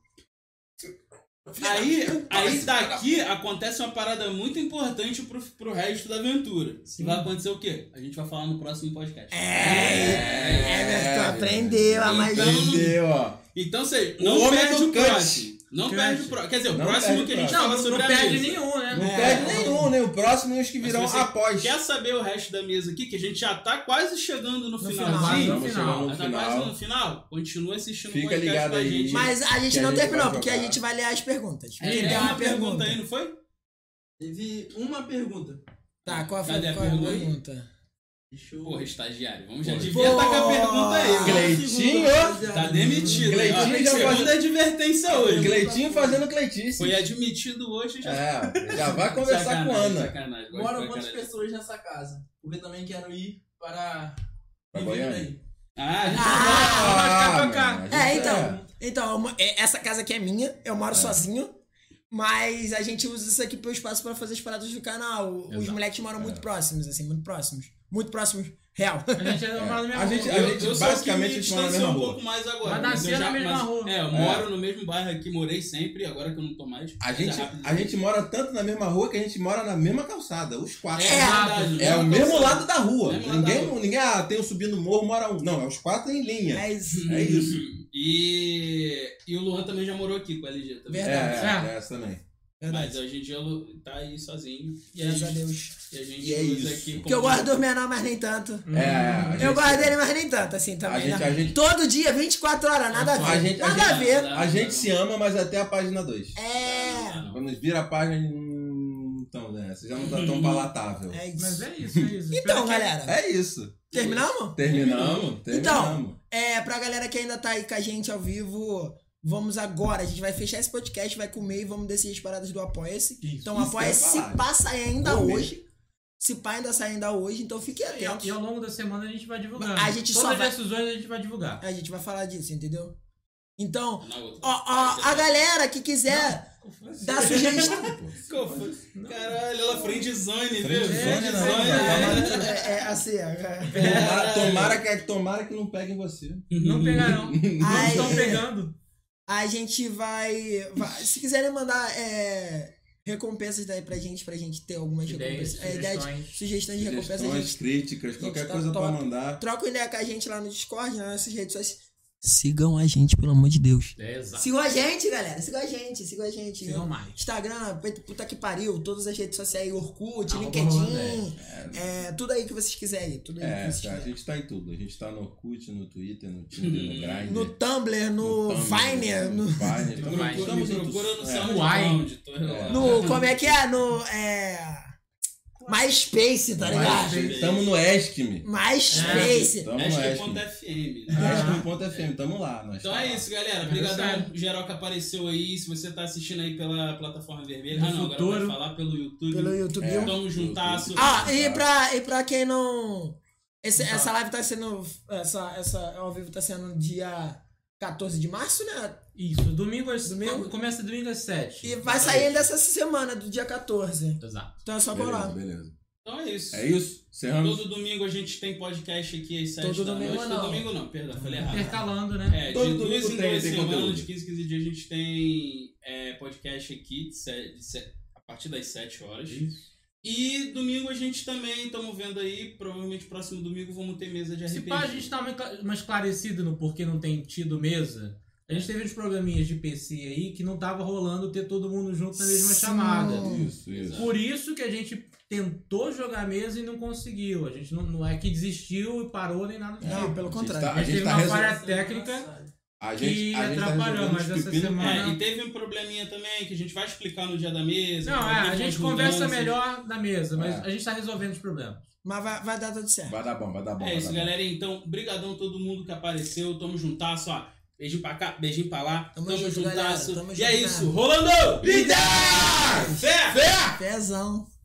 [SPEAKER 1] Aí, aí
[SPEAKER 2] um
[SPEAKER 1] daqui acontece uma parada muito importante pro, pro resto da aventura. Que vai acontecer o quê? A gente vai falar no próximo podcast.
[SPEAKER 2] É,
[SPEAKER 4] É, Everton aprendeu a magia.
[SPEAKER 2] Aprendeu, ó.
[SPEAKER 1] Então, você
[SPEAKER 2] O
[SPEAKER 1] não
[SPEAKER 2] homem
[SPEAKER 1] perde
[SPEAKER 2] do
[SPEAKER 1] o
[SPEAKER 2] cut.
[SPEAKER 1] próximo. Não
[SPEAKER 3] Cut.
[SPEAKER 1] perde o próximo. Quer dizer, o
[SPEAKER 2] Não perde
[SPEAKER 1] próximo que a
[SPEAKER 2] o
[SPEAKER 1] gente
[SPEAKER 2] próximo.
[SPEAKER 3] Não,
[SPEAKER 1] fala
[SPEAKER 3] não,
[SPEAKER 1] sobre a
[SPEAKER 3] perde
[SPEAKER 1] mesa.
[SPEAKER 3] nenhum, né?
[SPEAKER 2] Não
[SPEAKER 4] É.
[SPEAKER 2] perde nenhum, né? O próximo e os que
[SPEAKER 1] Mas
[SPEAKER 2] virão
[SPEAKER 1] se você
[SPEAKER 2] após.
[SPEAKER 1] Quer saber o resto da mesa aqui? Que a gente já tá quase chegando no,
[SPEAKER 4] No
[SPEAKER 3] Quase
[SPEAKER 1] finalzinho.
[SPEAKER 3] no final.
[SPEAKER 1] Já tá quase no final? Continua assistindo o
[SPEAKER 2] Fica
[SPEAKER 1] podcast
[SPEAKER 2] ligado
[SPEAKER 1] com a
[SPEAKER 2] aí.
[SPEAKER 1] gente.
[SPEAKER 4] Mas a gente
[SPEAKER 2] Que a
[SPEAKER 4] não
[SPEAKER 2] gente
[SPEAKER 4] terminou,
[SPEAKER 2] vai
[SPEAKER 4] porque a
[SPEAKER 2] jogar.
[SPEAKER 4] gente vai ler as perguntas.
[SPEAKER 1] É,
[SPEAKER 4] Porque
[SPEAKER 1] teve
[SPEAKER 4] tem
[SPEAKER 1] uma pergunta aí, não foi?
[SPEAKER 5] Teve uma pergunta.
[SPEAKER 4] Tá, qual foi
[SPEAKER 1] Cadê a
[SPEAKER 4] qual é a
[SPEAKER 1] pergunta aí?
[SPEAKER 4] pergunta?
[SPEAKER 5] Deixa eu.
[SPEAKER 1] Porra, estagiário, vamos já
[SPEAKER 2] Porra.
[SPEAKER 1] devia tá com a pergunta aí.
[SPEAKER 2] Cle- Cleitinho?
[SPEAKER 1] Tá demitido.
[SPEAKER 2] Cleitinho
[SPEAKER 1] Cleitinho
[SPEAKER 2] já
[SPEAKER 1] Segunda
[SPEAKER 2] faz-
[SPEAKER 1] advertência hoje.
[SPEAKER 2] Cleitinho fazendo Cleitice.
[SPEAKER 1] Foi admitido hoje já. tá
[SPEAKER 2] É, já vai conversar
[SPEAKER 1] Sacanagem,
[SPEAKER 2] com a Ana.
[SPEAKER 1] sacanagem, gosto
[SPEAKER 5] Moram
[SPEAKER 1] pra
[SPEAKER 5] quantas
[SPEAKER 1] caralho.
[SPEAKER 5] pessoas nessa casa? Porque também quero ir para.
[SPEAKER 2] Pra
[SPEAKER 5] viver
[SPEAKER 2] Goiânia?
[SPEAKER 5] daí.
[SPEAKER 1] Ah, a gente
[SPEAKER 3] Ah,
[SPEAKER 2] Ah,
[SPEAKER 3] pra cá,
[SPEAKER 2] mano, a
[SPEAKER 4] É,
[SPEAKER 2] gente
[SPEAKER 4] então. Então, eu mo- é, essa casa aqui é minha, eu moro
[SPEAKER 2] É.
[SPEAKER 4] sozinho. Mas a gente usa isso aqui pro espaço pra fazer as paradas do canal. O- Os
[SPEAKER 3] Exato.
[SPEAKER 4] moleques moram
[SPEAKER 2] É.
[SPEAKER 4] muito próximos, assim, muito próximos. Muito próximos, real.
[SPEAKER 3] A gente é. mora na
[SPEAKER 2] É.
[SPEAKER 3] minha
[SPEAKER 2] A gente,
[SPEAKER 3] rua.
[SPEAKER 2] a gente
[SPEAKER 1] eu só
[SPEAKER 2] basicamente
[SPEAKER 1] que me
[SPEAKER 2] a gente mora na
[SPEAKER 1] distanciei
[SPEAKER 2] mesma
[SPEAKER 1] um
[SPEAKER 2] rua.
[SPEAKER 1] pouco mais agora.
[SPEAKER 3] Mas
[SPEAKER 1] eu
[SPEAKER 3] nasceu na mesma rua.
[SPEAKER 1] É, eu
[SPEAKER 2] É.
[SPEAKER 1] moro no mesmo bairro aqui, morei sempre, agora que eu não tô mais.
[SPEAKER 2] A
[SPEAKER 1] mas é
[SPEAKER 2] gente,
[SPEAKER 1] rápido.
[SPEAKER 2] a gente mora tanto na mesma rua que a gente mora na mesma calçada, os quatro.
[SPEAKER 4] É.
[SPEAKER 1] verdade, né?
[SPEAKER 2] É, o
[SPEAKER 1] mesmo
[SPEAKER 2] mesmo
[SPEAKER 1] calçado.
[SPEAKER 2] lado da rua.
[SPEAKER 1] Mesmo lado da
[SPEAKER 2] Ninguém, ninguém ah, tem um subindo no morro, mora um. Não, é os quatro em linha.
[SPEAKER 4] É isso.
[SPEAKER 2] É isso.
[SPEAKER 1] E, e o Luan também já morou aqui com a LG também.
[SPEAKER 2] É,
[SPEAKER 4] Ah.
[SPEAKER 3] Verdade.
[SPEAKER 2] é, é, essa também.
[SPEAKER 1] Mas hoje em dia eu tá aí sozinho. E a
[SPEAKER 4] Graças a
[SPEAKER 1] gente,
[SPEAKER 4] Deus.
[SPEAKER 1] e a gente
[SPEAKER 2] E é
[SPEAKER 1] usa
[SPEAKER 2] isso.
[SPEAKER 1] aqui como...
[SPEAKER 4] Porque eu gosto dos menor, mas nem tanto.
[SPEAKER 3] Uhum.
[SPEAKER 2] É, a gente-
[SPEAKER 4] Hum.
[SPEAKER 2] é.
[SPEAKER 4] Eu gosto dele, mas nem tanto, assim,
[SPEAKER 2] A
[SPEAKER 4] também.
[SPEAKER 2] gente,
[SPEAKER 4] né?
[SPEAKER 2] a gente,
[SPEAKER 4] Todo dia, 24 horas, nada a ver.
[SPEAKER 2] A gente- a
[SPEAKER 4] nada a,
[SPEAKER 1] gente-
[SPEAKER 4] ver.
[SPEAKER 2] a gente se ama, mas até a página 2.
[SPEAKER 4] É.
[SPEAKER 1] Ah, não.
[SPEAKER 2] Quando vira a página, hum, então, né? Você já não tá tão palatável.
[SPEAKER 4] É
[SPEAKER 3] Mas
[SPEAKER 4] isso.
[SPEAKER 3] é isso, é isso.
[SPEAKER 4] Então,
[SPEAKER 3] Espero que-
[SPEAKER 4] galera,
[SPEAKER 2] É isso.
[SPEAKER 4] terminamos?
[SPEAKER 2] Terminamos,
[SPEAKER 4] Então,
[SPEAKER 2] terminamos.
[SPEAKER 4] É, pra galera que ainda tá aí com a gente ao vivo, Vamos agora, a gente vai fechar esse podcast, vai comer e vamos decidir as paradas do Apoia-se.
[SPEAKER 2] Isso,
[SPEAKER 4] Então,
[SPEAKER 2] isso
[SPEAKER 4] Apoia-se
[SPEAKER 2] que eu ia
[SPEAKER 4] se
[SPEAKER 2] falar.
[SPEAKER 4] passa ainda
[SPEAKER 2] Comer.
[SPEAKER 4] hoje. Se pá ainda sai ainda hoje, então fique
[SPEAKER 3] E ao,
[SPEAKER 4] atento.
[SPEAKER 3] e ao longo da semana a gente vai divulgando.
[SPEAKER 4] A gente
[SPEAKER 3] Todas
[SPEAKER 4] só
[SPEAKER 3] as
[SPEAKER 4] vai-
[SPEAKER 3] decisões a gente vai divulgar.
[SPEAKER 4] A gente vai falar disso, entendeu? Então,
[SPEAKER 1] Na outra.
[SPEAKER 4] ó, ó, a galera que quiser dar sugestão.
[SPEAKER 1] Qual foi? Caralho, ela friendzone, viu?
[SPEAKER 2] Friendzone, não,
[SPEAKER 1] Friendzone,
[SPEAKER 2] não,
[SPEAKER 1] é.
[SPEAKER 4] É, é assim, é.
[SPEAKER 2] Tomara, tomara que, tomara que não peguem você.
[SPEAKER 3] Não pegarão. Não
[SPEAKER 4] Ai,
[SPEAKER 3] estão
[SPEAKER 4] é.
[SPEAKER 3] pegando.
[SPEAKER 4] A gente vai. vai- se quiserem mandar é, recompensas daí pra gente, pra gente ter algumas
[SPEAKER 3] Ideias,
[SPEAKER 4] recompensas. é, ideia de-
[SPEAKER 3] sugestões.
[SPEAKER 4] sugestões de recompensas, a
[SPEAKER 2] Sugestões,
[SPEAKER 4] gente
[SPEAKER 2] críticas,
[SPEAKER 4] gente
[SPEAKER 2] qualquer
[SPEAKER 4] tá
[SPEAKER 2] coisa pra
[SPEAKER 4] top.
[SPEAKER 2] mandar.
[SPEAKER 4] troca ideia com a gente lá no Discord, nas nossas redes sociais. Sigam a gente, pelo amor de Deus.
[SPEAKER 3] É, exato.
[SPEAKER 4] Sigam a gente, galera. Sigam a gente, sigam a gente.
[SPEAKER 3] Sigam mais.
[SPEAKER 4] Instagram, puta que pariu, todas as redes sociais, Orkut,
[SPEAKER 3] Arroba
[SPEAKER 4] LinkedIn,
[SPEAKER 3] Rolando
[SPEAKER 4] é, tudo aí que vocês quiserem. Tudo aí
[SPEAKER 2] É,
[SPEAKER 4] que vocês
[SPEAKER 2] cara, a
[SPEAKER 4] quiserem.
[SPEAKER 2] gente tá em tudo. A gente tá no Orkut, no Twitter, no Tinder, no Grindr.
[SPEAKER 4] No Tumblr, né? no,
[SPEAKER 2] Tumblr,
[SPEAKER 4] Viner, no,
[SPEAKER 2] no Vine,
[SPEAKER 1] Me
[SPEAKER 2] estamos
[SPEAKER 3] Vine.
[SPEAKER 2] em
[SPEAKER 1] procura- me
[SPEAKER 2] tudo.
[SPEAKER 1] procura no
[SPEAKER 2] É.
[SPEAKER 1] SoundCloud, tô relando.
[SPEAKER 4] no. Como é que é? No. É, MySpace, tá ligado?
[SPEAKER 2] Mas Tamo no ESCM.
[SPEAKER 4] MySpace.
[SPEAKER 2] Tamo no ESCM.
[SPEAKER 1] Acho.fm.
[SPEAKER 2] ESCM.fm, tamo lá. nós
[SPEAKER 1] né? Então
[SPEAKER 2] tá
[SPEAKER 1] é
[SPEAKER 2] lá.
[SPEAKER 1] isso, galera.
[SPEAKER 3] É
[SPEAKER 1] Obrigadão,
[SPEAKER 3] isso
[SPEAKER 1] geral que apareceu aí. Se você tá assistindo aí pela plataforma vermelha.
[SPEAKER 3] No
[SPEAKER 1] ah, não, agora
[SPEAKER 3] futuro.
[SPEAKER 1] vai falar pelo YouTube.
[SPEAKER 4] Pelo YouTube.
[SPEAKER 2] É.
[SPEAKER 1] Tamo juntasso.
[SPEAKER 4] Ah, e pra, e pra quem não. esse- essa live tá sendo. Essa, essa ao vivo tá sendo dia 14 de março, né?
[SPEAKER 3] Isso, domingo, às-
[SPEAKER 4] Domingo?
[SPEAKER 3] começa domingo às 7.
[SPEAKER 4] E vai sair ainda essa semana, do dia 14.
[SPEAKER 3] Exato.
[SPEAKER 4] Então é só
[SPEAKER 2] Beleza,
[SPEAKER 4] colar.
[SPEAKER 2] Tá. beleza.
[SPEAKER 1] Então é isso.
[SPEAKER 2] É isso? Cerramos?
[SPEAKER 1] Todo domingo a gente tem podcast aqui às 7
[SPEAKER 4] Todo
[SPEAKER 1] da
[SPEAKER 4] domingo
[SPEAKER 1] noite.
[SPEAKER 4] não.
[SPEAKER 1] Todo domingo não, perdão, falei errado.
[SPEAKER 3] Intercalando, né?
[SPEAKER 1] É,
[SPEAKER 2] Todo
[SPEAKER 1] de
[SPEAKER 2] domingo
[SPEAKER 1] duas em
[SPEAKER 2] tem-
[SPEAKER 1] duas
[SPEAKER 2] tem
[SPEAKER 1] semanas,
[SPEAKER 2] conteúdo.
[SPEAKER 1] de 15 em 15 dias, a gente tem é, podcast aqui de se- de se- a partir das 7 horas. E domingo a gente também, estamos vendo aí, provavelmente próximo domingo vamos ter mesa de
[SPEAKER 3] Se pá, a gente
[SPEAKER 1] RPG.
[SPEAKER 3] tá uma encla- uma esclarecida no porquê não tem tido mesa. A gente teve uns probleminhas de PC aí que não tava rolando ter todo mundo junto na mesma
[SPEAKER 4] Sim.
[SPEAKER 3] chamada.
[SPEAKER 2] Isso, isso.
[SPEAKER 1] Exato.
[SPEAKER 3] Por isso que a gente tentou jogar mesa e não conseguiu. A gente não, não é que desistiu e parou nem nada disso.
[SPEAKER 4] Não, pelo
[SPEAKER 2] A gente
[SPEAKER 4] contrário.
[SPEAKER 2] tá-
[SPEAKER 3] A gente teve
[SPEAKER 2] tá
[SPEAKER 3] uma
[SPEAKER 2] resol-
[SPEAKER 3] falha técnica.
[SPEAKER 2] A gente,
[SPEAKER 3] que
[SPEAKER 2] a gente tá
[SPEAKER 3] atrapalhou,
[SPEAKER 2] resolvendo
[SPEAKER 3] mas
[SPEAKER 2] os
[SPEAKER 3] essa
[SPEAKER 2] pepinos.
[SPEAKER 1] É,
[SPEAKER 3] semana-
[SPEAKER 1] e teve um probleminha também que a gente vai explicar no dia da mesa.
[SPEAKER 3] né? Não, é, a
[SPEAKER 1] tem
[SPEAKER 3] gente
[SPEAKER 1] umas
[SPEAKER 3] conversa
[SPEAKER 1] mudanças.
[SPEAKER 3] melhor na mesa, mas
[SPEAKER 2] É.
[SPEAKER 3] a gente tá resolvendo os problemas.
[SPEAKER 4] Mas vai, vai dar tudo certo.
[SPEAKER 2] Vai dar bom, vai dar bom.
[SPEAKER 1] É
[SPEAKER 2] vai
[SPEAKER 1] isso,
[SPEAKER 2] dar bom.
[SPEAKER 1] galera. Então, brigadão a todo mundo que apareceu. Tamo juntasso, ó. Beijinho pra cá, beijinho pra lá.
[SPEAKER 4] Tamo
[SPEAKER 1] Tamo,
[SPEAKER 4] junto,
[SPEAKER 1] juntasso.
[SPEAKER 4] galera. Tamo
[SPEAKER 1] e
[SPEAKER 4] junto,
[SPEAKER 1] é isso.
[SPEAKER 4] cara.
[SPEAKER 1] Rolando!
[SPEAKER 2] Líder!
[SPEAKER 1] Fé!
[SPEAKER 4] Pezão.